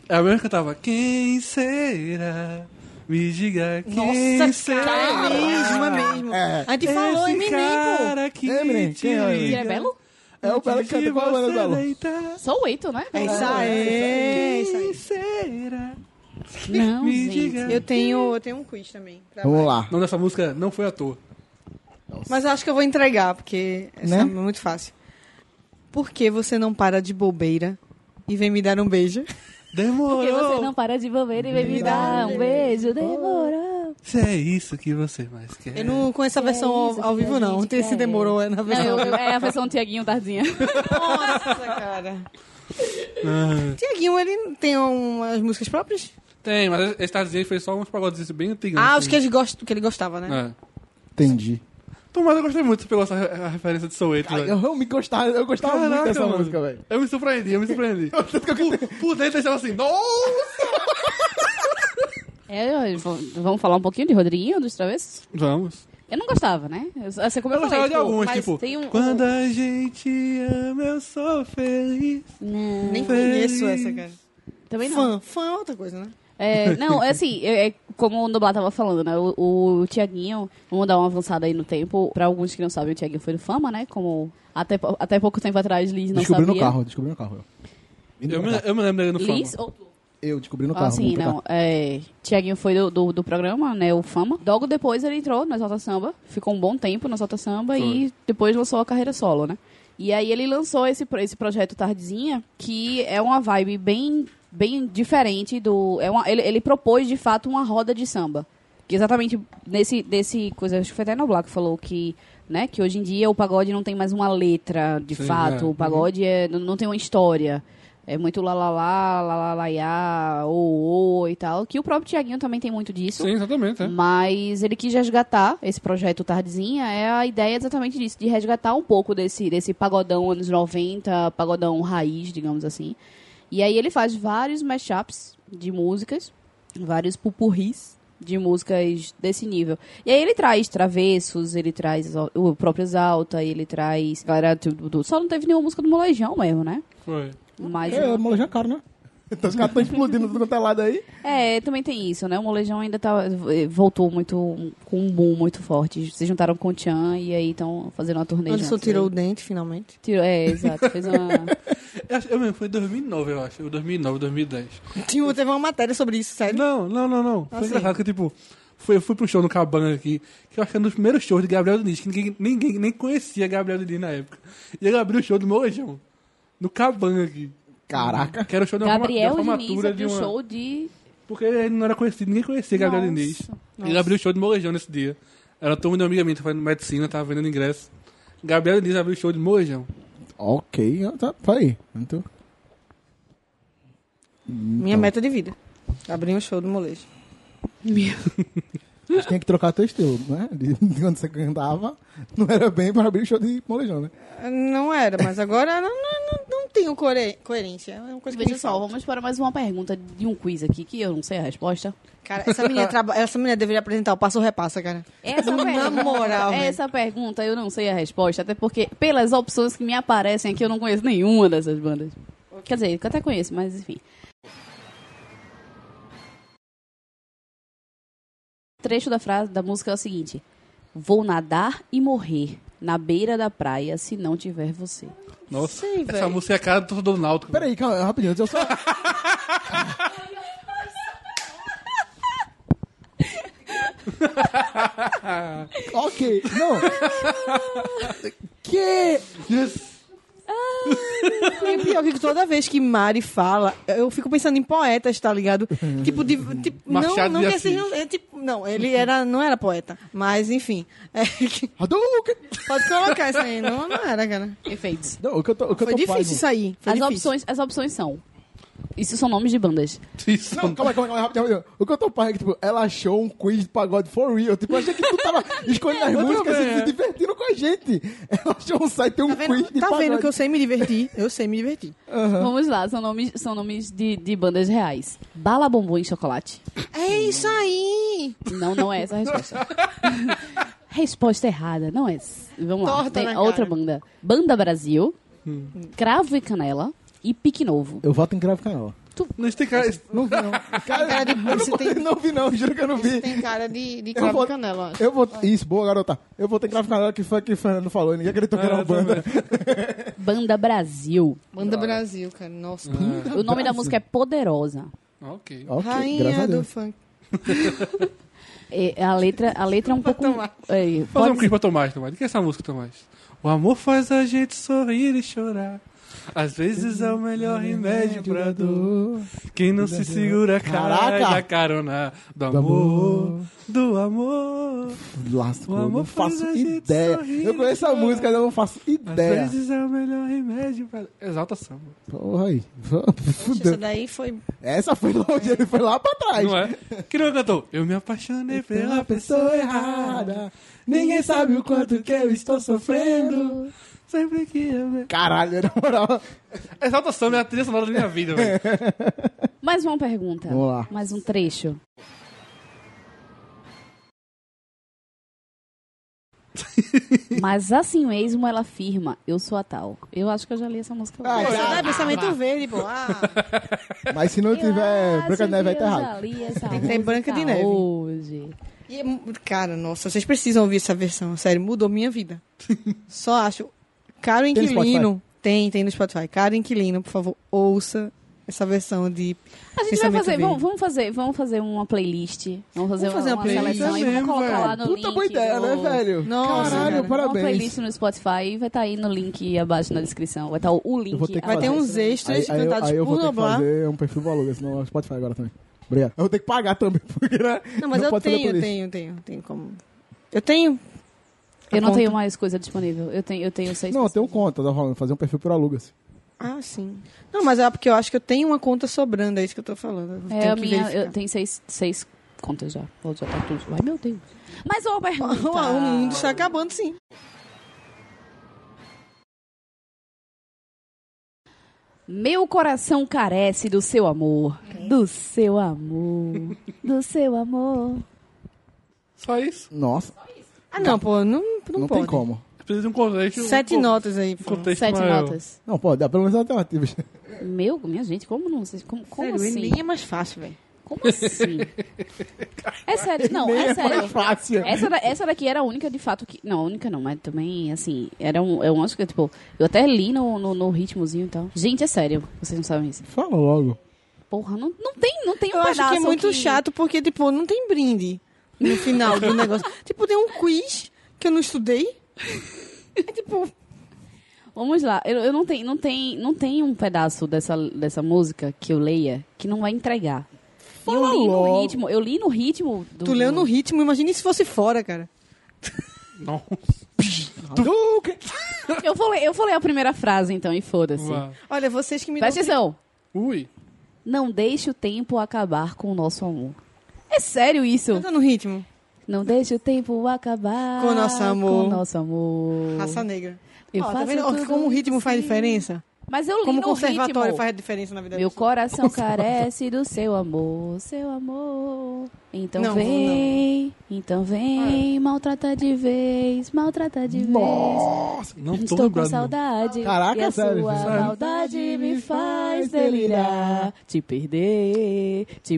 S3: É a mesma que eu tava. Quem será? Me diga quem
S4: Nossa,
S3: será.
S4: cara, é mesmo, é mesmo.
S1: É.
S4: A gente
S3: Esse
S4: falou em menino.
S3: cara que
S1: Eminem,
S3: te
S1: quem é o
S3: liga
S1: Eminem?
S2: Ele é belo?
S1: É o Belo que
S3: antes de
S1: canta com a banda
S3: você
S1: Belo.
S3: deitar.
S2: Sou o Eito, né?
S4: É isso aí. é isso
S3: Quem
S4: aí.
S3: será?
S2: Não,
S3: Me
S2: gente.
S3: diga.
S4: Eu tenho, eu tenho um quiz também. pra
S1: Vamos
S4: mais.
S1: lá.
S3: Não, nessa música não foi à toa.
S4: Mas eu acho que eu vou entregar, porque essa
S1: Né?
S4: é muito fácil. Por que você não para de bobeira e vem me dar um beijo?
S2: Porque você não
S3: Demorou.
S2: para de bobeira e vem me dar um beijo. Demorou.
S3: Se é isso que você mais quer.
S4: Eu não conheço a versão
S2: É. isso
S4: ao, ao
S2: que a
S4: vivo, não.
S2: gente
S4: Tem se
S2: quer.
S4: demorou, é na
S2: Não,
S4: versão.
S2: eu, eu- é a versão do Tiaguinho Tardinha.
S4: Nossa, cara.
S3: Ah,
S4: Tiaguinho, ele tem umas músicas próprias?
S3: Tem, mas esse tardezinho foi só uns pagodes bem antigos.
S4: Ah,
S3: assim.
S4: os que ele, gosta, que ele gostava, né?
S3: É.
S1: Entendi. Ah,
S3: Então, mas eu gostei muito. Você pegou essa re- a referência de Soweto. velho.
S1: Eu realmente gostava, eu gostava Tá muito dessa
S3: mano.
S1: música, velho.
S3: Eu me surpreendi, eu me surpreendi. por, por dentro eu estava assim, nossa!
S2: É, eu- vamos falar um pouquinho de Rodriguinho dos Travessos?
S3: Vamos.
S2: Eu não gostava, né? Eu, assim, como eu,
S3: Eu
S2: falei,
S3: gostava de
S2: tipo,
S3: alguns,
S2: mas
S3: tipo...
S2: Tem um,
S3: Quando a gente ama, eu sou feliz.
S2: Não,
S4: Nem
S3: Feliz.
S4: conheço essa, cara.
S2: também não.
S4: Fã. Fã é outra coisa, né?
S2: É, não, é assim, é, é como o Noblar tava falando, né? O, o Tiaguinho, vamos dar uma avançada aí no tempo. Pra alguns que não sabem, o Tiaguinho foi do Fama, né? Como até, pou- até pouco tempo atrás, Liz não
S1: Descobri no
S2: sabia.
S1: carro, descobri no carro.
S3: Eu me, eu me lembro dele no
S2: Liz
S3: Fama.
S2: ou
S1: Eu descobri no carro.
S2: Assim,
S1: vim pra cá.
S2: não. É, Tiaguinho foi do, do, do programa, né? O Fama. Logo depois ele entrou no Exalta Samba. Ficou um bom tempo no Exalta Samba e depois lançou a carreira solo, né? E aí ele lançou esse, pro- esse projeto Tardezinha, que é uma vibe bem, bem diferente do... É uma, ele, ele propôs, de fato, uma roda de samba. Que exatamente nesse, nesse coisa, acho que foi até Noblar que falou que, né, que hoje em dia o pagode não tem mais uma letra, de
S11: Sim,
S2: fato.
S11: é.
S2: O pagode é, não- não tem uma história. É muito lalalá, lalalaiá, ou ou e tal. Que o próprio Tiaguinho também tem muito disso.
S3: Sim, exatamente.
S1: Hum.
S3: É.
S2: Mas ele quis resgatar esse projeto Tardezinha, é a ideia exatamente disso, de resgatar um pouco desse, desse pagodão anos 90, pagodão raiz, digamos assim. E aí ele faz vários mashups de músicas, vários pupurris de músicas desse nível. E aí ele traz Travessos, ele traz Exal- o próprio Exalta, ele traz... Galera, do- do- só não teve nenhuma música do Molejão mesmo, né?
S3: Foi.
S2: Mas
S1: É, o molejo é caro, né? Então os caras estão explodindo tudo quanto é lado aí.
S2: É, também tem isso, né? O Molejão ainda tá, eh, voltou muito com um boom muito forte. Se juntaram com o Tchan e aí estão fazendo uma turnê
S4: Anderson
S2: juntos
S4: tirou
S2: aí.
S4: o dente, finalmente.
S2: Tirou, é, exato. Fez uma...
S3: Eu, acho- eu mesmo, foi em 2009, eu acho. Ou 2009, 2010.
S4: Tinha, teve uma matéria sobre isso, sério?
S3: Não, não, não, não. Foi
S4: Assim.
S3: engraçado que, tipo, foi, eu fui pro show no Cabana aqui, que eu acho que era um dos primeiros shows de Gabriel Diniz, que ninguém, ninguém nem conhecia Gabriel Diniz na época. E ele abriu o show do Molejão, no Cabana aqui.
S1: Caraca.
S3: Que era o show de uma, forma-
S2: Gabriel
S3: de uma
S2: Diniz
S3: formatura de
S2: abriu
S3: uma...
S2: show de...
S3: Porque ele não era conhecido, ninguém conhecia Gabriel
S2: Nossa,
S3: Diniz. Ele
S2: nossa.
S3: abriu o show de Molejão nesse dia. Era todo mundo amiga minha, tava fazendo medicina, tava vendendo ingresso. Gabriel Diniz abriu o show de Molejão.
S1: Ok, ah, tá, peraí. Então,
S4: Minha meta de vida. Abrir um show do molejo.
S1: a gente tem que trocar teu estilo, né? De, de quando você cantava, não era bem pra abrir o show de molejão, né?
S4: Não era, mas agora não, não, não, não tenho coere- coerência. É uma coisa que
S2: Veja
S4: me
S2: só,
S4: falta.
S2: vamos para mais uma pergunta de um quiz aqui, que eu não sei a resposta.
S4: Cara, essa menina, traba... essa menina deveria apresentar o passo repassa, cara.
S2: Essa pergunta,
S4: Na moral, velho.
S2: essa pergunta eu não sei a resposta, até porque pelas opções que me aparecem aqui eu não conheço nenhuma dessas bandas. Quer dizer, que eu até conheço, mas enfim. O trecho da frase da música é o seguinte: Vou nadar e morrer na beira da praia se não tiver você.
S3: Nossa,
S2: Sei, véi.
S3: essa música é a cara do torcedor do Náutico.
S1: Peraí, calma, rapidinho, eu só. ok, não. que.
S4: E é pior que toda vez que Mari fala, eu fico pensando em poetas, tá ligado? Tipo, de, tipo
S1: Machado
S4: não, não
S1: de
S4: quer ser,
S1: Assis.
S4: é, tipo, não, ele era, não era poeta. Mas, enfim. É que- Pode colocar isso aí. Não, não era, cara.
S2: Efeitos.
S1: Não, o que eu tô, o que
S4: Foi
S1: eu tô
S4: difícil
S1: pasmo-
S4: isso aí. Foi
S2: As
S4: difícil.
S2: opções, as opções são. Isso são nomes de bandas.
S1: Não, calma, aí, calma, aí, calma, aí, rapidinho, rapidinho. O que eu tô pai é que, tipo, ela achou um quiz de pagode for real. Tipo, eu achei que tu tava escolhendo as
S4: Eu
S1: músicas
S4: também,
S1: e se
S4: é.
S1: divertindo com a gente. Ela achou um site, tem um
S4: Tá vendo,
S1: quiz de
S4: tá
S1: pagode.
S4: vendo que eu sei me divertir? Eu sei me divertir.
S2: Vamos lá, são nomes, são nomes de, de bandas reais. Bala Bombom e Chocolate.
S4: É isso aí!
S2: Não, não é essa a resposta. resposta errada, não é. essa. Vamos lá,
S4: Torta
S2: tem
S4: na cara.
S2: outra banda. Banda Brasil, Cravo e Canela e Pique Novo.
S1: Eu voto em Cravo Canal.
S3: Não, isso tem cara... isso-
S1: Não vi, não. Cara,
S4: Cara,
S1: eu não,
S4: isso tem-
S1: não vi, não. Juro que eu não vi.
S4: Tem cara de, de
S1: cravo
S4: cravo
S1: vou- de
S4: canela,
S1: Eu vou... Isso, boa, garota. Eu votei em Cravo Canal, que foi que o Fernando falou. Ninguém acreditou que
S3: É,
S1: era uma banda.
S2: Banda Brasil.
S4: Banda Brasil, cara. Nossa.
S2: O nome da música é Poderosa.
S3: Ah, Ok.
S1: Hum, Ok, graças a
S4: Rainha do
S1: Deus.
S4: funk.
S2: É, a, letra, a letra é um pouco. É,
S3: Fazer um
S2: pode-
S3: clipe pra Tomás, Tomás. O que é essa música, Tomás? O amor faz a gente sorrir e chorar. Às vezes é o melhor remédio pra dor. Quem não se segura
S1: Caraca!
S3: carrega a carona do amor, do amor.
S1: Lasco,
S3: O
S1: eu
S3: amor
S1: não
S3: faz
S1: faço
S3: a gente
S1: ideia.
S3: sorrir, né?
S1: Eu conheço a
S3: cara.
S1: música, mas eu não faço
S3: Às
S1: ideia.
S3: vezes é o melhor remédio pra... Exalta samba.
S1: Porra aí.
S4: Essa
S1: Fudeu.
S4: daí foi
S1: Essa foi longe, ele foi lá pra trás.
S3: Não é? Que não cantou? Eu me apaixonei pela pessoa errada.
S1: Ninguém sabe o quanto que eu estou sofrendo.
S3: Sempre que eu...
S1: Caralho, na moral.
S3: Exalta samba é a trilha sonora da minha vida, velho.
S2: Mais uma pergunta.
S1: Vamos lá.
S2: Mais um trecho. Mas assim mesmo ela afirma, eu sou a tal. Eu acho que eu já li essa música.
S1: Ah,
S4: Pô,
S1: é.
S4: Você dá pensamento verde, pô. Ah,
S1: Mas se não
S2: é,
S1: tiver Branca de Neve, vai estar errado.
S2: Tem
S4: que ter Branca de Neve.
S2: Hoje.
S4: e é mu- cara, nossa, vocês precisam ouvir essa versão. Sério, mudou minha vida. Só acho. Caro
S1: no
S4: Inquilino. Tem, tem no Spotify. Caro Inquilino, por favor, ouça Essa versão de.
S2: A gente vai
S4: Pensamento
S2: fazer,
S4: Verde.
S2: vamos, vamos fazer, vamos fazer uma playlist. Vamos fazer,
S4: Vamos fazer
S2: uma,
S4: uma playlist
S2: seleção e
S1: mesmo,
S2: vamos colocar
S1: velho.
S2: lá no link.
S1: Puta boa ideia,
S2: do-
S1: né, velho?
S4: Nossa,
S1: Caralho,
S4: cara.
S2: Uma playlist
S1: parabéns.
S2: no Spotify e vai estar aí no link abaixo na descrição. Vai estar o- o link.
S1: Eu vou ter que né?
S4: Vai ter um
S2: abaixo.
S4: uns extras
S1: eu-
S4: cantados
S1: eu
S4: por
S1: vou ter que
S4: Noblar.
S1: fazer um perfil valor, senão o Spotify agora também. Obrigado. Eu vou ter que pagar também, porque, né?
S4: Não, mas eu
S1: pode fazer
S4: tenho, eu
S1: playlist.
S4: tenho, tenho, tenho como. Eu tenho.
S2: Eu não
S4: Conta.
S2: tenho mais coisa disponível. Eu tenho, eu tenho seis.
S1: Não, eu
S2: pessoas.
S1: tenho conta, tá falando, fazer um perfil por alugas.
S4: Ah, sim. Não, mas é porque eu acho que eu tenho uma conta sobrando, é isso que eu tô falando. Eu
S2: É
S4: tenho
S2: a
S4: que
S2: minha.
S4: verificar.
S2: Eu tenho seis, seis contas já. Vou já tá tudo. Ai, meu Deus. um Mas uma pergunta.
S4: O mundo está acabando, sim.
S2: Meu coração carece do seu amor. Do seu amor. do seu amor.
S3: Só isso.
S1: Nossa,
S4: Ah, não, pô, não, não,
S1: não,
S4: pode.
S1: tem como.
S3: Precisa de um contexto.
S4: Sete
S3: um,
S4: notas aí,
S3: Um
S4: pô.
S3: contexto
S2: Sete
S3: maior.
S2: notas.
S1: Não, pode, dá pelo menos alternativas.
S2: Meu, minha gente, como não? Vocês- Como, como
S4: Sério,
S2: assim?
S4: nem é mais fácil, velho.
S2: Como assim? é sério, não,
S1: Nem
S2: é
S1: mais
S2: sério.
S1: fácil.
S2: Essa, da- essa daqui era a única de fato que. Não, a única não, mas também, assim, era um. Eu acho que, tipo, eu até li no, no, no ritmozinho e tal. Gente, é sério, vocês não sabem isso.
S1: Fala logo.
S2: Porra, não, não tem, não tem um
S4: Eu acho
S2: pedaço
S4: que é muito
S2: que-
S4: chato porque, tipo, não tem brinde no final do negócio. tipo, tem um quiz que eu não estudei. É tipo,
S2: Vamos lá, eu, eu não tenho, não tem, não tem um pedaço dessa, dessa música que eu leia que não vai entregar. E eu li no
S1: logo.
S2: ritmo, eu li no ritmo do.
S4: tu leu no ritmo, imagina se fosse fora, cara.
S3: Não.
S1: Duque!
S2: Eu vou ler, eu vou ler a primeira frase então e foda-se.
S3: Vá.
S4: Olha, vocês que me
S2: Presta
S4: dão...
S2: atenção.
S3: Ui.
S2: Não deixe o tempo acabar com o nosso amor. É sério isso?
S4: Canta no ritmo.
S2: Não deixe o tempo acabar
S4: Com o nosso amor.
S2: Com o nosso amor.
S4: Raça negra.
S2: Eu
S4: Ó, tá
S2: faço
S4: vendo ó,
S2: tudo
S4: como o ritmo faz
S2: assim.
S4: diferença?
S2: Mas eu li
S4: Como o
S2: no
S4: conservatório
S2: ritmo.
S4: faz diferença na vida
S2: Meu
S4: da pessoa.
S2: coração carece do seu amor, seu amor. Então
S4: Não,
S2: vem, então vem, maltrata de vez, maltrata de vez.
S3: Não tô
S2: Estou com
S3: lembrado. não.
S2: saudade.
S1: Caraca,
S2: e a
S1: sério,
S2: sua
S1: sério.
S2: maldade me faz delirar. Te perder, te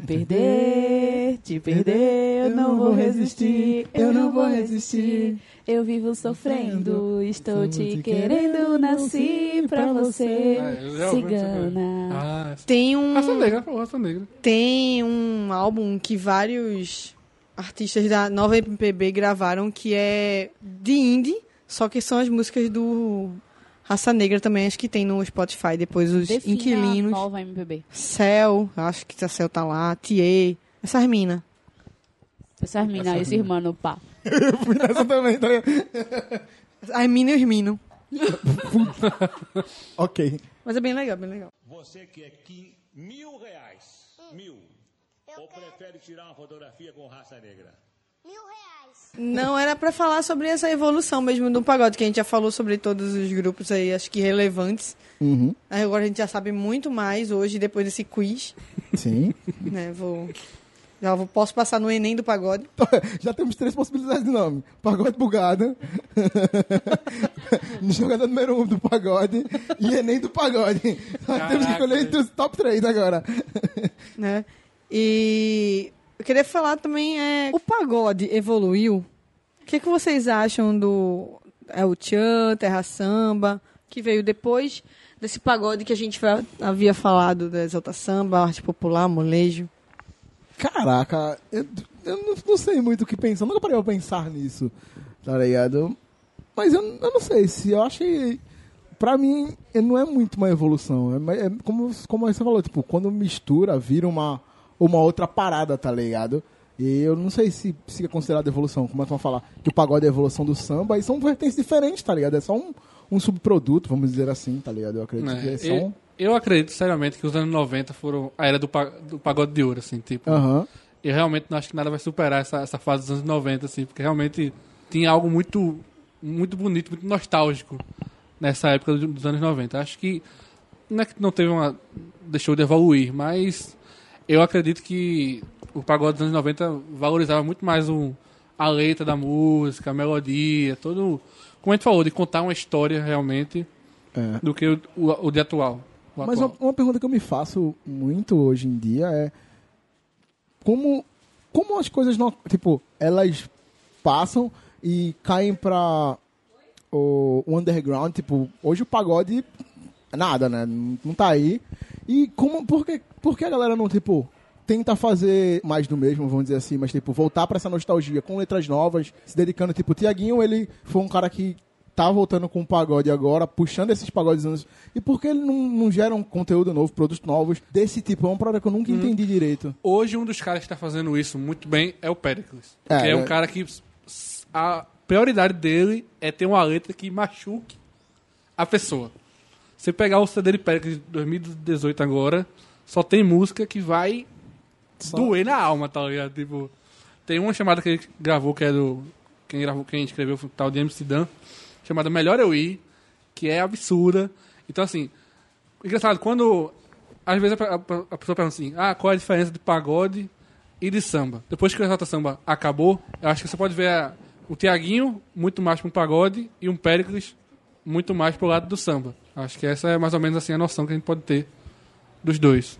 S2: perder, te perder. Eu não vou resistir, eu não vou resistir. Eu vivo sofrendo, estou te querendo, nasci pra você.
S3: É, eu já ouvi essa
S2: Cigana.
S3: Ah, essa-
S4: Tem um...
S3: raça negra, pô, raça negra.
S4: Tem um álbum que vários artistas da nova MPB gravaram que é de indie, só que são as músicas do Raça Negra também, acho que tem no Spotify depois os
S2: Defina
S4: Inquilinos,
S2: a nova MPB.
S4: Céu, acho que a Céu tá lá, Thier, essas mina.
S2: Essas minas, esse irmão no pá.
S1: Essa também, tá ligado?
S4: As mina e os mino.
S1: Ok.
S4: Mas é bem legal, bem legal.
S7: Você quer 15 mil reais? Mil.
S8: Hum. Eu
S7: Ou
S8: quero
S7: prefere tirar uma fotografia com raça negra?
S8: mil reais.
S4: Não era pra falar sobre essa evolução mesmo do pagode, que a gente já falou sobre todos os grupos aí, acho que relevantes.
S1: Uhum.
S4: Aí Agora a gente já sabe muito mais hoje, depois desse quiz.
S1: Sim.
S4: né? Vou. Já vou- posso passar no Enem do pagode.
S1: Então, Já temos três possibilidades de nome. Pagode Bugada. Jogada número um do Pagode. E Enem do Pagode. Nós temos que escolher entre os top três agora.
S4: Né? E eu queria falar também é o pagode evoluiu. O que, que vocês acham do é o tchan, terra samba, que veio depois desse pagode que a gente fa- havia falado da exalta samba, arte popular, molejo.
S1: Caraca, eu, eu não, não sei muito o que pensar. Nunca parei pra pensar nisso, tá ligado? Mas eu, eu não sei se eu achei. Pra mim, eh, não é muito uma evolução. É, ma- é como, como você falou, tipo, quando mistura, vira uma, uma outra parada, tá ligado? E eu não sei se, se é considerado evolução. Como é que vão falar? Que o pagode é a evolução do samba. E são vertentes diferentes, tá ligado? É só um, um subproduto, vamos dizer assim, tá ligado? Eu acredito que
S3: É,
S1: é só
S3: eu,
S1: um.
S3: eu acredito, seriamente, que os anos 90 foram a era do, pa- do pagode de ouro, assim, tipo.
S1: Aham.
S3: Eu realmente não acho que nada vai superar essa, essa fase dos anos 90, assim, porque realmente tinha algo muito, muito bonito, muito nostálgico nessa época do- dos anos 90. Acho que não é que não teve uma. deixou de evoluir, mas eu acredito que o pagode dos anos 90 valorizava muito mais o, a letra da música, a melodia, todo. Como a gente falou, de contar uma história realmente
S1: É.
S3: do que o, o, o de atual. O
S1: Mas uma,
S3: atual.
S1: uma pergunta que eu me faço muito hoje em dia é como como as coisas não tipo elas passam e caem pra o, o underground tipo hoje o pagode nada né não tá aí E como, por que, por que a galera não, tipo, tenta fazer mais do mesmo, vamos dizer assim, mas, tipo, voltar pra essa nostalgia com letras novas, se dedicando, tipo, o Tiaguinho, ele foi um cara que tá voltando com o pagode agora, puxando esses pagodes anos. E por que ele não, não gera um conteúdo novo, produtos novos desse tipo? É um produto que eu
S2: Hum.
S1: nunca entendi direito.
S3: Hoje, um dos caras que tá fazendo isso muito bem é o Pericles.
S1: É,
S3: que é um
S1: é.
S3: cara que s- s- a prioridade dele é ter uma letra que machuque a pessoa. Você pegar o CD de Pericles de 2018 agora, só tem música que vai doer na alma, tá ligado? Tipo, tem uma chamada que ele gravou, que é do. Quem gravou, quem escreveu foi o tal de MC Dan, chamada Melhor Eu Ir, que é absurda. Então, assim, engraçado, quando. Às vezes a, a- a pessoa pergunta assim: ah, qual é a diferença de pagode e de samba? Depois que o Exalta Samba acabou, eu acho que você pode ver a- o Tiaguinho muito mais pro pagode e um Péricles muito mais pro lado do samba. Acho que essa é mais ou menos assim a noção que a gente pode ter dos dois.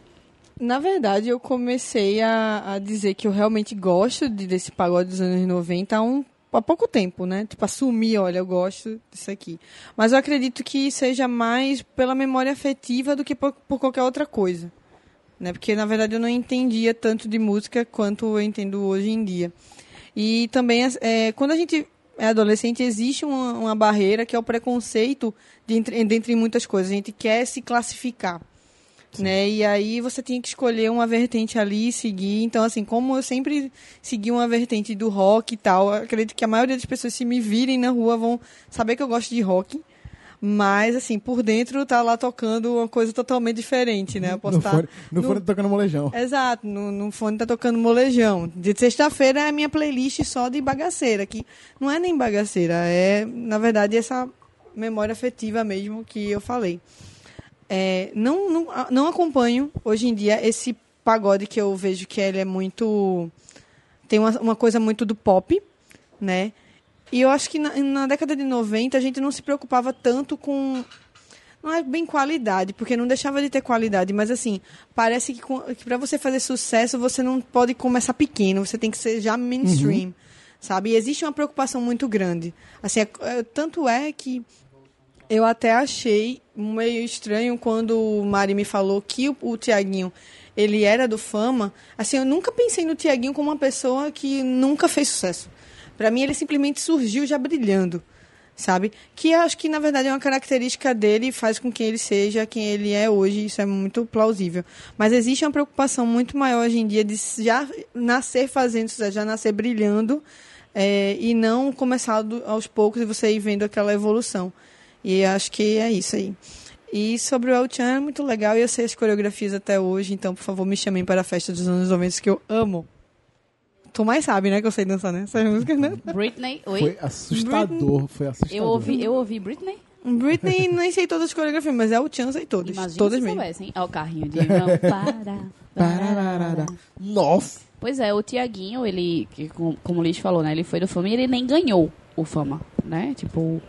S4: Na verdade, eu comecei a, a dizer que eu realmente gosto de- desse pagode dos anos 90 há, um, há pouco tempo, né? Tipo, assumir, olha, eu gosto disso aqui. Mas eu acredito que seja mais pela memória afetiva do que por, por qualquer outra coisa. Né? Porque, na verdade, eu não entendia tanto de música quanto eu entendo hoje em dia. E também, as- é, quando a gente é adolescente, existe uma, uma barreira que é o preconceito de entre- dentre muitas coisas. A gente quer se classificar né? E aí você tinha que escolher uma vertente ali e seguir. Então, assim, como eu sempre segui uma vertente do rock e tal, eu acredito que a maioria das pessoas, se me virem na rua, vão saber que eu gosto de rock. Mas, assim, por dentro tá lá tocando uma coisa totalmente diferente, né? Eu posso
S1: No
S4: tá
S1: fone, no
S4: no-
S1: fone tocando molejão.
S2: É,
S4: Exato, no, no fone tá tocando molejão. De sexta-feira é a minha playlist só de bagaceira, que não é nem bagaceira, é, na verdade, essa memória afetiva mesmo que eu falei. É, não, não, a- não acompanho, hoje em dia, esse pagode que eu vejo que ele é muito... Tem uma, uma coisa muito do pop, né? E eu acho que na, na década de 90 a gente não se preocupava tanto com não é bem qualidade, porque não deixava de ter qualidade, mas assim, parece que, com- que para você fazer sucesso, você não pode começar pequeno, você tem que ser já mainstream, sabe? E existe uma preocupação muito grande. Assim, é- é- tanto é que eu até achei meio estranho quando o Mari me falou que o, o Tiaguinho ele era do Fama. Assim, eu nunca pensei no Tiaguinho como uma pessoa que nunca fez sucesso. Pra mim, ele simplesmente surgiu já brilhando, sabe? Que eu acho que, na verdade, é uma característica dele e faz com que ele seja quem ele é hoje. Isso é muito plausível. Mas existe uma preocupação muito maior hoje em dia de já nascer fazendo sucesso, já nascer brilhando é, e não começar do- aos poucos e você ir vendo aquela evolução. E acho que é isso aí. E sobre o El-Chan, é muito legal. E eu sei as coreografias até hoje, então, por favor, me chamem para a festa dos anos 90, que eu amo. Tu mais sabe, né, que eu sei dançar, né? Essas músicas, né?
S2: Britney, oi.
S1: Foi assustador, foi assustador.
S2: Eu ouvi, eu ouvi Britney.
S4: Britney nem sei todas as coreografias, mas é o Chan sei todas.
S2: Imagina
S4: todas
S2: se
S4: mesmo.
S2: soubessem. hein? Ó, o carrinho de mão. Para, para,
S1: Nossa!
S2: Pois é, o Tiaguinho, ele, que com- como o Liz falou, né? Ele foi do Fama e ele nem ganhou o Fama, né? Tipo.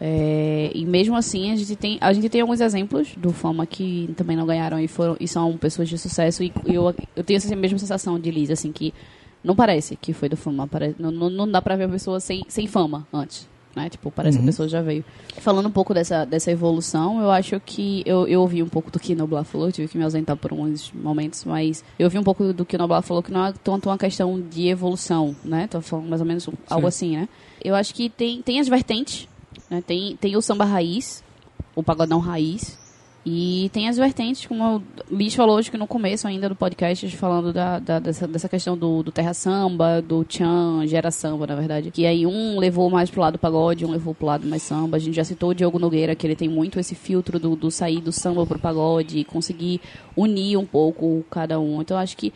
S2: é, e mesmo assim, a gente, tem, a gente tem alguns exemplos do Fama que também não ganharam e, foram, e são pessoas de sucesso. E eu, eu tenho essa mesma sensação de Liz, assim, que não parece que foi do Fama. Parece, não, não, não dá pra ver a pessoa sem, sem fama antes, né? Tipo, parece que a pessoa já veio. Falando um pouco dessa, dessa evolução, eu acho que... Eu, eu ouvi um pouco do que Noblar falou, eu tive que me ausentar por alguns momentos, mas eu ouvi um pouco do que Noblar falou, que não é tanto uma questão de evolução, né? Tô falando mais ou menos um- algo assim, né? Eu acho que tem, tem as vertentes, né? Tem, tem o samba raiz, o pagodão raiz, e tem as vertentes, como o Liz falou hoje que no começo ainda do podcast, falando da, da- dessa, dessa questão do, do terra samba, do tchan, gera samba, na verdade. Que aí um levou mais pro lado pagode, um levou pro lado mais samba. A gente já citou o Diogo Nogueira, que ele tem muito esse filtro do, do sair do samba pro pagode e conseguir unir um pouco cada um. Então acho que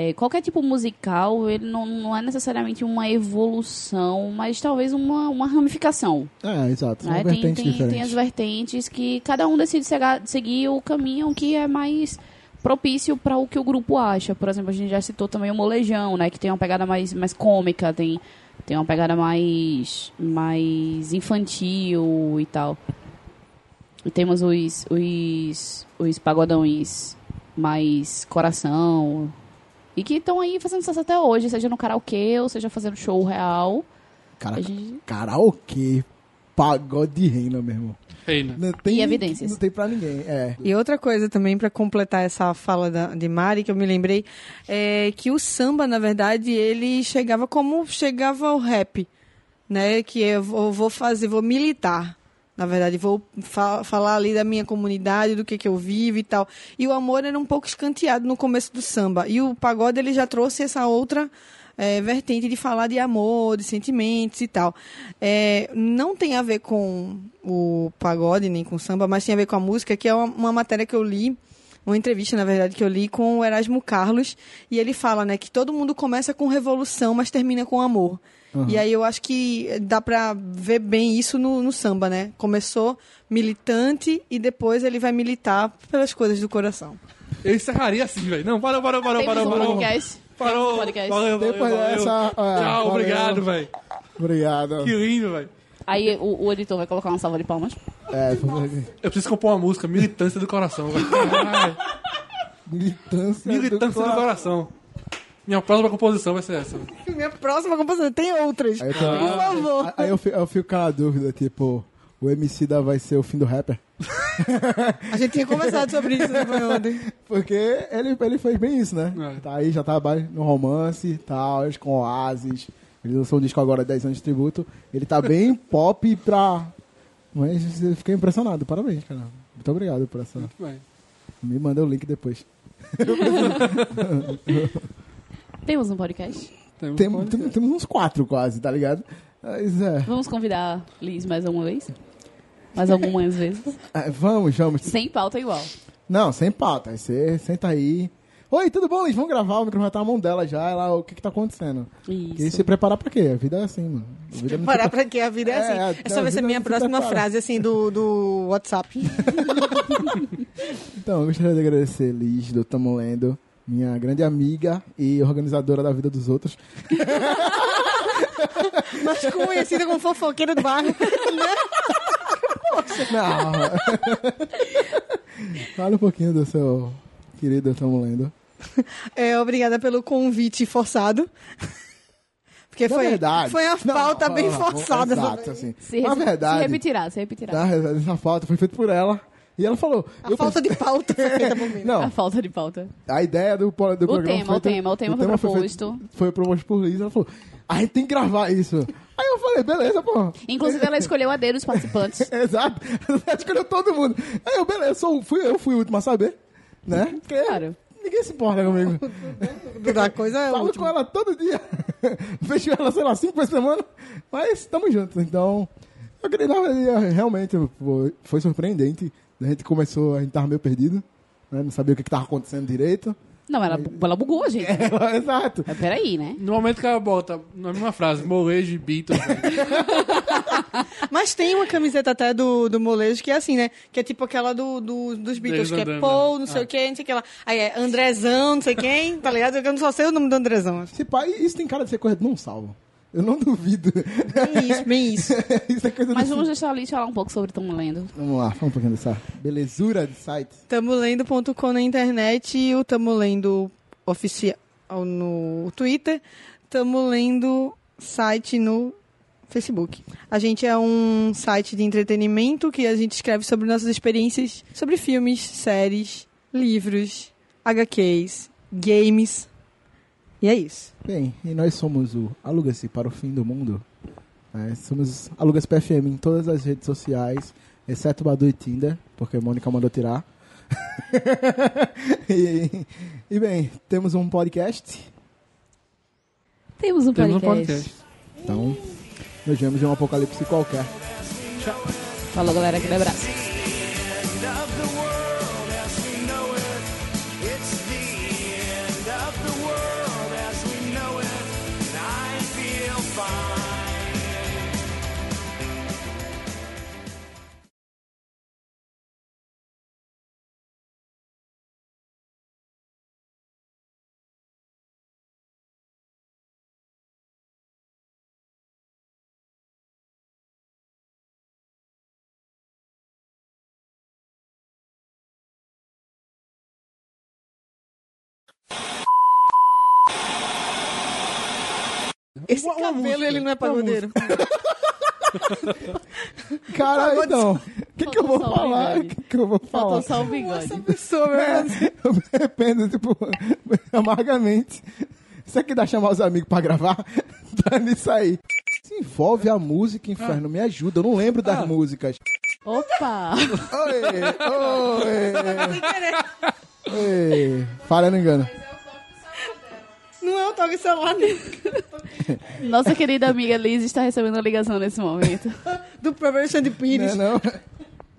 S2: é, qualquer tipo musical, ele não, não é necessariamente uma evolução, mas talvez uma, uma ramificação.
S1: É, exato. São
S2: Né? Tem-
S1: vertentes
S2: tem, tem,
S1: diferentes.
S2: as vertentes que cada um decide sega- seguir o caminho que é mais propício para o que o grupo acha. Por exemplo, a gente já citou também o molejão, né? Que tem uma pegada mais, mais cômica, tem, tem uma pegada mais, mais infantil e tal. E temos os, os, os pagodões mais coração. E que estão aí fazendo sucesso até hoje, seja no karaokê ou seja fazendo show real.
S1: Cara,
S2: A gente-
S1: Karaokê. pagode de reina, meu irmão.
S3: Reina.
S1: Não tem,
S10: E evidências.
S1: Não tem pra ninguém, é.
S4: E outra coisa também, pra completar essa fala da- de Mari, que eu me lembrei, é que o samba, na verdade, ele chegava como chegava o rap, né? Que eu vou vou fazer, vou militar. Na verdade, vou fa- falar ali da minha comunidade, do que, que eu vivo e tal. E o amor era um pouco escanteado no começo do samba. E o pagode, ele já trouxe essa outra é, vertente de falar de amor, de sentimentos e tal. É, não tem a ver com o pagode nem com o samba, mas tem a ver com a música, que é uma, uma matéria que eu li, uma entrevista, na verdade, que eu li com o Erasmo Carlos, e ele fala, né, que todo mundo começa com revolução, mas termina com amor. E aí eu acho que dá pra ver bem isso no, no samba, né? Começou militante e depois ele vai militar pelas coisas do coração.
S3: Eu encerraria assim, velho. Não, parou, parou, parou,
S10: Temos
S3: parou,
S10: um
S3: parou.
S10: podcast. Temos
S3: Parou.
S10: um podcast.
S3: Valeu, valeu,
S1: Depois
S3: valeu.
S1: dessa, é,
S3: Tchau,
S1: valeu.
S3: obrigado, velho.
S1: Obrigado.
S3: Que lindo, velho.
S2: Aí o, o editor vai colocar uma salva de palmas.
S1: É, foi-
S3: Eu preciso compor uma música, Militância do Coração, velho. Caralho.
S1: militância.
S3: Militância do Coração. Minha próxima composição vai ser essa. velho.
S4: Minha próxima composição tem outras.
S1: Aí tá. eu tô-
S4: Por favor.
S1: Aí eu fico, eu fico com a dúvida, tipo, o MC da vai ser o fim do rapper?
S4: A gente tinha conversado sobre isso, né, foi ontem.
S1: Porque ele, ele fez bem isso, né?
S3: É.
S1: Tá aí, já tá ba- no romance e tal, eles com Oasis. Ele lançou um disco agora, 10 anos de tributo. Ele tá bem pop pra... Mas eu fiquei impressionado, parabéns, cara. Muito obrigado por essa...
S3: Bem,
S1: Me manda o link depois.
S2: Temos um podcast.
S3: temos
S1: Tem, tem-
S3: um podcast.
S1: temos uns quatro quase, tá ligado? Mas é...
S2: Vamos convidar Liz mais alguma vez? Mais algumas vezes.
S1: é, Vamos, vamos.
S2: Sem pauta igual.
S1: Não, sem pauta. Aí você senta aí. Oi, tudo bom? Eles vão gravar, o microfone tá na mão dela já. Ela, o que que tá acontecendo?
S2: Isso.
S1: E se preparar pra quê? A vida é assim, mano. A vida é muito-
S4: Parar pra que a vida é
S1: É, a-
S4: assim. Essa
S1: a
S4: vai ser
S1: vida
S4: minha
S1: se
S4: próxima
S1: prepara.
S4: frase, assim, do, do WhatsApp.
S1: Então, eu gostaria de agradecer Liz do Tamo Lendo, minha grande amiga e organizadora da vida dos outros.
S4: Mas conhecida como fofoqueira do bairro.
S1: Não. Ah, Fala um pouquinho do seu querido Tamo Lendo.
S4: É, obrigada pelo convite forçado. Porque
S1: Na
S4: foi,
S1: verdade,
S4: foi uma
S1: Não,
S4: pauta
S1: não,
S4: bem
S1: não, não,
S4: forçada.
S1: Exato, assim.
S2: Se,
S1: Na
S2: re- se
S1: verdade,
S2: repetirá, se repetirá.
S1: na verdade, Tá. essa falta foi feita por ela. E ela falou...
S4: A falta de pauta é foi feita por mim.
S1: Não,
S2: A falta de pauta.
S1: A ideia do, po- do
S2: O
S1: programa
S2: tema,
S1: foi
S2: o tema, o tema foi proposto.
S1: feito- foi proposto por Liz, ela falou, a gente tem que gravar isso. Aí eu falei, beleza, pô.
S2: Inclusive, ela escolheu a D dos participantes.
S1: Exato. Ela escolheu todo mundo. Aí eu, beleza, sou, fui, eu fui o último a saber, né? Porque
S2: Claro.
S1: ninguém se importa comigo.
S4: Da coisa é a
S1: Falo com
S4: última.
S1: ela todo dia. Vejo ela, sei lá, cinco vezes por semana. Mas estamos juntos, então... Eu queria, na verdade, realmente, foi- foi surpreendente. A gente começou, a gente tava meio perdido. né? Não sabia o que que tava acontecendo direito.
S2: Não, ela, ela bugou a gente.
S1: É. Exato.
S2: Mas Peraí, né?
S3: No momento que ela bota na mesma frase, molejo e Beatles, né? velho.
S4: Mas tem uma camiseta até do, do molejo que é assim, né? Que é tipo aquela do, do- dos
S3: Deles
S4: Beatles, que é
S3: andando,
S4: Paul,
S3: né?
S4: não sei
S3: Ah.
S4: o quê, não sei o que lá. Aí é Andrezão, não sei quem, tá ligado? Eu não só sei o nome do Andrezão. acho.
S1: Se pá, isso tem cara de ser coisa de não salvo. Eu não duvido.
S4: Bem isso, bem isso.
S1: isso é coisa
S2: Mas
S1: do...
S2: vamos deixar a Liz falar um pouco sobre Tamo Lendo.
S1: Vamos lá, fala um pouquinho dessa belezura de site.
S4: Tamolendo.com na internet e o Tamolendo oficial no Twitter. Tamolendo site no Facebook. A gente é um site de entretenimento que a gente escreve sobre nossas experiências sobre filmes, séries, livros, HQs, games. E é isso.
S1: Bem, e nós somos o Aluga-se para o Fim do Mundo. É, somos Aluga-se PFM em todas as redes sociais, exceto Badu e Tinder, porque a Mônica mandou tirar. e, e, bem, temos um podcast.
S2: Temos um
S3: Temos um
S2: podcast.
S3: podcast.
S1: Então, nos vemos em um apocalipse qualquer.
S2: Falou, galera. Aquele abraço.
S4: Esse
S3: Uma- uma
S4: cabelo,
S3: música.
S4: ele não é
S3: Uma
S4: pagodeiro.
S1: Cara, então. O que, que eu vou
S2: só o
S1: falar? O
S2: bigode.
S1: que, que eu vou falar?
S2: Faltou só o bigode.
S4: pessoa,
S1: É, eu me arrependo, tipo, amargamente. Isso aqui dá chamar os amigos pra gravar? Tá nisso aí. Se envolve a música, inferno. Me ajuda, eu não lembro
S2: Ah.
S1: das músicas.
S2: Opa!
S1: Oi, oi, oi. Falha, não engano.
S4: Não é o toque celular, não.
S2: Nossa querida amiga Liz está recebendo uma ligação nesse momento.
S4: Do próprio Alexandre Pires.
S1: Né, Não, não.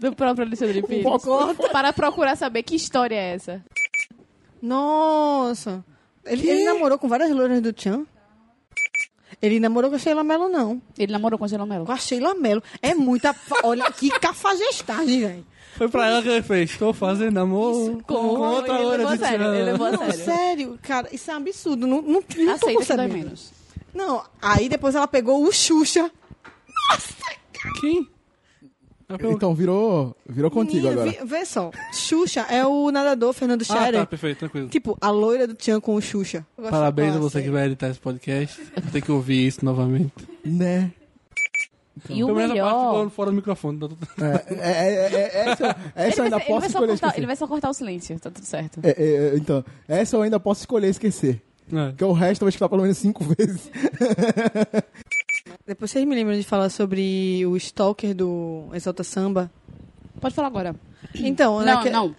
S2: Do próprio Alexandre Pires.
S4: Corta.
S2: Para procurar saber que história é essa.
S4: Nossa. Ele, ele namorou com várias loiras do Tchan. Ele namorou com a Sheila Mello, não.
S2: Ele namorou com a Sheila Mello.
S4: Com a Sheila Mello. É muita... fa- Olha, que cafajestagem, velho.
S3: Foi pra ela que ele fez. Estou fazendo amor com, outra
S2: ele
S3: hora
S2: levou
S3: de
S2: a sério,
S3: tchan.
S2: ele levou a
S4: Não,
S2: sério.
S4: sério, cara, isso é um absurdo. Não, não, não tô
S2: Aceita que dói
S4: concebendo.
S2: menos.
S4: Não, aí depois ela pegou o Xuxa.
S3: Quem?
S1: Então, virou, virou contigo
S4: Menina,
S1: agora.
S4: vi- vê só. Xuxa é o nadador Fernando
S3: Ah,
S4: Scherer.
S3: tá, perfeito, tranquilo.
S4: Tipo, a loira do Tchan com o Xuxa. Eu gosto-
S3: Parabéns a
S4: Nossa,
S3: você que vai editar esse podcast. Vou ter que ouvir isso novamente.
S1: Né?
S2: E o
S3: Pelo menos a parte
S2: melhor...
S3: do- fora do microfone. tá tudo-
S1: É, é, é, é, essa essa eu
S2: Ele
S1: ainda posso
S2: vai, ser- ele, vai só
S1: escolher
S2: cortar, ele
S1: esquecer.
S2: vai só cortar o silêncio, tá tudo certo.
S1: É, é, é, então, essa eu ainda posso escolher esquecer.
S3: É.
S1: Porque o resto eu vou escutar pelo menos cinco vezes.
S4: Depois vocês me lembram de falar sobre o Stalker do Exalta Samba?
S2: Pode falar agora.
S4: Então, né,
S2: Não,
S4: que-
S2: não.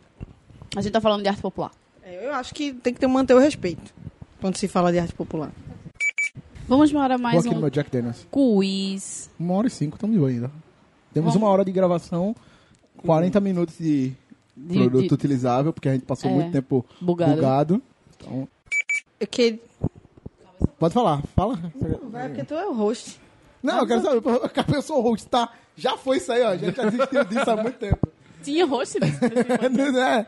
S2: A gente tá falando de arte popular.
S4: É, Eu acho que tem que ter, manter o respeito quando se fala de arte popular.
S2: Vamos para
S1: vou
S2: mais
S1: aqui no
S2: um
S1: meu Jack Daniels.
S2: quiz.
S1: Uma hora e cinco, estamos de boa ainda. Temos uma hora de gravação, 40 minutos de
S2: De,
S1: produto
S2: de-
S1: utilizável, porque a gente passou
S2: É.
S1: muito tempo
S2: bugado.
S1: bugado. Então,
S4: É que...
S1: pode falar, fala.
S4: Vai, porque tu é o host.
S1: Não, eu quero saber, pô, eu sou o host,
S2: né?
S1: tá? Já foi isso aí, ó. A gente já desistiu disso há muito tempo.
S2: Tinha rosto nesse
S1: Né?